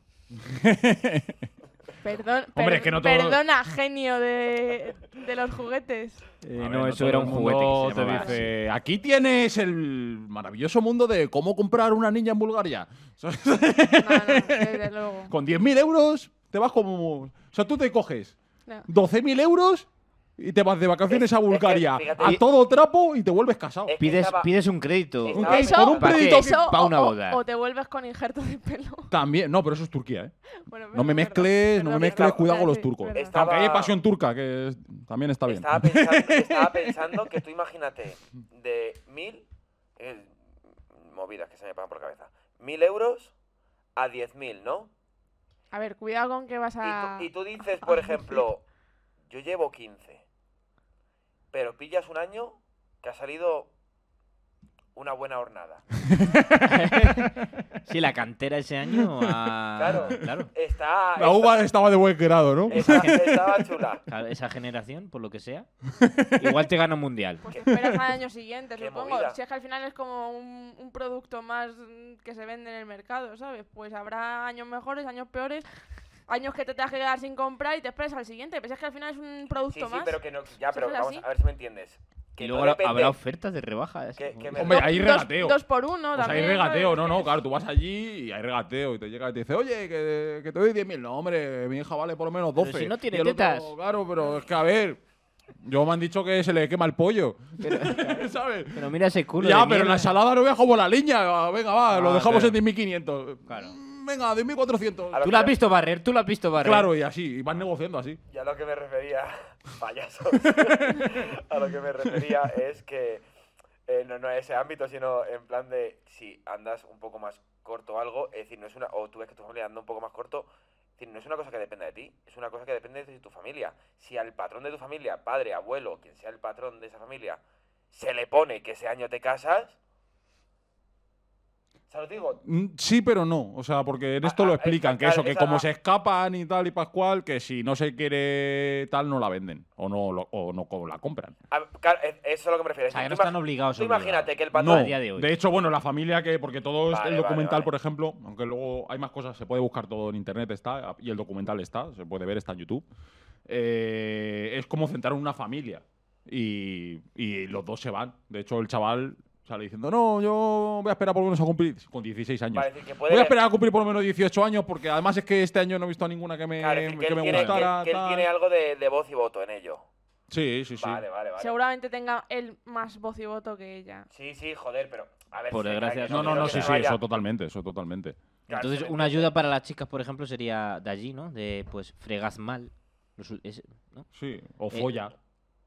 Speaker 3: Perdón,
Speaker 4: Hombre, es
Speaker 3: per-
Speaker 4: que no todo-
Speaker 3: perdona, genio de, de los juguetes.
Speaker 1: A ver, no todo el mundo
Speaker 4: te
Speaker 1: te
Speaker 4: dice, aquí tienes el maravilloso mundo de cómo comprar una niña en Bulgaria.
Speaker 3: No, no, desde luego.
Speaker 4: Con 10.000 euros te vas como... O sea, tú te coges
Speaker 3: No.
Speaker 4: 12.000 euros y te vas de vacaciones
Speaker 5: Es-
Speaker 4: a
Speaker 5: es que,
Speaker 4: Bulgaria
Speaker 5: fíjate-
Speaker 4: a todo trapo y te vuelves casado.
Speaker 1: Pides, pides un crédito.
Speaker 5: Un
Speaker 1: Un
Speaker 5: crédito.
Speaker 1: crédito.
Speaker 4: con un
Speaker 1: ¿Para qué?
Speaker 4: crédito
Speaker 1: Eso- Pa'
Speaker 3: o-
Speaker 1: una
Speaker 3: o-
Speaker 1: boda.
Speaker 3: O, te vuelves con injerto de pelo.
Speaker 4: También, no, pero eso es Turquía, ¿eh?
Speaker 3: Bueno,
Speaker 4: No
Speaker 3: perdón,
Speaker 4: me mezcles,
Speaker 3: perdón,
Speaker 4: no me
Speaker 3: perdón,
Speaker 4: mezcles,
Speaker 3: perdón,
Speaker 4: cuidado con los
Speaker 3: sí,
Speaker 4: turcos.
Speaker 3: perdón.
Speaker 5: Estaba-
Speaker 4: Aunque hay pasión turca, que es- también está bien.
Speaker 5: Estaba pensando, estaba pensando que tú imagínate, de mil eh, movidas que se me pasan por la cabeza, mil euros a diez mil, ¿no?
Speaker 3: A ver, cuidado con que vas
Speaker 5: Y tú-
Speaker 3: a...
Speaker 5: Y, tú dices, por ejemplo, yo llevo 15, pero pillas un año que ha salido una buena hornada.
Speaker 1: Sí, la cantera ese año. ah,
Speaker 5: Claro.
Speaker 1: claro.
Speaker 5: Está,
Speaker 4: La uva estaba de buen grado, ¿no?
Speaker 5: está- estaba chula.
Speaker 1: Claro, Esa generación, por lo que sea. Igual te gana un mundial.
Speaker 3: Pues te esperas al año siguiente,
Speaker 5: Qué
Speaker 3: supongo.
Speaker 5: movida.
Speaker 3: Si es que al final es como un, un producto más mm, que se vende en el mercado, ¿sabes? Pues habrá años mejores, años peores, años que te tengas que quedar sin comprar y te esperas al siguiente. Pero es que al final es un
Speaker 5: Sí,
Speaker 3: producto
Speaker 5: sí,
Speaker 3: más.
Speaker 5: pero que no. Ya,
Speaker 3: Si
Speaker 5: pero
Speaker 3: fuera
Speaker 5: vamos
Speaker 3: así.
Speaker 5: a ver si me entiendes. Que
Speaker 1: Y
Speaker 5: no
Speaker 1: luego habrá-
Speaker 5: depende-
Speaker 1: habrá ofertas de rebajas.
Speaker 5: Que- que me-
Speaker 1: Hombre,
Speaker 4: Hombre,
Speaker 3: Dos-
Speaker 4: hay
Speaker 3: dos-
Speaker 4: regateo.
Speaker 3: Dos, por uno,
Speaker 4: Pues hay
Speaker 3: también,
Speaker 4: regateo,
Speaker 3: ¿sabes?
Speaker 4: no, no, claro, tú vas allí y hay regateo y te llega y te dice, oye, que, que te doy 10.000. No, hombre, mi hija vale por lo menos 12.
Speaker 1: Pero si no tiene
Speaker 4: Y el otro,
Speaker 1: tetas.
Speaker 4: claro, pero es que a ver, yo me han dicho que se le quema el pollo. ¿Sabes?
Speaker 1: Pero mira ese culo.
Speaker 4: Ya,
Speaker 1: de
Speaker 4: pero
Speaker 1: mierda.
Speaker 4: la ensalada no vea como la línea. Venga, va, lo
Speaker 1: Ah,
Speaker 4: dejamos
Speaker 1: claro.
Speaker 4: en 10.500.
Speaker 1: Claro.
Speaker 4: Mm, Venga, 10.400.
Speaker 5: A lo
Speaker 1: Tú
Speaker 5: que
Speaker 1: la has
Speaker 5: me-
Speaker 1: visto barrer, tú la has visto barrer.
Speaker 4: Claro, y así, y vas negociando así.
Speaker 5: Ya lo que me refería, payasos, a lo que me refería es que eh, no, no es ese ámbito, sino en plan de si andas un poco más corto o algo, es decir, no es una, o tú ves que tu familia anda un poco más corto, es decir, no es una cosa que dependa de ti, es una cosa que depende de tu familia. Si al patrón de tu familia, padre, abuelo, quien sea el patrón de esa familia, se le pone que ese año te casas, se lo digo,
Speaker 4: Mm, Sí, pero no. O sea, porque en
Speaker 5: Ah,
Speaker 4: esto lo
Speaker 5: ah,
Speaker 4: explican,
Speaker 5: esa-
Speaker 4: que eso,
Speaker 5: claro,
Speaker 4: que
Speaker 5: esa-
Speaker 4: como se escapan y tal y pascual, que si no se quiere tal, no la venden. O no, lo- o no co- la compran.
Speaker 5: a- claro, es- eso es lo que me refiero.
Speaker 1: O
Speaker 5: es
Speaker 1: sea, que
Speaker 5: decir,
Speaker 1: no
Speaker 5: tú
Speaker 1: están
Speaker 5: imag-
Speaker 1: obligados.
Speaker 5: tú
Speaker 1: obligados.
Speaker 5: imagínate que el
Speaker 1: Para
Speaker 4: No,
Speaker 5: patrón...
Speaker 1: el día de hoy.
Speaker 4: hecho, bueno, la familia que, porque todo es-
Speaker 5: Vale,
Speaker 4: el
Speaker 5: vale,
Speaker 4: documental,
Speaker 5: vale.
Speaker 4: por ejemplo, aunque luego hay más cosas, se puede buscar todo en internet, está, y el documental está, se puede ver, está en YouTube. Eh, es como centrar una familia. Y, y los dos se van. De hecho, el chaval sale diciendo, no, yo voy a esperar por lo menos a cumplir con 16 años.
Speaker 5: Vale, es decir, que puede
Speaker 4: Voy a
Speaker 5: ver-
Speaker 4: esperar a cumplir por lo menos 18 años porque además es que este año no he visto a ninguna que me,
Speaker 5: Claro, es decir, que,
Speaker 4: que
Speaker 5: él
Speaker 4: me
Speaker 5: tiene, que-
Speaker 4: gustara.
Speaker 5: que él
Speaker 4: tal.
Speaker 5: tiene algo de, de voz y voto en ello.
Speaker 4: Sí, sí, sí.
Speaker 5: Vale, vale, vale.
Speaker 3: Seguramente tenga él más voz y voto que ella.
Speaker 5: Sí, sí, joder, pero. A ver,
Speaker 1: Por
Speaker 5: se
Speaker 1: desgracia,
Speaker 5: cae,
Speaker 4: No, no,
Speaker 5: quiero
Speaker 4: no,
Speaker 5: que
Speaker 4: sí,
Speaker 5: se
Speaker 4: sí,
Speaker 5: vaya.
Speaker 4: eso totalmente, eso totalmente.
Speaker 5: Claro,
Speaker 1: Entonces,
Speaker 5: se me
Speaker 1: una
Speaker 5: entiende.
Speaker 1: ayuda para las chicas, por ejemplo, sería de allí, ¿no? De, pues, fregas mal. Los- es- ¿no?
Speaker 4: Sí, o
Speaker 1: Eh,
Speaker 4: folla.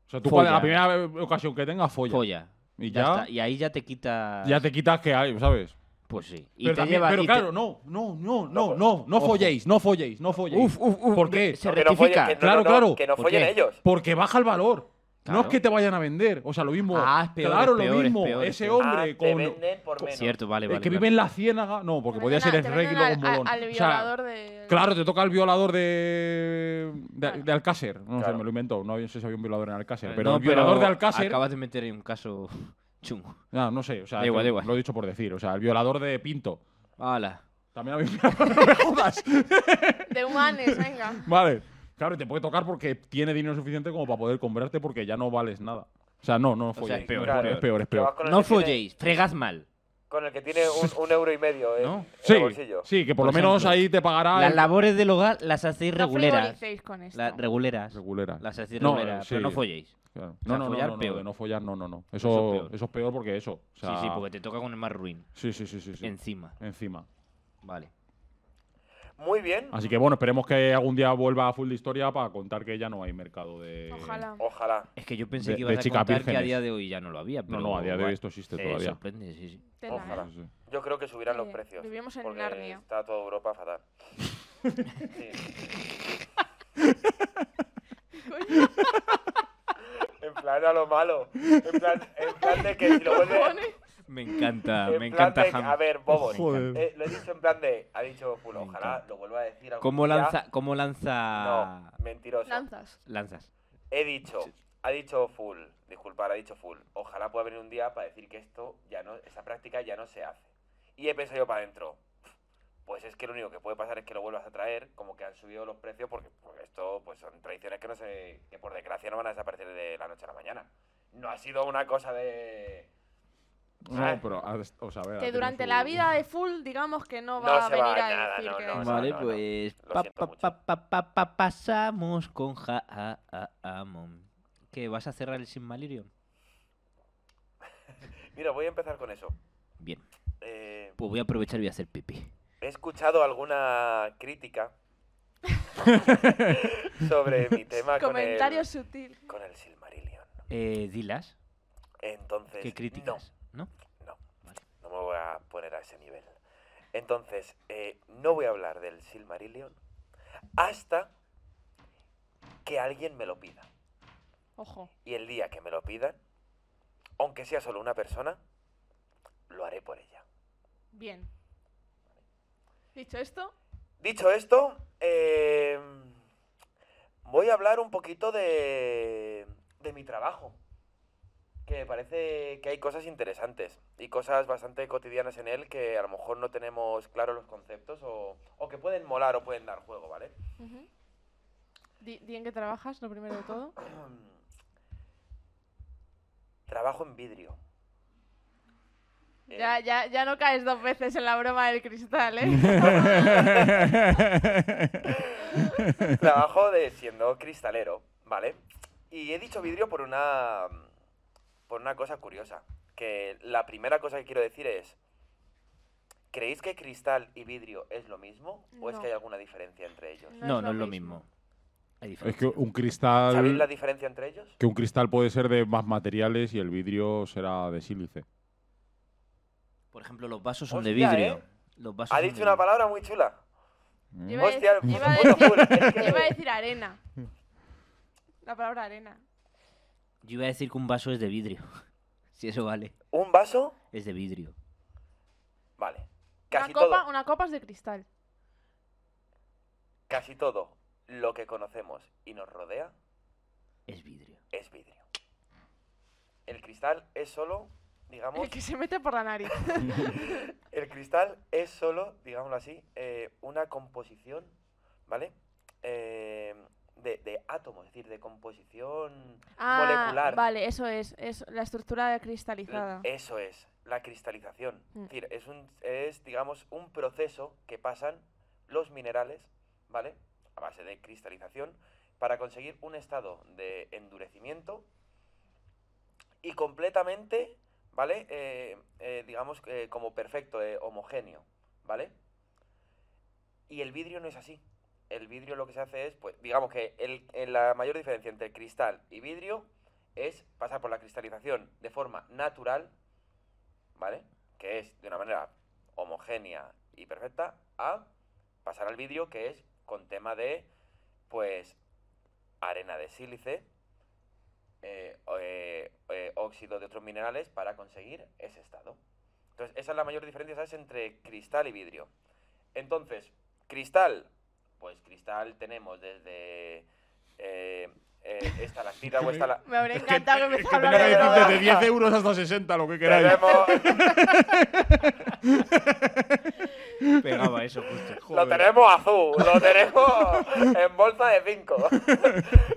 Speaker 4: sea, tú
Speaker 2: Folla.
Speaker 4: cuando- la primera ocasión que tengas, folla.
Speaker 2: Folla.
Speaker 4: Y
Speaker 2: Ya
Speaker 4: ya,
Speaker 2: está. Y ahí ya te quita.
Speaker 4: ya te quitas que hay, ¿sabes?
Speaker 2: Pues sí. Y
Speaker 4: Pero,
Speaker 2: te
Speaker 4: también-
Speaker 2: lleva-
Speaker 4: pero
Speaker 2: y te-
Speaker 4: claro, no, no, no, no, no, no folléis, no folléis, no folléis.
Speaker 2: Uf, uf, uf. eh,
Speaker 4: ¿Por qué?
Speaker 2: Se
Speaker 5: Que no follen-
Speaker 2: rectifica.
Speaker 5: que no-
Speaker 4: Claro,
Speaker 5: no, no,
Speaker 4: claro.
Speaker 5: Que no
Speaker 2: ¿Por
Speaker 5: follen
Speaker 2: qué?
Speaker 5: ellos.
Speaker 4: Porque baja el valor. No
Speaker 2: Claro.
Speaker 4: es que te vayan a vender. O sea, lo mismo.
Speaker 2: Ah, es peor,
Speaker 4: claro,
Speaker 2: es
Speaker 4: lo
Speaker 2: peor, es
Speaker 4: mismo.
Speaker 2: peor, es
Speaker 4: ese
Speaker 2: peor.
Speaker 4: hombre
Speaker 5: Ah,
Speaker 4: con.
Speaker 5: te venden por
Speaker 4: con-
Speaker 5: menos.
Speaker 2: Cierto, vale,
Speaker 4: el
Speaker 2: vale.
Speaker 4: que
Speaker 2: vale.
Speaker 4: vive en la ciénaga. No, porque podía ser el rey y luego un bolón.
Speaker 3: Al, al
Speaker 4: O sea,
Speaker 3: violador de.
Speaker 4: Claro, te toca el violador de, de,
Speaker 3: Claro.
Speaker 4: de Alcácer. No sé,
Speaker 5: Claro.
Speaker 4: me lo invento. No sé si había un violador en Alcácer.
Speaker 2: Eh,
Speaker 4: Pero
Speaker 2: no,
Speaker 4: el violador de Alcácer.
Speaker 2: Acabas de meter en un caso chungo.
Speaker 4: Ah, no sé, o sea,
Speaker 2: Da igual,
Speaker 4: que-
Speaker 2: da igual.
Speaker 4: lo he dicho por decir. O sea, el violador de Pinto.
Speaker 2: Hala.
Speaker 4: También había un violador. no me jodas.
Speaker 3: De humanes, venga.
Speaker 4: Vale. Claro, y te puede tocar porque tiene dinero suficiente como para poder comprarte porque ya no vales nada. O sea, no, no
Speaker 2: sea,
Speaker 4: folléis.
Speaker 2: es peor,
Speaker 4: no,
Speaker 5: Claro.
Speaker 4: es peor, es
Speaker 5: Que vas
Speaker 4: peor.
Speaker 5: con el
Speaker 2: No
Speaker 5: que tiene-
Speaker 2: folléis, fregad mal.
Speaker 5: Con el que tiene un, un euro y medio ¿eh? en,
Speaker 2: ¿No?
Speaker 5: en
Speaker 4: Sí,
Speaker 5: el bolsillo.
Speaker 4: sí, que por, lo
Speaker 2: Por
Speaker 4: menos
Speaker 2: ejemplo.
Speaker 4: ahí te pagará.
Speaker 2: Las
Speaker 4: Ah, el-
Speaker 2: labores del hogar las hacéis
Speaker 3: No
Speaker 2: reguleras.
Speaker 3: frivolicéis con esto.
Speaker 2: La- reguleras.
Speaker 4: Regulera.
Speaker 2: Las hacéis
Speaker 4: No,
Speaker 2: reguleras,
Speaker 4: sí.
Speaker 2: pero no folléis.
Speaker 4: Claro.
Speaker 2: O
Speaker 4: No, no,
Speaker 2: sea,
Speaker 4: no,
Speaker 2: follar
Speaker 4: no, no,
Speaker 2: peor.
Speaker 4: de no follar, no, no, no. Eso,
Speaker 2: Eso es peor.
Speaker 4: eso es peor porque eso. o sea,
Speaker 2: Sí, sí, porque te toca con el más ruin.
Speaker 4: Sí, sí, sí, sí, sí.
Speaker 2: Encima.
Speaker 4: Encima.
Speaker 2: Vale.
Speaker 5: Muy bien.
Speaker 4: Así que bueno, esperemos que algún día vuelva a full de historia para contar que ya no hay mercado de.
Speaker 3: Ojalá.
Speaker 5: Ojalá.
Speaker 2: Es que yo pensé
Speaker 4: De-
Speaker 2: que
Speaker 4: de
Speaker 2: ibas a
Speaker 4: chicas
Speaker 2: contar que a
Speaker 4: vírgenes.
Speaker 2: día de hoy ya no lo había. Pero
Speaker 4: No, no, a día de hoy
Speaker 2: guay.
Speaker 4: esto existe
Speaker 2: Eh,
Speaker 4: todavía.
Speaker 2: sorprende, sí, sí.
Speaker 3: Tela, ¿eh?
Speaker 5: Ojalá.
Speaker 4: Sí, sí.
Speaker 5: Yo creo que subirán los
Speaker 3: Eh,
Speaker 5: precios.
Speaker 3: vivimos en
Speaker 5: porque
Speaker 3: Narnia.
Speaker 5: Está toda Europa fatal. Sí.
Speaker 3: Coño,
Speaker 5: En plan a lo malo. En plan, en plan de que si lo vuelve.
Speaker 3: cojones.
Speaker 2: Me encanta,
Speaker 5: en
Speaker 2: me
Speaker 5: plan
Speaker 2: encanta
Speaker 5: de-
Speaker 2: Ham.
Speaker 5: A ver, bobos.
Speaker 4: Joder.
Speaker 5: Eh, lo he dicho en plan de. Ha dicho Pulo.
Speaker 2: Me
Speaker 5: Ojalá
Speaker 2: encanta.
Speaker 5: lo vuelva a decir. algún
Speaker 2: ¿Cómo
Speaker 5: día.
Speaker 2: lanza, cómo lanza...
Speaker 5: No, mentiroso.
Speaker 3: Lanzas.
Speaker 2: lanzas?
Speaker 5: He dicho. Ha dicho full. Disculpar, ha dicho full. Ojalá pueda venir un día para decir que esto ya no. Esa práctica ya no se hace. Y he pensado yo para adentro. Pues es que lo único que puede pasar es que lo vuelvas a traer, como que han subido los precios, porque, porque esto pues son tradiciones que no sé, que por desgracia no van a desaparecer de la noche a la mañana. No ha sido una cosa de.
Speaker 4: No, pero. a- O sea, a ver, ha
Speaker 3: Que
Speaker 4: tenido
Speaker 3: durante
Speaker 4: su-
Speaker 3: la vida de Full, digamos que no
Speaker 5: No
Speaker 3: va a
Speaker 5: se va
Speaker 3: venir a
Speaker 5: nada,
Speaker 3: decir
Speaker 5: no,
Speaker 3: que.
Speaker 5: no,
Speaker 2: vale,
Speaker 5: no, no.
Speaker 2: pues
Speaker 5: Lo
Speaker 2: pa,
Speaker 5: siento
Speaker 2: pa,
Speaker 5: mucho.
Speaker 2: pa, pa, pa, pa, pasamos con ja a, a, a, mom. ¿Qué, vas a cerrar el Silmarillion?
Speaker 5: Mira, voy a empezar con eso.
Speaker 2: Bien,
Speaker 5: Eh,
Speaker 2: pues voy a aprovechar y voy a hacer pipí.
Speaker 5: he escuchado alguna crítica sobre mi tema con el,
Speaker 3: Comentario sutil.
Speaker 5: con el Silmarillion.
Speaker 2: Eh, dilas,
Speaker 5: Entonces,
Speaker 2: ¿qué críticas? ¿No?
Speaker 5: no, no,
Speaker 2: Vale.
Speaker 5: no me voy a poner a ese nivel. Entonces, eh, no voy a hablar del Silmarillion hasta que alguien me lo pida.
Speaker 3: Ojo.
Speaker 5: Y el día que me lo pidan, aunque sea solo una persona, lo haré por ella.
Speaker 3: Bien. Dicho esto,
Speaker 5: Dicho esto, eh, voy a hablar un poquito de, de mi trabajo. Que me parece que hay cosas interesantes y cosas bastante cotidianas en él que a lo mejor no tenemos claros los conceptos o, o que pueden molar o pueden dar juego, ¿vale?
Speaker 3: ujú. di, di en qué trabajas, lo primero de todo.
Speaker 5: Trabajo en vidrio. Eh,
Speaker 3: Ya, ya, ya no caes dos veces en la broma del cristal, ¿eh?
Speaker 5: trabajo de siendo cristalero, ¿vale? Y he dicho vidrio por una por una cosa curiosa, que la primera cosa que quiero decir es ¿Creéis que cristal y vidrio es lo mismo o es
Speaker 3: No.
Speaker 5: que hay alguna diferencia entre ellos?
Speaker 2: No, no, es lo mismo. Hay
Speaker 4: Es
Speaker 2: diferencia.
Speaker 4: que un
Speaker 5: ¿Sabéis la
Speaker 4: cristal.
Speaker 5: diferencia entre ellos?
Speaker 4: Que un cristal puede ser de más materiales y el vidrio será de sílice.
Speaker 2: Por ejemplo, los vasos son de
Speaker 5: Hostia,
Speaker 2: vidrio.
Speaker 5: ¿eh?
Speaker 2: Los vasos
Speaker 5: Ha
Speaker 2: son
Speaker 5: dicho
Speaker 2: de
Speaker 5: una
Speaker 2: vidrio.
Speaker 5: palabra muy chula.
Speaker 4: ¿Mm?
Speaker 3: Yo iba a
Speaker 5: Hostia,
Speaker 3: decir- yo iba a
Speaker 5: bueno,
Speaker 3: decir-
Speaker 5: full, es
Speaker 3: yo iba a
Speaker 5: que-
Speaker 3: decir arena. La palabra arena.
Speaker 2: Yo iba a decir que un vaso es de vidrio. si eso vale,
Speaker 5: un vaso,
Speaker 2: es de vidrio.
Speaker 5: vale. Casi
Speaker 3: una, copa,
Speaker 5: todo,
Speaker 3: una copa es de cristal.
Speaker 5: casi todo lo que conocemos y nos rodea
Speaker 2: Es vidrio.
Speaker 5: es vidrio. El cristal es solo, digamos,
Speaker 3: El que se mete por la nariz.
Speaker 5: El cristal es solo, digámoslo así, eh, una composición, ¿vale? Eh, de, de átomos, es decir, de composición
Speaker 3: Ah,
Speaker 5: molecular. Eh,
Speaker 3: vale, eso es, es la estructura cristalizada.
Speaker 5: Eso es, la cristalización.
Speaker 3: Mm.
Speaker 5: Es decir, es, un, es, digamos, un proceso que pasan los minerales, ¿vale? A base de cristalización, para conseguir un estado de endurecimiento y completamente, ¿vale? Eh, eh, digamos, que como perfecto, eh, homogéneo, ¿vale? Y el vidrio no es así. El vidrio lo que se hace es, pues, digamos que el- eh, la mayor diferencia entre cristal y vidrio es pasar por la cristalización de forma natural, ¿vale? Que es de una manera homogénea y perfecta, a pasar al vídeo que es con tema de, pues, arena de sílice, eh, o- eh, eh, óxido de otros minerales para conseguir ese estado. Entonces, esa es la mayor diferencia, ¿sabes? Entre cristal y vidrio. Entonces, cristal, pues cristal tenemos desde... Eh, eh, estalactita o estalactita
Speaker 3: Me habría encantado que me
Speaker 4: Que tenga
Speaker 3: hablar
Speaker 4: que
Speaker 3: de
Speaker 4: decir
Speaker 3: drogas.
Speaker 4: desde 10 euros hasta 60, lo que queráis.
Speaker 5: Tenemos-
Speaker 1: Pegaba eso justo.
Speaker 5: lo tenemos azul, lo tenemos en bolsa de 5.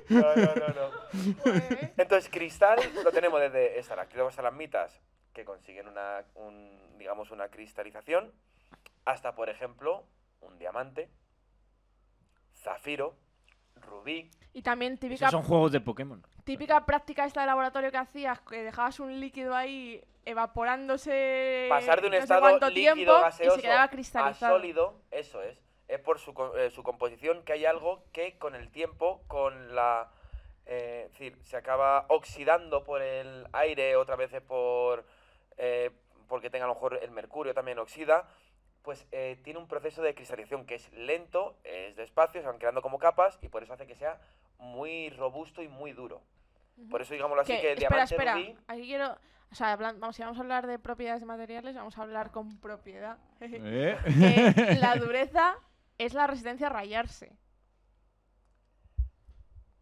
Speaker 5: No, no, no, no. Entonces, cristal lo tenemos desde estalactitas o estalagmitas que consiguen una, un, digamos, una cristalización, hasta, por ejemplo, un diamante, zafiro, rubí.
Speaker 3: Y también típica,
Speaker 1: Esos son juegos de Pokémon.
Speaker 3: típica práctica esta de laboratorio que hacías, que dejabas un líquido ahí evaporándose
Speaker 5: Pasar de un
Speaker 3: no sé
Speaker 5: estado
Speaker 3: cuánto
Speaker 5: líquido
Speaker 3: tiempo y
Speaker 5: gaseoso
Speaker 3: se quedaba
Speaker 5: a
Speaker 3: cristalizado.
Speaker 5: sólido, eso es. Es por su, co- eh, su composición que hay algo que con el tiempo, con la... eh, es decir, se acaba oxidando por el aire, otras veces por... eh, porque tenga a lo mejor el mercurio también oxida, pues eh, tiene un proceso de cristalización que es lento, es despacio, se van creando como capas y por eso hace que sea muy robusto y muy duro.
Speaker 3: Ujú.
Speaker 5: Por eso digámoslo así
Speaker 3: Que-
Speaker 5: que el
Speaker 3: espera,
Speaker 5: diamante
Speaker 3: espera.
Speaker 5: rubí-
Speaker 3: Aquí quiero. O sea, hablan- vamos, si vamos a hablar de propiedades de materiales, vamos a hablar con propiedad.
Speaker 4: ¿Eh?
Speaker 3: Que la dureza es la resistencia a rayarse.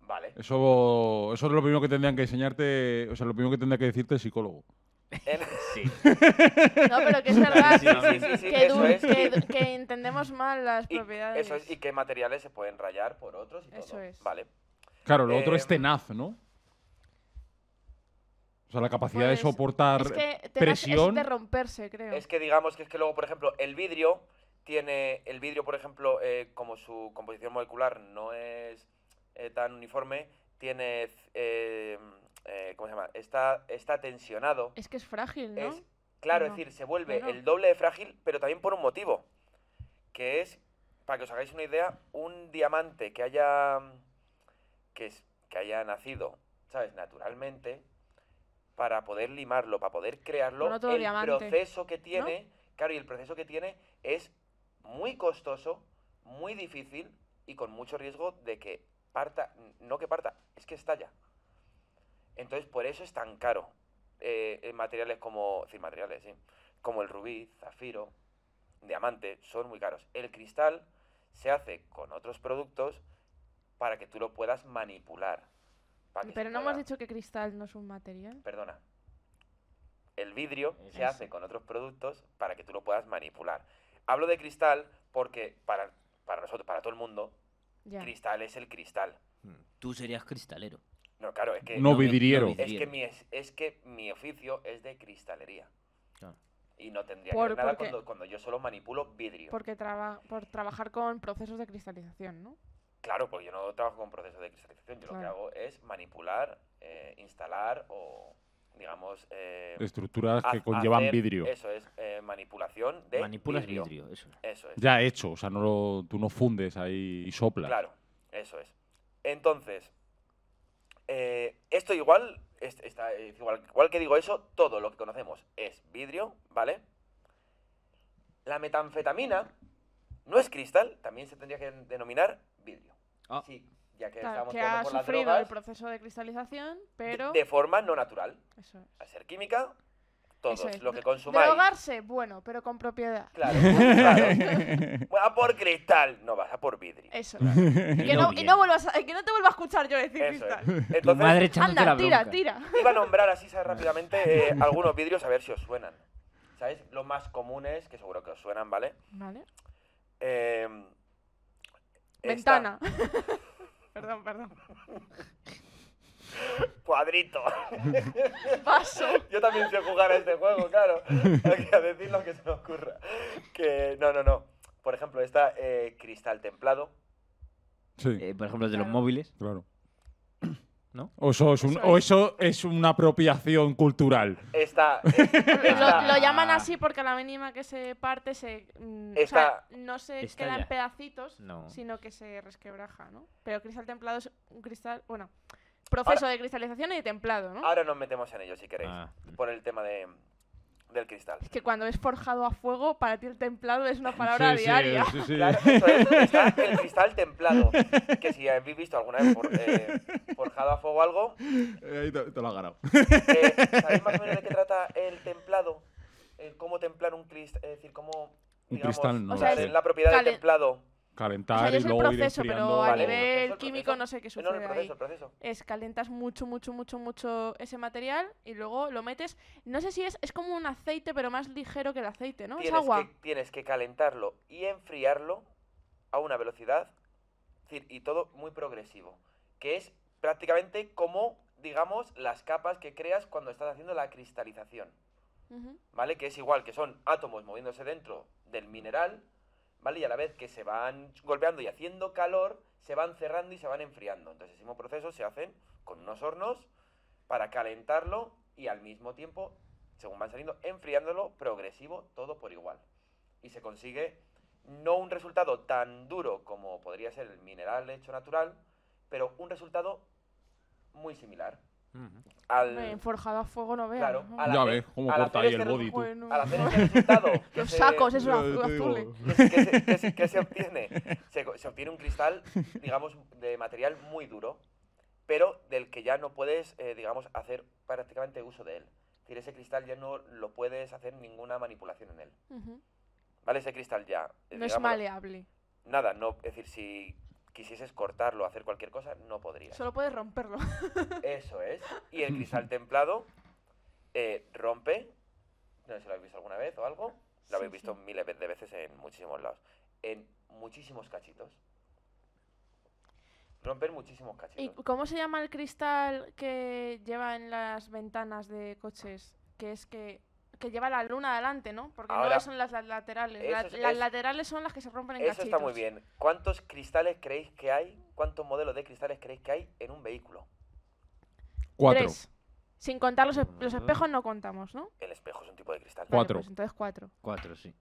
Speaker 5: Vale.
Speaker 4: Eso, eso es lo primero que tendrían que enseñarte, o sea, lo primero que tendría que decirte el psicólogo.
Speaker 5: En-
Speaker 1: Sí.
Speaker 3: No, pero que es verdad.
Speaker 1: Sí, sí,
Speaker 5: sí, sí,
Speaker 3: que,
Speaker 5: eso
Speaker 3: du-
Speaker 5: es.
Speaker 3: que du- que entendemos mal las
Speaker 5: Y,
Speaker 3: propiedades.
Speaker 5: eso es, y qué materiales se pueden rayar por otros y
Speaker 3: Eso
Speaker 5: todo.
Speaker 3: es.
Speaker 5: Vale.
Speaker 4: Claro, lo otro
Speaker 5: Eh,
Speaker 4: es tenaz, ¿no? O sea, la capacidad
Speaker 3: Pues,
Speaker 4: de soportar
Speaker 3: Es que te
Speaker 4: presión.
Speaker 3: de romperse, creo.
Speaker 5: Es que digamos que es que luego, por ejemplo, el vidrio tiene. El vidrio, por ejemplo, eh, como su composición molecular no es eh, tan uniforme, tiene. eh, eh, ¿Cómo se llama? Está, está tensionado.
Speaker 3: Es que es frágil, ¿no?
Speaker 5: Es, claro, es
Speaker 3: No.
Speaker 5: decir, se vuelve
Speaker 3: Claro.
Speaker 5: el doble de frágil, pero también por un motivo. Que es, para que os hagáis una idea, un diamante que haya. que, es, que haya nacido, ¿sabes? Naturalmente, para poder limarlo, para poder crearlo,
Speaker 3: Con otro
Speaker 5: el
Speaker 3: diamante,
Speaker 5: proceso que tiene, claro, y el proceso que tiene es muy costoso, muy difícil y con mucho riesgo de que parta, no que parta, es que estalla. Entonces, por eso es tan caro. Eh, eh, materiales como, es decir, materiales, sí, como el rubí, zafiro, diamante, son muy caros. El cristal se hace con otros productos para que tú lo puedas manipular. para que se
Speaker 3: Pero no
Speaker 5: pueda-
Speaker 3: hemos dicho que cristal no es un material.
Speaker 5: Perdona. El vidrio
Speaker 1: Es
Speaker 5: se hace con otros productos para que tú lo puedas manipular. Hablo de cristal porque para, para nosotros, para todo el mundo,
Speaker 3: Ya.
Speaker 5: cristal es el cristal.
Speaker 1: Tú serías cristalero.
Speaker 5: No, claro, es que
Speaker 4: No,
Speaker 1: No vi-
Speaker 4: vidriero.
Speaker 1: no vi-
Speaker 5: es que, mi, es, es que mi oficio es de cristalería.
Speaker 1: Claro.
Speaker 5: Y no tendría
Speaker 3: Por-
Speaker 5: que ver nada
Speaker 3: porque-
Speaker 5: cuando, cuando yo solo manipulo vidrio.
Speaker 3: Porque traba- por trabajar con procesos de cristalización, ¿no?
Speaker 5: Claro, porque yo no trabajo con procesos de cristalización. Yo lo que
Speaker 3: Claro.
Speaker 5: hago es manipular, eh, instalar o, digamos... eh,
Speaker 4: Estructuras que
Speaker 5: ha-
Speaker 4: conllevan
Speaker 5: hacer-
Speaker 4: vidrio.
Speaker 5: Eso es, eh, manipulación de
Speaker 1: Manipulas
Speaker 5: vidrio.
Speaker 1: vidrio. eso.
Speaker 5: Eso es.
Speaker 4: Ya hecho, o sea, no lo- tú no fundes ahí y soplas.
Speaker 5: Claro, eso es. Entonces, eh, esto igual, es- está, es igual, igual que digo eso, todo lo que conocemos es vidrio, ¿vale? La metanfetamina no es cristal, también se tendría que denominar vidrio.
Speaker 1: Ah.
Speaker 5: Sí, ya que
Speaker 3: Claro,
Speaker 5: estábamos
Speaker 3: que
Speaker 5: tirando
Speaker 3: ha
Speaker 5: por las
Speaker 3: sufrido el
Speaker 5: drogas,
Speaker 3: proceso de cristalización,
Speaker 5: de-
Speaker 3: pero...
Speaker 5: de, forma no natural.
Speaker 3: Eso es.
Speaker 5: Al ser química, todos
Speaker 3: Eso es.
Speaker 5: lo que
Speaker 3: De-
Speaker 5: consumáis.
Speaker 3: Drogarse, bueno, pero con propiedad.
Speaker 5: Claro, claro. Vas a por cristal, no vas a por vidrio.
Speaker 3: Eso.
Speaker 1: Y
Speaker 3: que, no, y
Speaker 1: bien.
Speaker 3: no vuelvas a- que no te vuelva a escuchar yo decir
Speaker 5: Eso es.
Speaker 3: cristal.
Speaker 5: Entonces,
Speaker 1: Tu madre echándote la
Speaker 3: Anda,
Speaker 1: bronca.
Speaker 3: tira, tira.
Speaker 5: Iba a nombrar así ¿sabes? rápidamente eh, algunos vidrios a ver si os suenan. ¿Sabéis? Los más comunes, que seguro que os suenan, ¿vale?
Speaker 3: Vale.
Speaker 5: Eh, esta,
Speaker 3: Ventana. perdón, perdón.
Speaker 5: cuadrito.
Speaker 3: Paso.
Speaker 5: Yo también sé jugar a este juego, claro. Hay que decir lo que se me ocurra. Que no, no, no. Por ejemplo, está eh, cristal templado.
Speaker 4: Sí,
Speaker 1: Eh, por ejemplo, de los
Speaker 3: Claro.
Speaker 1: móviles.
Speaker 4: claro.
Speaker 1: ¿No?
Speaker 4: O eso es, un-
Speaker 3: Eso
Speaker 4: o eso es una apropiación cultural.
Speaker 5: Está.
Speaker 3: Lo,
Speaker 5: está-
Speaker 3: lo llaman
Speaker 1: Ah.
Speaker 3: así porque a la mínima que se parte se mm, o sea,
Speaker 5: Está-
Speaker 3: no se
Speaker 1: Está
Speaker 3: queda en
Speaker 1: ya.
Speaker 3: pedacitos,
Speaker 1: No.
Speaker 3: sino que se resquebraja, ¿no? Pero cristal templado es un cristal, bueno, proceso de cristalización y de templado, ¿no?
Speaker 5: Ahora nos metemos en ello, si queréis.
Speaker 1: Ah.
Speaker 5: Por el tema de, del cristal.
Speaker 3: Es que cuando es forjado a fuego, para ti el templado es una palabra diaria.
Speaker 4: Sí, sí.
Speaker 5: Claro, eso es, está el cristal templado. Que si habéis visto alguna vez por- eh, forjado a fuego algo,
Speaker 4: Ahí te, te lo has ganado.
Speaker 5: eh, ¿sabéis más o menos de qué trata el templado? El cómo templar un cristal, es decir, cómo...
Speaker 4: Un
Speaker 5: digamos,
Speaker 4: cristal, no
Speaker 3: O sea, lo
Speaker 5: la-
Speaker 3: sé.
Speaker 5: la propiedad del
Speaker 3: Calen-
Speaker 5: templado.
Speaker 3: O sea,
Speaker 4: Calentar
Speaker 3: yo
Speaker 4: y
Speaker 3: sé el
Speaker 4: luego ir
Speaker 3: proceso,
Speaker 4: enfriando.
Speaker 3: pero a
Speaker 5: Vale.
Speaker 3: nivel
Speaker 5: Eso es el
Speaker 3: químico
Speaker 5: proceso.
Speaker 3: no sé qué
Speaker 5: No, no,
Speaker 3: sucede
Speaker 5: el
Speaker 3: ahí.
Speaker 5: proceso, el proceso.
Speaker 3: Es calentas mucho, mucho, mucho, mucho ese material y luego lo metes. No sé si es, es como un aceite, pero más ligero que el aceite, ¿no? Es
Speaker 5: Tienes
Speaker 3: agua.
Speaker 5: que, tienes que calentarlo y enfriarlo a una velocidad, es decir, y todo muy progresivo, que es prácticamente como, digamos, las capas que creas cuando estás haciendo la cristalización,
Speaker 3: Ujú.
Speaker 5: ¿vale? Que es igual, que son átomos moviéndose dentro del mineral, ¿vale? Y a la vez que se van golpeando y haciendo calor, se van cerrando y se van enfriando. Entonces, ese mismo proceso se hacen con unos hornos para calentarlo y al mismo tiempo, según van saliendo, enfriándolo progresivo, todo por igual. Y se consigue no un resultado tan duro como podría ser el mineral hecho natural, pero un resultado muy similar
Speaker 1: Ujú.
Speaker 5: al...
Speaker 3: Hombre, forjado a fuego no veo.
Speaker 5: Eh, Claro, a la
Speaker 4: Ya
Speaker 5: vez-
Speaker 4: ves, cómo
Speaker 5: a la
Speaker 4: corta
Speaker 5: vez
Speaker 4: ahí el
Speaker 5: que-
Speaker 4: body, tú.
Speaker 3: Bueno.
Speaker 5: Al hacer ese resultado... que
Speaker 3: Los
Speaker 5: se-
Speaker 3: sacos, esos
Speaker 4: Ya, te
Speaker 3: azu-
Speaker 4: digo.
Speaker 3: azules.
Speaker 5: ¿Qué se, qué se- qué se- qué se obtiene? Se, co- se obtiene un cristal, digamos, de material muy duro, pero del que ya no puedes, eh, digamos, hacer prácticamente uso de él. Es decir, ese cristal ya no lo puedes hacer ninguna manipulación en él.
Speaker 3: Ujú.
Speaker 5: ¿Vale? Ese cristal ya. eh,
Speaker 3: No es
Speaker 5: digámoslo,
Speaker 3: maleable.
Speaker 5: Nada, no. Es decir, si quisieses cortarlo, hacer cualquier cosa, no podrías.
Speaker 3: Solo puedes romperlo.
Speaker 5: Eso es. Y el cristal templado eh, rompe. No sé si lo habéis visto alguna vez o algo.
Speaker 3: Sí,
Speaker 5: Lo habéis visto
Speaker 3: sí.
Speaker 5: miles de veces en muchísimos lados. En muchísimos cachitos. Rompen muchísimos
Speaker 3: ¿Y
Speaker 5: cachitos.
Speaker 3: cómo se llama el cristal que lleva en las ventanas de coches? Que es que, que lleva la luna adelante, ¿no? Porque
Speaker 5: Ahora-
Speaker 3: luego son las la- laterales. La-
Speaker 5: Eso es-
Speaker 3: las
Speaker 5: es-
Speaker 3: laterales son las que se rompen en
Speaker 5: Eso está
Speaker 3: cachitos.
Speaker 5: muy bien. ¿Cuántos cristales creéis que hay? ¿Cuántos modelos de cristales creéis que hay en un vehículo?
Speaker 4: Cuatro.
Speaker 3: Tres. Sin contar los, es-
Speaker 5: Mm.
Speaker 3: los espejos no contamos, ¿no? Vale,
Speaker 5: El espejo es un tipo de cristal.
Speaker 4: Cuatro.
Speaker 3: pues entonces cuatro.
Speaker 1: Cuatro, sí.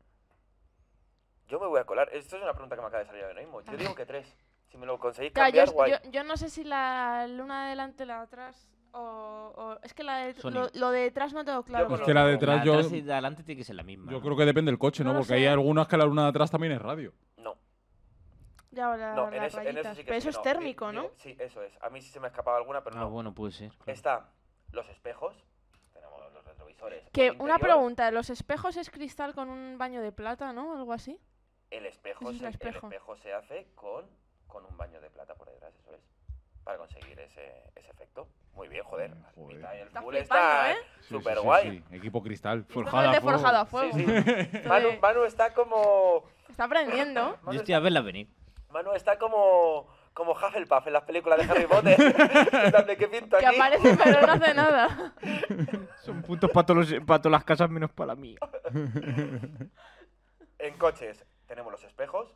Speaker 5: Yo me voy a colar. Esto es una pregunta que me acaba de salir ahora mismo. Yo digo que tres. Si me lo conseguís
Speaker 3: Claro, yo,
Speaker 5: cambiar,
Speaker 3: es-
Speaker 5: guay.
Speaker 3: yo- yo no sé si la luna de delante, la de atrás, o, o- Es que la de,
Speaker 1: Son
Speaker 3: lo,
Speaker 1: igual.
Speaker 3: lo de detrás no tengo claro.
Speaker 5: con
Speaker 4: Es
Speaker 5: los
Speaker 4: que la
Speaker 5: dos.
Speaker 4: detrás
Speaker 1: La
Speaker 4: yo,
Speaker 1: atrás y de adelante tiene que ser la misma.
Speaker 4: yo
Speaker 1: ¿no?
Speaker 4: creo que depende del coche, ¿no?
Speaker 3: No lo
Speaker 4: Porque hay
Speaker 3: sé.
Speaker 4: algunas que la luna de atrás también es radio.
Speaker 5: No.
Speaker 3: Ya, o la-
Speaker 5: No, en
Speaker 3: las
Speaker 5: eso, en eso
Speaker 3: rayitas.
Speaker 5: sí que
Speaker 3: Pero eso
Speaker 5: sí,
Speaker 3: es
Speaker 5: no. Di-
Speaker 3: térmico,
Speaker 5: digo-
Speaker 3: ¿no?
Speaker 5: sí, eso es. A mí sí se me ha escapado alguna, pero
Speaker 1: Ah,
Speaker 5: no.
Speaker 1: bueno, puede ser.
Speaker 4: pues.
Speaker 1: claro.
Speaker 5: Está los espejos. Tenemos los retrovisores. o
Speaker 3: Que
Speaker 5: el
Speaker 3: una
Speaker 5: interior.
Speaker 3: pregunta, los espejos es cristal con un baño de plata, ¿no? Algo así.
Speaker 5: El espejo,
Speaker 3: Eso es
Speaker 5: se,
Speaker 3: el
Speaker 5: el
Speaker 3: espejo.
Speaker 5: espejo se hace con, con un baño de plata por detrás, eso es. Para conseguir ese, ese efecto. Muy bien, joder.
Speaker 4: Mm, joder.
Speaker 5: Vita y el
Speaker 3: Está
Speaker 5: full
Speaker 3: flipando,
Speaker 5: está
Speaker 3: ¿eh?
Speaker 4: Sí,
Speaker 5: súper
Speaker 4: sí, sí,
Speaker 5: guay.
Speaker 4: sí. Equipo cristal.
Speaker 3: Estamos
Speaker 4: Forjada.
Speaker 3: de forjado a fuego.
Speaker 5: Sí, sí. Manu, Manu está como.
Speaker 3: Está aprendiendo.
Speaker 1: Yo
Speaker 5: Manu,
Speaker 1: estoy a verla venir.
Speaker 5: Manu está como. Como Hufflepuff en las películas de Harry Potter. En plan de, ¿Qué pinto
Speaker 3: que
Speaker 5: aquí?
Speaker 3: aparece pero no hace nada.
Speaker 1: Son puntos para todas las casas menos para la mía.
Speaker 5: En coches tenemos los espejos,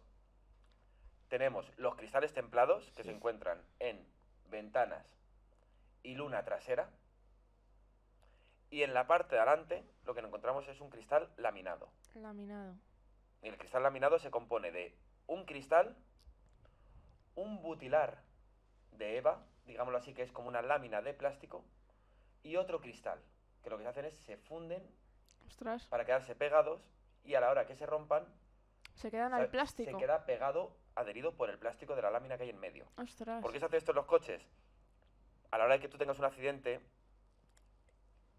Speaker 5: tenemos los cristales templados que se encuentran en ventanas y luna trasera. Y en la parte de adelante lo que encontramos es un cristal laminado.
Speaker 3: Laminado.
Speaker 5: Y el cristal laminado se compone de un cristal, un butilar de EVA, digámoslo así, que es como una lámina de plástico, y otro cristal, que lo que hacen es se funden
Speaker 3: Ostras,
Speaker 5: para quedarse pegados y a la hora que se rompan
Speaker 3: se quedan
Speaker 5: ¿sabes?
Speaker 3: al plástico.
Speaker 5: Se queda pegado, adherido por el plástico de la lámina que hay en medio.
Speaker 3: Ostras.
Speaker 5: ¿Por qué se hace esto en los coches? A la hora de que tú tengas un accidente,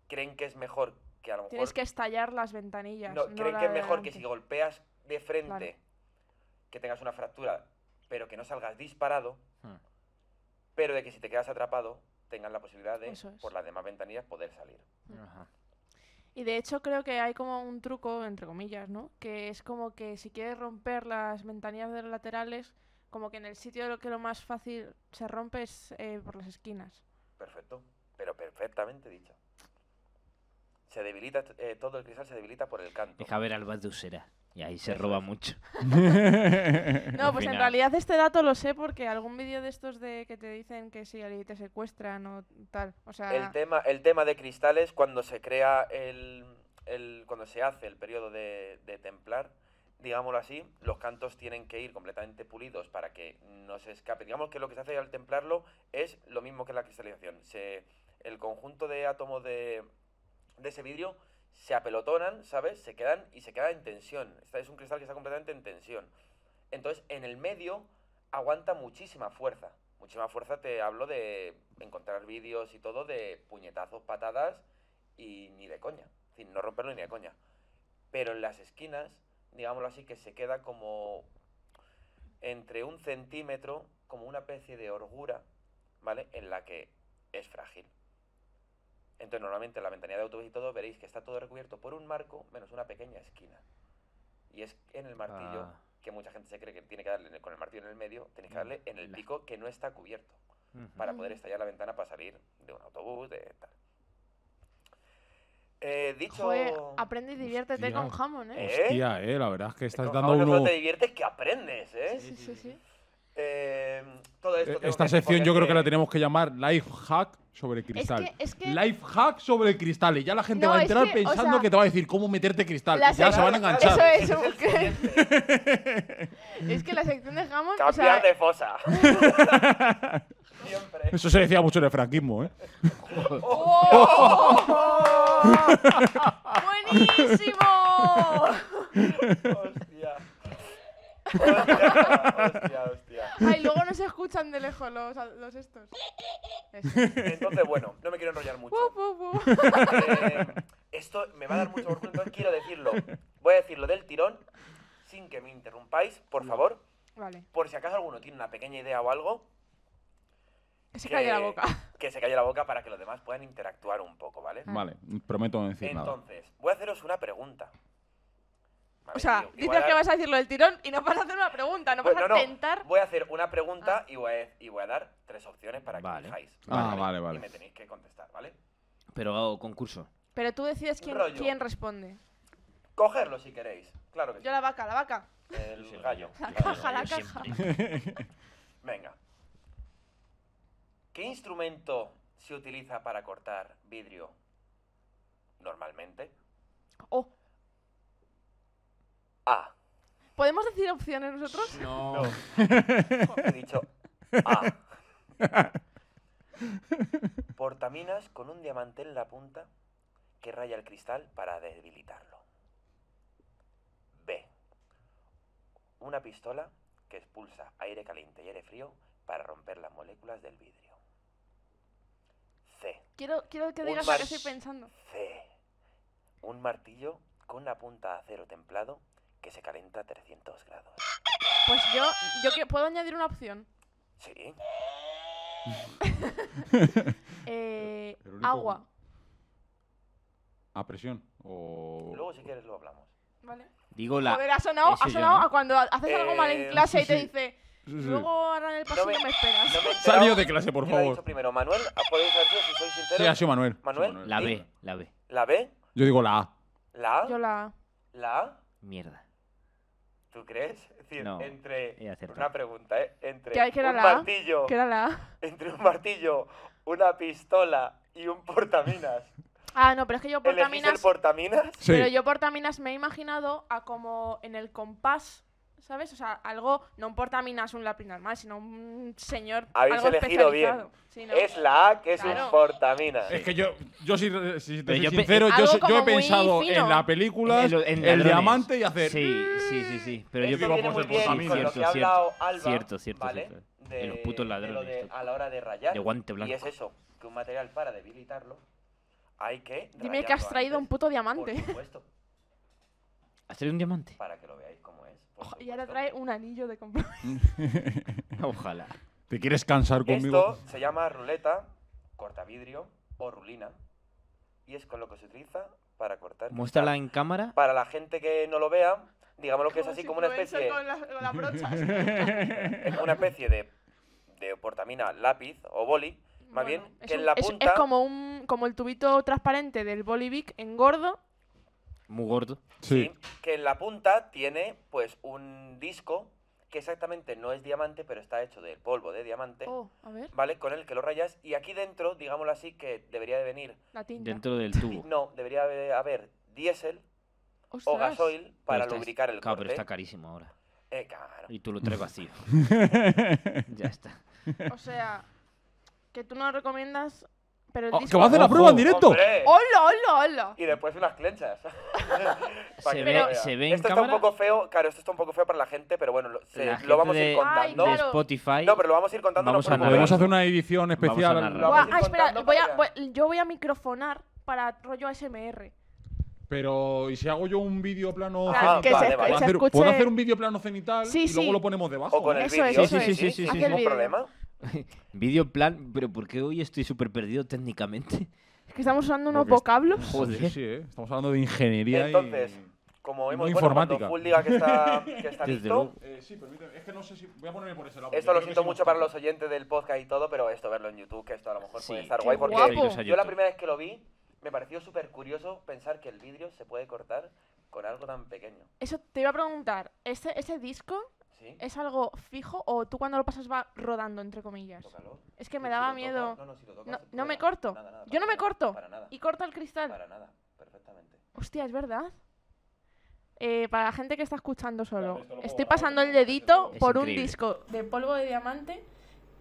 Speaker 5: creen que es mejor que a lo mejor.
Speaker 3: Tienes que estallar las ventanillas.
Speaker 5: no,
Speaker 3: no
Speaker 5: creen
Speaker 3: la
Speaker 5: que es
Speaker 3: de
Speaker 5: mejor que si
Speaker 3: delante.
Speaker 5: golpeas de frente,
Speaker 3: Claro.
Speaker 5: que tengas una fractura, pero que no salgas disparado,
Speaker 1: Ah.
Speaker 5: Mm. pero de que si te quedas atrapado, tengas la posibilidad de,
Speaker 3: Eso es.
Speaker 5: por las demás ventanillas, poder salir.
Speaker 1: Ajá.
Speaker 3: Y de hecho creo que hay como un truco, entre comillas, ¿no? Que es como que si quieres romper las ventanillas de los laterales, como que en el sitio de lo que lo más fácil se rompe es eh, por las esquinas.
Speaker 5: Perfecto, pero perfectamente dicho. Se debilita, eh, todo el cristal se debilita por el canto.
Speaker 1: Es que a ver Alba Dusera. Y ahí se
Speaker 5: Eso
Speaker 1: roba
Speaker 5: es.
Speaker 1: mucho.
Speaker 3: No,
Speaker 1: Al
Speaker 3: pues en
Speaker 1: final.
Speaker 3: realidad este dato lo sé porque algún vídeo de estos de que te dicen que si te secuestran o tal. O sea,
Speaker 5: El tema, el tema de cristales, cuando se crea el, el- cuando se hace el periodo de, de templar, digámoslo así, los cantos tienen que ir completamente pulidos para que no se escape. Digamos que lo que se hace al templarlo es lo mismo que la cristalización. Se, el conjunto de átomos de, de ese vidrio se apelotonan, ¿sabes? Se quedan y se queda en tensión. Este es un cristal que está completamente en tensión. Entonces, en el medio aguanta muchísima fuerza. Muchísima fuerza te hablo de encontrar vídeos y todo de puñetazos, patadas y ni de coña. Es decir, no romperlo ni de coña. Pero en las esquinas, digámoslo así, que se queda como entre un centímetro, como una especie de orgura, ¿vale? En la que es frágil. Entonces, normalmente en la ventanilla de autobús y todo veréis que está todo recubierto por un marco menos una pequeña esquina. Y es en el martillo
Speaker 1: Ah.
Speaker 5: que mucha gente se cree que tiene que darle en el- con el martillo en el medio, tienes
Speaker 4: Mm,
Speaker 5: que darle en el
Speaker 1: La-
Speaker 5: pico que no está cubierto
Speaker 1: Ujú.
Speaker 5: para poder estallar la ventana para salir de un autobús, de tal. Eh, dicho.
Speaker 3: Joder, aprende y diviértete
Speaker 4: Hostia.
Speaker 3: con Hammond, ¿eh?
Speaker 5: ¿Eh?
Speaker 4: Hostia, eh, la verdad es que estás
Speaker 5: con
Speaker 4: dando
Speaker 5: Jaume no solo
Speaker 4: uno.
Speaker 5: te diviertes que aprendes, ¿eh?
Speaker 3: Sí, sí, sí.
Speaker 5: Eh, todo esto.
Speaker 4: Eh,
Speaker 5: tengo
Speaker 4: Esta
Speaker 5: decir
Speaker 4: sección yo
Speaker 5: porque
Speaker 4: creo que la tenemos que llamar Life Hack sobre cristal.
Speaker 3: que- es que-
Speaker 4: Life Hack sobre cristales. Ya la gente
Speaker 3: No,
Speaker 4: va a
Speaker 3: es
Speaker 4: entrar
Speaker 3: que, o
Speaker 4: pensando
Speaker 3: sea,
Speaker 4: que te va a decir cómo meterte cristal.
Speaker 3: la
Speaker 4: y Ya se
Speaker 3: sección-
Speaker 4: van a enganchar.
Speaker 3: Eso es,
Speaker 5: Ese el
Speaker 3: ¿qué?
Speaker 5: siguiente.
Speaker 3: Es que la sección de Hammond. o sea,
Speaker 5: Cambiar de fosa. Siempre.
Speaker 4: Eso se decía mucho en el franquismo, ¿eh?
Speaker 5: Oh.
Speaker 3: Ah. ¡Buenísimo!
Speaker 5: Hostia. Hostia, hostia, hostia.
Speaker 3: Ay, luego no se escuchan de lejos los, los estos. Eso.
Speaker 5: Entonces, bueno, no me quiero enrollar mucho.
Speaker 3: Wu, wu, wu.
Speaker 5: Eh, esto me va a dar mucho orgullo, entonces quiero decirlo. Voy a decirlo del tirón, sin que me interrumpáis, por favor.
Speaker 3: Vale,
Speaker 5: Por si acaso alguno tiene una pequeña idea o algo,
Speaker 3: que se calle la boca.
Speaker 5: que se calle la boca para que los demás puedan interactuar un poco, ¿vale?
Speaker 3: Ah.
Speaker 4: Vale, prometo no decir nada.
Speaker 5: Entonces, voy a haceros una pregunta.
Speaker 3: O sea, dices que vas a decir lo del tirón y no vas a hacer una pregunta, no vas a Ah. intentar.
Speaker 5: Voy a hacer una pregunta y, voy a, y voy a dar tres opciones para que
Speaker 1: Vale.
Speaker 5: elijáis.
Speaker 4: Ah, vale, vale.
Speaker 5: Y me tenéis que contestar, ¿vale?
Speaker 1: Pero hago concurso.
Speaker 3: Pero tú decides quién,
Speaker 5: rollo.
Speaker 3: quién responde.
Speaker 5: Cogerlo si queréis. Claro que sí.
Speaker 3: Yo la vaca, la vaca.
Speaker 5: El gallo.
Speaker 3: caja, la
Speaker 1: Yo
Speaker 3: caja.
Speaker 1: siempre.
Speaker 5: Venga. ¿Qué instrumento se utiliza para cortar vidrio normalmente?
Speaker 3: Oh,
Speaker 5: A.
Speaker 3: ¿podemos decir opciones nosotros?
Speaker 2: No.
Speaker 5: He dicho A. Portaminas con un diamante en la punta que raya el cristal para debilitarlo. B. Una pistola que expulsa aire caliente y aire frío para romper las moléculas del vidrio. C.
Speaker 3: Quiero, quiero que
Speaker 5: Un
Speaker 3: digas lo que
Speaker 5: mar-
Speaker 3: estoy pensando.
Speaker 5: C. Un martillo con una punta de acero templado que se calenta a 300 grados.
Speaker 3: Pues yo, yo que, puedo añadir una opción.
Speaker 5: Sí.
Speaker 3: Eh,
Speaker 4: El único-
Speaker 3: agua.
Speaker 4: A presión. O...
Speaker 5: Luego si quieres lo hablamos.
Speaker 3: Vale.
Speaker 1: Digo la.
Speaker 3: Joder, ha sonado,
Speaker 1: Ese
Speaker 3: ha
Speaker 1: ya,
Speaker 3: sonado
Speaker 1: ¿no?
Speaker 3: a cuando haces algo mal en
Speaker 5: Eh,
Speaker 3: clase
Speaker 4: sí,
Speaker 3: y te
Speaker 4: sí.
Speaker 3: dice,
Speaker 4: Sí, sí.
Speaker 3: luego ahora en el pasillo me esperas.
Speaker 5: no me he enterado
Speaker 4: Salió de clase, por
Speaker 5: quién lo ha dicho
Speaker 4: favor.
Speaker 5: primero, Manuel, podéis saber si soy sincero.
Speaker 4: Sí, ha sido Manuel.
Speaker 5: Manuel.
Speaker 1: La
Speaker 5: Sí.
Speaker 1: B, la B.
Speaker 5: La B,
Speaker 4: Yo digo la A.
Speaker 5: la A,
Speaker 3: Yo la...
Speaker 5: la A.
Speaker 1: Mierda.
Speaker 5: ¿Tú crees? Es decir,
Speaker 1: No,
Speaker 5: entre
Speaker 1: he acertado.
Speaker 5: una pregunta, ¿eh? Entre
Speaker 3: ¿Qué- qué era
Speaker 5: un
Speaker 3: la A?
Speaker 5: martillo,
Speaker 3: ¿Qué era la A?
Speaker 5: entre un martillo, una pistola y un portaminas.
Speaker 3: Ah, no, pero es que yo
Speaker 5: ¿Elegís el
Speaker 3: portaminas...
Speaker 5: portaminas?
Speaker 4: Sí.
Speaker 3: Pero yo portaminas me he imaginado a como en el compás, ¿sabes? O sea, algo, no un portaminas, un lápiz normal, sino un señor
Speaker 5: Habéis
Speaker 3: algo
Speaker 5: elegido
Speaker 3: especializado. Sí, ¿no?
Speaker 5: Es la A, que es
Speaker 3: Claro.
Speaker 5: un portaminas.
Speaker 4: Es que yo, yo si, si te
Speaker 1: Pero
Speaker 4: soy
Speaker 1: yo pe-
Speaker 4: sincero, yo,
Speaker 3: Algo
Speaker 4: so- yo
Speaker 3: como
Speaker 4: he
Speaker 3: muy
Speaker 4: pensado
Speaker 3: fino.
Speaker 4: en la película,
Speaker 1: En
Speaker 4: el,
Speaker 1: lo- en ladrones.
Speaker 4: diamante y hacer.
Speaker 1: Sí, sí, sí, sí. Pero yo
Speaker 5: Esto
Speaker 4: digo,
Speaker 5: viene
Speaker 4: pues,
Speaker 5: muy
Speaker 4: el
Speaker 5: bien
Speaker 4: portaminas.
Speaker 5: con lo que ha
Speaker 1: Cierto, cierto,
Speaker 5: hablado Alba,
Speaker 1: cierto, cierto,
Speaker 5: ¿vale?
Speaker 1: cierto. De los putos
Speaker 5: de lo
Speaker 1: ladrones,
Speaker 5: de
Speaker 1: esto.
Speaker 5: a la hora de rayar.
Speaker 1: De guante blanco.
Speaker 5: Y es eso, que un material para debilitarlo hay que
Speaker 3: Dime que has
Speaker 5: rayarlo
Speaker 3: traído un
Speaker 5: antes.
Speaker 3: puto diamante.
Speaker 5: Por supuesto,
Speaker 1: ¿Hacer un diamante?
Speaker 5: para que lo veáis cómo es. por
Speaker 3: Y ahora
Speaker 5: supuesto.
Speaker 3: trae un anillo de compromiso.
Speaker 1: Ojalá.
Speaker 4: ¿Te quieres cansar conmigo?
Speaker 5: Esto se llama ruleta, cortavidrio o rulina. Y es con lo que se utiliza para cortar.
Speaker 1: Muéstrala
Speaker 5: cristal.
Speaker 1: en cámara.
Speaker 5: Para la gente que no lo vea, digámoslo que es así
Speaker 3: si
Speaker 5: como una
Speaker 3: fuese
Speaker 5: especie.
Speaker 3: Con la, con la brocha.
Speaker 5: Es una especie de, de portamina lápiz o boli. Más
Speaker 3: Bueno,
Speaker 5: bien,
Speaker 3: es
Speaker 5: que
Speaker 3: un-
Speaker 5: en la
Speaker 3: es-
Speaker 5: punta.
Speaker 3: Es, como, un, como el tubito transparente del Bolivic engordo.
Speaker 1: Muy gordo.
Speaker 4: Sí.
Speaker 5: Sí, que en la punta tiene pues un disco que exactamente no es diamante, pero está hecho de polvo de diamante,
Speaker 3: Oh, a ver,
Speaker 5: ¿vale? Con el que lo rayas y aquí dentro, digámoslo así, que debería de venir,
Speaker 3: la tinta.
Speaker 1: Uh. Dentro del tubo.
Speaker 5: no, debería de haber diésel o
Speaker 3: Ostras.
Speaker 5: gasoil para
Speaker 1: Pero está-
Speaker 5: lubricar el
Speaker 1: Claro,
Speaker 5: corte.
Speaker 1: pero está carísimo ahora.
Speaker 5: Eh, claro.
Speaker 1: Y tú lo traes vacío. ya está.
Speaker 3: O sea, que tú no recomiendas, pero el
Speaker 4: Oh,
Speaker 3: disco...
Speaker 4: ¡Que va a hacer la
Speaker 1: Ojo.
Speaker 4: prueba en directo!
Speaker 5: ¡Hombre!
Speaker 3: ¡Hola, hola, hola!
Speaker 5: Y después unas clenchas. Pa'
Speaker 1: Se
Speaker 5: que
Speaker 1: ve-
Speaker 5: no vea.
Speaker 1: se ve en
Speaker 5: esto
Speaker 1: cámara.
Speaker 5: está un poco feo, claro, esto está un poco feo para la gente, pero bueno, lo, se-
Speaker 1: La
Speaker 5: lo
Speaker 1: gente
Speaker 5: vamos a
Speaker 1: de-
Speaker 5: ir contando.
Speaker 1: De
Speaker 3: Ay, claro.
Speaker 1: Spotify.
Speaker 5: No, pero lo vamos a ir contando
Speaker 1: Vamos
Speaker 5: por
Speaker 1: a
Speaker 5: un
Speaker 1: narrar.
Speaker 4: Podemos
Speaker 5: momento.
Speaker 4: hacer una edición especial.
Speaker 1: narrar.
Speaker 5: Lo
Speaker 3: Buah,
Speaker 5: vamos a
Speaker 3: ah,
Speaker 5: ir
Speaker 3: espera,
Speaker 5: contando
Speaker 3: voy a-
Speaker 5: para allá.
Speaker 3: voy- yo voy a microfonar para rollo ASMR.
Speaker 4: Pero, ¿y si hago yo un vídeo plano
Speaker 5: Claro,
Speaker 4: cenital?
Speaker 5: Ah, que se- Vale, vale.
Speaker 4: ¿Puedo
Speaker 5: se
Speaker 4: hacer-
Speaker 3: escuche-
Speaker 4: ¿Puedo hacer un vídeo plano cenital
Speaker 3: Sí,
Speaker 4: y
Speaker 3: sí.
Speaker 4: luego lo ponemos debajo?
Speaker 5: O con el
Speaker 3: Eso es,
Speaker 5: vídeo.
Speaker 1: eso
Speaker 5: sí,
Speaker 1: es.
Speaker 5: sí, sí,
Speaker 1: Haz
Speaker 5: sin
Speaker 1: el
Speaker 5: ningún
Speaker 3: vídeo.
Speaker 5: problema.
Speaker 1: Video plan. Pero ¿por qué hoy estoy súper perdido técnicamente?
Speaker 3: Es que estamos usando unos
Speaker 4: Porque es-
Speaker 3: vocablos.
Speaker 1: Joder.
Speaker 4: Sí, sí, eh. Estamos hablando de ingeniería
Speaker 5: Entonces,
Speaker 4: y...
Speaker 5: Como
Speaker 4: Muy
Speaker 5: hemos
Speaker 4: informática.
Speaker 5: cuando Full diga que está, que está
Speaker 1: Desde
Speaker 5: listo.
Speaker 1: luego.
Speaker 4: Eh, sí, permíteme. Es que no sé si... Voy a ponerme por ese lado.
Speaker 5: Esto lo siento mucho para los oyentes del podcast y todo, pero esto verlo en YouTube, que esto a lo mejor
Speaker 1: Sí,
Speaker 5: puede estar
Speaker 3: qué
Speaker 5: guay, porque
Speaker 3: guapo.
Speaker 5: yo la primera vez que lo vi me pareció súper curioso pensar que el vidrio se puede cortar con algo tan pequeño.
Speaker 3: Eso te iba a preguntar, ¿ese, ese disco
Speaker 5: ¿Sí?
Speaker 3: es algo fijo o tú cuando lo pasas va rodando, entre comillas?
Speaker 5: Tócalo.
Speaker 3: Es que me
Speaker 5: Si
Speaker 3: daba
Speaker 5: lo tocas-
Speaker 3: miedo.
Speaker 5: no, no, si lo tocas,
Speaker 3: No-
Speaker 5: se
Speaker 3: no me
Speaker 5: prueba.
Speaker 3: corto.
Speaker 5: Nada, nada,
Speaker 3: Yo no
Speaker 5: para
Speaker 3: me
Speaker 5: nada,
Speaker 3: corto.
Speaker 5: Para nada.
Speaker 3: Y corta el cristal.
Speaker 5: Para nada, perfectamente.
Speaker 3: Hostia, es verdad. Eh, para la gente que está escuchando solo,
Speaker 4: esto lo puedo
Speaker 3: estoy
Speaker 4: grabar,
Speaker 3: pasando el
Speaker 4: esto lo-
Speaker 3: dedito
Speaker 1: Es
Speaker 3: por
Speaker 1: increíble.
Speaker 3: un disco de polvo de diamante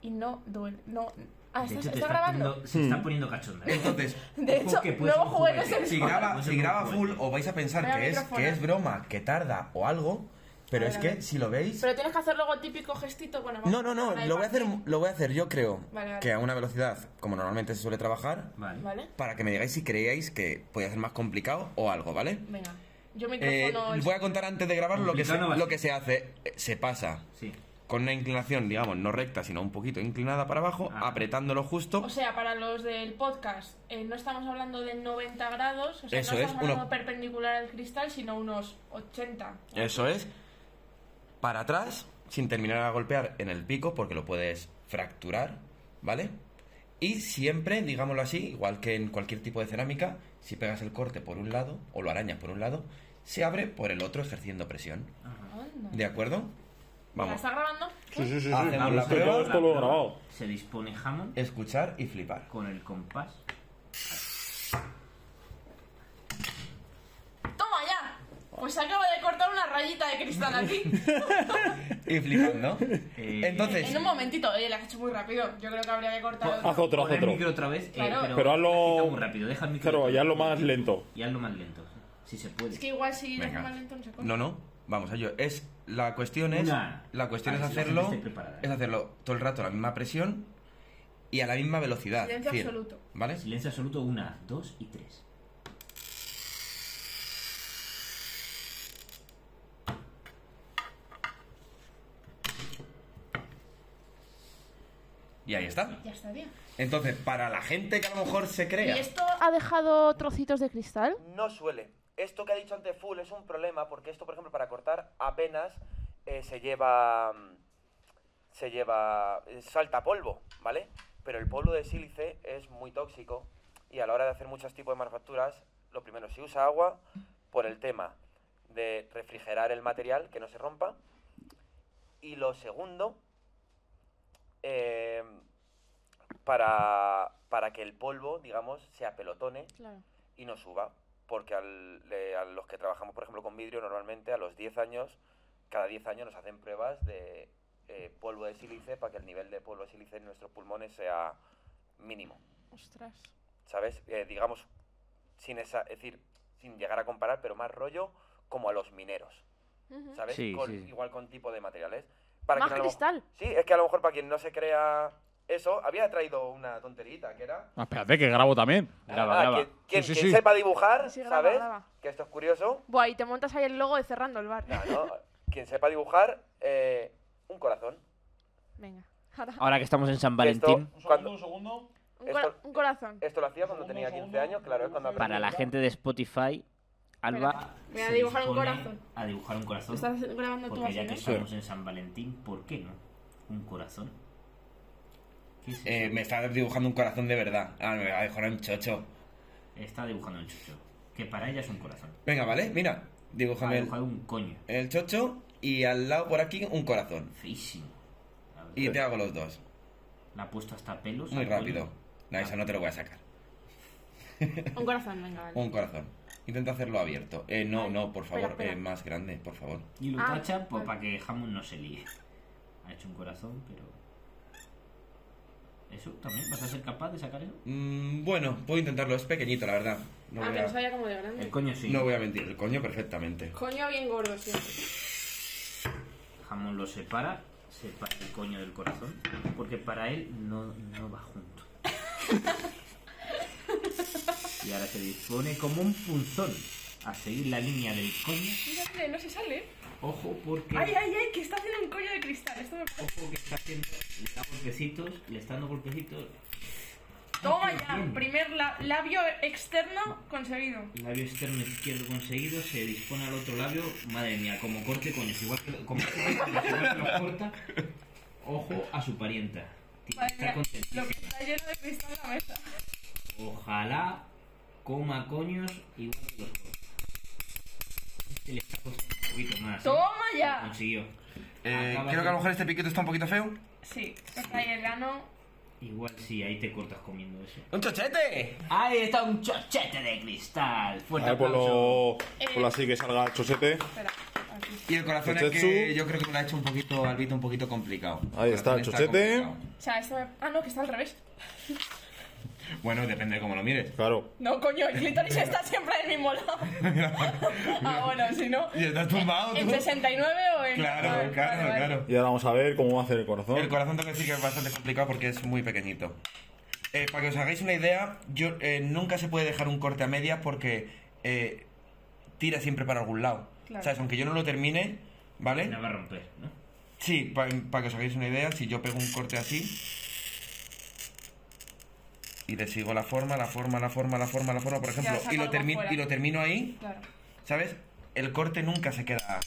Speaker 3: y no duele. No. Ah, está, está grabando. Mm.
Speaker 6: se está poniendo cachonda. ¿eh?
Speaker 7: Entonces,
Speaker 3: De hecho, nuevo juego en ese
Speaker 7: si
Speaker 3: mismo.
Speaker 7: graba, si graba full, o vais a
Speaker 3: Voy a
Speaker 7: pensar que es,
Speaker 3: microfonar.
Speaker 7: que es broma, que tarda o algo, pero es que si lo veis.
Speaker 3: Pero tienes que hacer luego el típico gestito. Bueno,
Speaker 7: No, no, no,
Speaker 3: con el
Speaker 7: lo voy a hacer,
Speaker 3: papel,
Speaker 7: lo voy a hacer yo creo
Speaker 3: Vale, vale.
Speaker 7: que a una velocidad, como normalmente se suele trabajar,
Speaker 6: Vale.
Speaker 3: ¿Vale?
Speaker 7: para que me digáis si creíais que podía ser más complicado o algo, ¿vale?
Speaker 3: Venga. Yo
Speaker 7: Eh,
Speaker 3: micrófono. el-
Speaker 7: voy a contar antes de grabar lo que, se,
Speaker 6: Complicado no va a
Speaker 7: lo
Speaker 6: ser.
Speaker 7: que se hace. Eh, Se pasa
Speaker 6: Sí.
Speaker 7: con una inclinación, digamos, no recta, sino un poquito inclinada para abajo,
Speaker 6: Ah.
Speaker 7: apretándolo justo.
Speaker 3: O sea, para los del podcast, eh, no estamos hablando de 90 grados, o sea,
Speaker 7: Eso
Speaker 3: no
Speaker 7: es,
Speaker 3: estamos hablando
Speaker 7: uno-
Speaker 3: perpendicular al cristal, sino unos 80.
Speaker 7: Eso es. Para atrás, sin terminar a golpear en el pico, porque lo puedes fracturar, ¿vale? Y siempre, digámoslo así, igual que en cualquier tipo de cerámica, si pegas el corte por un lado o lo arañas por un lado, se abre por el otro ejerciendo presión.
Speaker 3: Ah, Anda.
Speaker 7: ¿De acuerdo?
Speaker 3: ¿La
Speaker 7: Vamos.
Speaker 3: está grabando?
Speaker 8: Ah,
Speaker 7: Hacemos la
Speaker 6: Esto-
Speaker 7: prueba,
Speaker 6: esto lo he grabado. Se dispone
Speaker 8: Eh.
Speaker 6: Hammond
Speaker 7: escuchar y flipar.
Speaker 6: con el compás.
Speaker 3: ¡Toma ya! Pues acaba de cortar una rayita de cristal aquí.
Speaker 7: Y flipando.
Speaker 6: Eh,
Speaker 7: Entonces,
Speaker 3: en un momentito, oye, la has hecho muy rápido. Yo creo que habría que cortar
Speaker 8: Haz
Speaker 3: otro.
Speaker 8: otro, haz
Speaker 6: Pon el
Speaker 8: otro.
Speaker 6: micro otra vez, eh,
Speaker 3: Claro.
Speaker 6: pero,
Speaker 8: Pero hazlo-
Speaker 6: quita muy rápido, deja el micro.
Speaker 8: Claro,
Speaker 6: otra
Speaker 8: ya lo
Speaker 6: vez.
Speaker 8: más lento.
Speaker 6: Y hazlo más lento, si se puede.
Speaker 3: Es que igual si lo
Speaker 7: Venga.
Speaker 3: hace más lento no se corta.
Speaker 7: no, no, vamos a ello. Es, la cuestión es,
Speaker 6: Una.
Speaker 7: la cuestión
Speaker 6: A
Speaker 7: es
Speaker 6: ver si la
Speaker 7: hacerlo,
Speaker 6: gente esté preparada, ¿eh?
Speaker 7: es hacerlo todo el rato a la misma presión y a la misma velocidad.
Speaker 3: Silencio
Speaker 7: Cien,
Speaker 3: absoluto.
Speaker 7: ¿Vale?
Speaker 6: Silencio absoluto, una, dos y tres.
Speaker 7: Y ahí está.
Speaker 3: Ya estaría.
Speaker 7: Entonces, para la gente que a lo mejor se
Speaker 3: ¿Y
Speaker 7: crea.
Speaker 3: esto ha dejado trocitos de cristal?
Speaker 5: No suele. Esto que ha dicho antes Full es un problema porque esto, por ejemplo, para cortar apenas eh, se lleva. mm, Se lleva. eh, Salta polvo, ¿vale? Pero el polvo de sílice es muy tóxico y a la hora de hacer muchos tipos de manufacturas, lo primero se usa agua por el tema de refrigerar el material que no se rompa. Y lo segundo, eh, para, para que el polvo, digamos, se apelotone
Speaker 3: Claro.
Speaker 5: y no suba. Porque al- le- a los que trabajamos, por ejemplo, con vidrio, normalmente a los 10 años, cada 10 años nos hacen pruebas de eh, polvo de sílice para que el nivel de polvo de sílice en nuestros pulmones sea mínimo.
Speaker 3: Ostras.
Speaker 5: ¿Sabes? Eh, digamos, sin esa, es decir, sin llegar a comparar, pero más rollo como a los mineros.
Speaker 3: Ujú.
Speaker 5: ¿Sabes?
Speaker 1: Sí,
Speaker 5: Con-
Speaker 1: sí, sí.
Speaker 5: Igual con tipo de materiales. Para
Speaker 3: Más
Speaker 5: quien a lo mejor-
Speaker 3: cristal.
Speaker 5: Sí, es que a lo mejor para quien no se crea eso, había traído una tonterita que era.
Speaker 4: Ah, espérate, que grabo también.
Speaker 5: Ah, que- Quien,
Speaker 4: Sí, sí,
Speaker 5: quien
Speaker 4: sí.
Speaker 5: sepa dibujar,
Speaker 3: Sí, graba,
Speaker 5: ¿sabes?
Speaker 3: graba.
Speaker 5: Que esto es curioso.
Speaker 3: Buah, y te montas ahí el logo de cerrando el bar.
Speaker 5: No, no. Quien sepa dibujar, eh, un corazón.
Speaker 3: Venga. Ahora,
Speaker 2: Ah,
Speaker 1: Ahora que estamos en San
Speaker 5: Que esto,
Speaker 1: Valentín.
Speaker 5: cuando-
Speaker 4: segundo.
Speaker 3: un,
Speaker 5: esto-
Speaker 3: cora- un corazón.
Speaker 5: esto lo hacía cuando tenía 15 años, claro, es cuando aprendí.
Speaker 1: Para la gente de Spotify, Alba.
Speaker 3: Voy a
Speaker 6: Se
Speaker 3: dibujar un
Speaker 6: dispone
Speaker 3: corazón.
Speaker 6: A dibujar un corazón.
Speaker 3: Estás grabando tú
Speaker 6: Porque
Speaker 3: así,
Speaker 6: ya que
Speaker 3: ¿no?
Speaker 6: estamos en San Valentín, ¿por qué no? Un corazón. ¿Qué es eso?
Speaker 7: Eh, me está dibujando un corazón de verdad. Ah, me va a mejorar un chocho.
Speaker 6: Está dibujando el chucho. Que para ella es un corazón.
Speaker 7: Venga, vale, mira.
Speaker 6: Ha
Speaker 7: Dibújame el,
Speaker 6: dibujado un coño.
Speaker 7: el chocho y al lado por aquí un corazón.
Speaker 6: Feísimo. La verdad.
Speaker 7: Y te hago los dos.
Speaker 6: La ha puesto hasta pelos.
Speaker 7: Muy
Speaker 6: al coño.
Speaker 7: rápido. No, eso no te lo voy a sacar.
Speaker 3: Un corazón, venga, vale. Ah,
Speaker 7: Un corazón.
Speaker 5: Intenta hacerlo abierto. Eh, no, no, por favor,
Speaker 9: espera.
Speaker 5: eh, más grande, por favor.
Speaker 2: Y lo
Speaker 9: Ah,
Speaker 2: tacha
Speaker 9: vale.
Speaker 2: pues, para que Hammond no se líe. Ha hecho un corazón, pero. ¿Eso también? ¿Vas a ser capaz de sacar eso?
Speaker 5: Mm, bueno, puedo intentarlo, es pequeñito, la verdad. No
Speaker 3: Ah,
Speaker 5: voy,
Speaker 3: que no
Speaker 5: a,
Speaker 3: sabía como de
Speaker 2: El
Speaker 3: grande.
Speaker 2: coño sí.
Speaker 5: no voy a mentir, el coño perfectamente.
Speaker 3: Coño bien gordo siempre.
Speaker 2: Hammond lo separa, separa el coño del corazón, porque para él no, no va junto. Y ahora se dispone como un punzón a seguir la línea del coño.
Speaker 3: Mírate, no se sale.
Speaker 2: Ojo porque,
Speaker 3: Ay, ay, ay, que está haciendo un coño de cristal. Esto me...
Speaker 2: ojo que está haciendo, le da golpecitos, le está dando golpecitos.
Speaker 3: Toma ya, primer la- labio externo conseguido.
Speaker 2: Labio externo izquierdo conseguido, se dispone al otro labio. Madre mía, como corte coño, es igual que, lo- como, como es igual que lo corta. Ojo a su parienta. Tiene que
Speaker 3: Madre
Speaker 2: estar
Speaker 3: mía,
Speaker 2: contenta.
Speaker 3: lo que está lleno de cristal en la mesa.
Speaker 2: Ojalá coma coños igual que los otros. Este le está costando un poquito más. ¿eh?
Speaker 3: Toma
Speaker 2: Lo
Speaker 3: ya.
Speaker 2: Consiguió.
Speaker 5: Eh,
Speaker 2: Acaba
Speaker 5: creo que
Speaker 2: de-
Speaker 5: a lo mejor este piquito está un poquito feo.
Speaker 3: Sí, está ahí el ano.
Speaker 2: Igual sí, ahí te cortas comiendo eso.
Speaker 5: ¡Un chochete!
Speaker 2: Ahí está un chochete de cristal. Fuerte
Speaker 8: Vale, por
Speaker 2: aplauso.
Speaker 8: lo, por lo así que salga chosete.
Speaker 3: Espera, aquí.
Speaker 5: Y el corazón es que
Speaker 8: Chochechu.
Speaker 5: yo creo que me lo ha hecho un poquito, Albito, un poquito complicado.
Speaker 8: Ahí
Speaker 5: El
Speaker 8: está,
Speaker 5: corazón
Speaker 8: chochete.
Speaker 5: complicado.
Speaker 3: O sea, esto me... Ah, no, que está al revés.
Speaker 5: Bueno, depende de cómo lo mires.
Speaker 8: Claro.
Speaker 3: No, coño, el clítoris está siempre del mismo lado. ah, bueno, si no.
Speaker 5: Y está tumbado, tú.
Speaker 3: ¿En 69 o en.?
Speaker 5: Claro,
Speaker 3: Vale,
Speaker 5: claro,
Speaker 3: vale, vale.
Speaker 5: claro.
Speaker 8: Y ahora vamos a ver cómo va a hacer el corazón.
Speaker 5: El corazón tengo que decir que es bastante complicado porque es muy pequeñito. Eh, para que os hagáis una idea, yo, eh, nunca se puede dejar un corte a media porque eh, tira siempre para algún lado.
Speaker 3: Claro.
Speaker 5: ¿Sabes? Aunque yo no lo termine, ¿vale?
Speaker 2: La va a romper, ¿no?
Speaker 5: Sí, para que os hagáis una idea, si yo pego un corte así y le sigo la forma, la forma, la forma, la forma, la forma, por ejemplo,
Speaker 3: saca
Speaker 5: y lo,
Speaker 3: algo
Speaker 5: termi-
Speaker 3: afuera.
Speaker 5: y lo termino ahí,
Speaker 3: Claro.
Speaker 5: ¿sabes? El corte nunca se queda...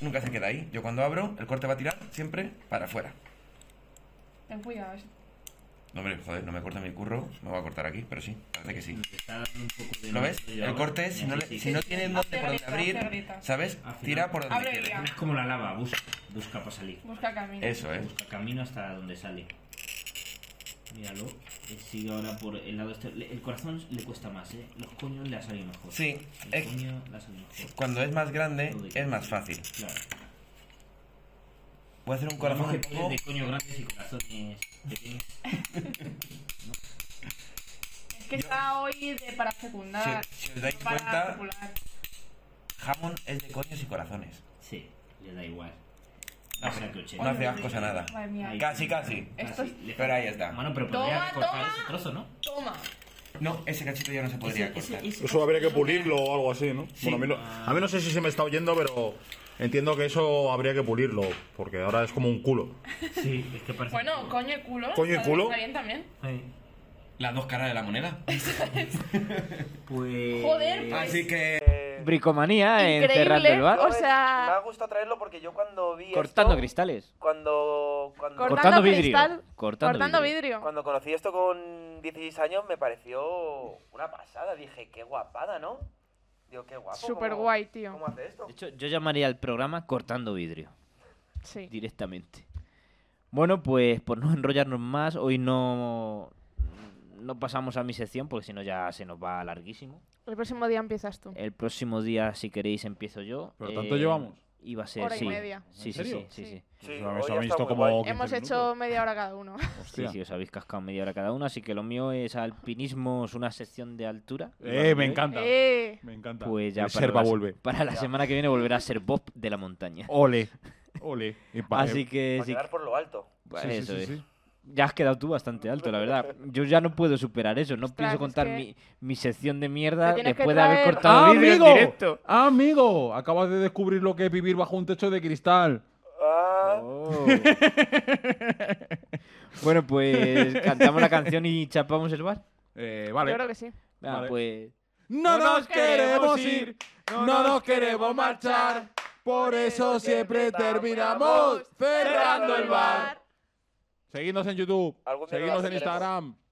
Speaker 5: Nunca se queda ahí. Yo cuando abro, el corte va a tirar siempre para afuera.
Speaker 3: Ten cuidado. es-
Speaker 5: No, hombre, joder, no me corta mi curro, pues me voy a cortar aquí, pero sí, parece que sí.
Speaker 2: Le está dando un poco de.
Speaker 5: ¿Lo ves?
Speaker 2: rollo
Speaker 5: El
Speaker 2: ahora.
Speaker 5: corte, es, si no, le-
Speaker 2: Sí, sí,
Speaker 5: si no
Speaker 2: sí.
Speaker 5: tienes dónde
Speaker 3: Hace
Speaker 5: por dónde
Speaker 3: grita,
Speaker 5: abrir,
Speaker 3: hace grita.
Speaker 5: ¿sabes?
Speaker 2: Al final-
Speaker 5: Tira por donde
Speaker 3: Abre
Speaker 5: quieres.
Speaker 3: ya.
Speaker 2: Es como la lava, busca, busca para salir.
Speaker 3: Busca camino.
Speaker 5: Eso ¿eh? es.
Speaker 2: Busca camino hasta donde sale. Míralo. Él sigue ahora por el lado este. Le- El corazón le cuesta más, ¿eh? Los coños le ha salido mejor.
Speaker 5: Sí,
Speaker 2: El
Speaker 5: eh,
Speaker 2: coño le ha salido mejor.
Speaker 5: Cuando es más grande, es más fácil.
Speaker 2: Claro.
Speaker 5: Voy a hacer un
Speaker 2: Corazón
Speaker 5: corazón un poco-
Speaker 2: de coño grandes y corazones pequeños.
Speaker 3: Es que está hoy de para secundar.
Speaker 5: Si- si os dais
Speaker 3: no para
Speaker 5: cuenta-
Speaker 3: popular.
Speaker 5: Jamón es de coños y corazones.
Speaker 2: Sí, le da igual.
Speaker 5: No,
Speaker 2: Pasa que ochenta.
Speaker 5: no hace ascos a nada.
Speaker 3: Madre mía.
Speaker 2: Ahí.
Speaker 5: Ah, Casi, casi.
Speaker 3: Esto es-
Speaker 2: Le-
Speaker 5: Pero ahí está.
Speaker 2: Bueno, pero
Speaker 3: Toma,
Speaker 2: podría cortar
Speaker 3: toma.
Speaker 2: ese trozo, ¿no?
Speaker 3: Toma.
Speaker 5: No, ese cachito ya no se podría
Speaker 2: Ese- ese-
Speaker 5: cortar.
Speaker 2: ese-
Speaker 8: Eso habría que pulirlo o algo así, ¿no? Bueno, a mí, lo- a mí no sé si se me está oyendo, pero entiendo que eso habría que pulirlo, porque ahora es como un culo.
Speaker 2: Sí, es que parece.
Speaker 3: Bueno, coño y culo.
Speaker 8: Coño y
Speaker 3: está-
Speaker 8: culo.
Speaker 3: Está bien también.
Speaker 2: Ay,
Speaker 5: Las dos caras de la moneda.
Speaker 2: Pues.
Speaker 3: Joder, pues.
Speaker 5: Así que.
Speaker 3: en
Speaker 1: Bricomanía en
Speaker 3: Increíble. Cerrando
Speaker 1: Cerrando
Speaker 3: el
Speaker 1: el
Speaker 3: Bar.
Speaker 1: Bar.
Speaker 3: O sea-
Speaker 10: Me ha gustado traerlo porque yo cuando vi
Speaker 1: Cortando
Speaker 10: esto,
Speaker 1: cristales.
Speaker 10: Cuando, cuando,
Speaker 1: Cortando
Speaker 9: Cortando
Speaker 1: vidrio.
Speaker 9: cristal,
Speaker 1: Cortando
Speaker 9: cortando
Speaker 1: vidrio.
Speaker 9: vidrio.
Speaker 10: cuando conocí esto con 16 años me pareció una pasada. Dije, qué guapada, ¿no? Digo, qué guapo.
Speaker 9: Súper
Speaker 10: cómo-
Speaker 9: guay, tío.
Speaker 10: ¿Cómo hace esto?
Speaker 1: De hecho, yo llamaría al programa Cortando Vidrio.
Speaker 9: Sí.
Speaker 1: directamente. Bueno, pues por no enrollarnos más, hoy no, no pasamos a mi sección porque si no ya se nos va larguísimo.
Speaker 9: El próximo día empiezas tú.
Speaker 1: El próximo día, si queréis, empiezo yo. Eh,
Speaker 4: ¿Pero tanto llevamos?
Speaker 1: Iba a ser,
Speaker 9: Hora y
Speaker 1: sí.
Speaker 9: media.
Speaker 1: Sí,
Speaker 4: ¿En
Speaker 1: sí, sí,
Speaker 4: serio?
Speaker 1: sí, sí.
Speaker 10: Sí,
Speaker 4: Eso
Speaker 10: hoy ha
Speaker 4: habéis
Speaker 10: estado
Speaker 4: visto
Speaker 10: muy
Speaker 4: como
Speaker 10: guay.
Speaker 4: 15
Speaker 9: Hemos hecho
Speaker 4: minutos.
Speaker 9: media hora cada uno.
Speaker 1: Sí,
Speaker 4: Hostia.
Speaker 1: sí, os habéis cascado media hora cada uno, así que lo mío es alpinismo, es una sección de altura.
Speaker 4: Eh, me
Speaker 1: Vale.
Speaker 4: encanta.
Speaker 9: Eh,
Speaker 4: Me encanta.
Speaker 1: Pues ya
Speaker 4: El
Speaker 1: para
Speaker 4: Serva
Speaker 1: la,
Speaker 4: vuelve.
Speaker 1: para la semana que viene volverá a ser Bob de la montaña.
Speaker 4: Ole. Ole. Y pa- eh,
Speaker 1: Así que
Speaker 10: Para
Speaker 1: sí, Pues
Speaker 10: quedar por lo alto.
Speaker 2: pues,
Speaker 4: Sí, sí,
Speaker 1: eso
Speaker 4: sí,
Speaker 1: es.
Speaker 4: sí.
Speaker 1: Ya has quedado tú bastante alto, la verdad. Yo ya no puedo superar eso. No
Speaker 9: Ostras,
Speaker 1: pienso
Speaker 9: es
Speaker 1: contar
Speaker 9: que-
Speaker 1: mi, mi sección de
Speaker 9: Te
Speaker 1: mierda
Speaker 9: tienes que
Speaker 1: después de haber
Speaker 9: traer-
Speaker 1: cortado
Speaker 4: ¡Ah,
Speaker 1: vídeo en directo.
Speaker 4: ¡Amigo! Acabas de descubrir lo que es vivir bajo un techo de cristal.
Speaker 10: Ah,
Speaker 1: bueno, pues cantamos la canción y chapamos el bar.
Speaker 4: Eh, vale.
Speaker 9: yo creo que sí.
Speaker 1: Ah,
Speaker 4: Vale.
Speaker 1: pues
Speaker 4: No
Speaker 9: nos queremos
Speaker 4: ir, no nos queremos marchar. Por
Speaker 9: eso siempre terminamos cerrando el bar.
Speaker 4: Seguidnos en YouTube,
Speaker 10: Algún día lo
Speaker 4: seguidnos en
Speaker 10: haremos.
Speaker 4: Instagram,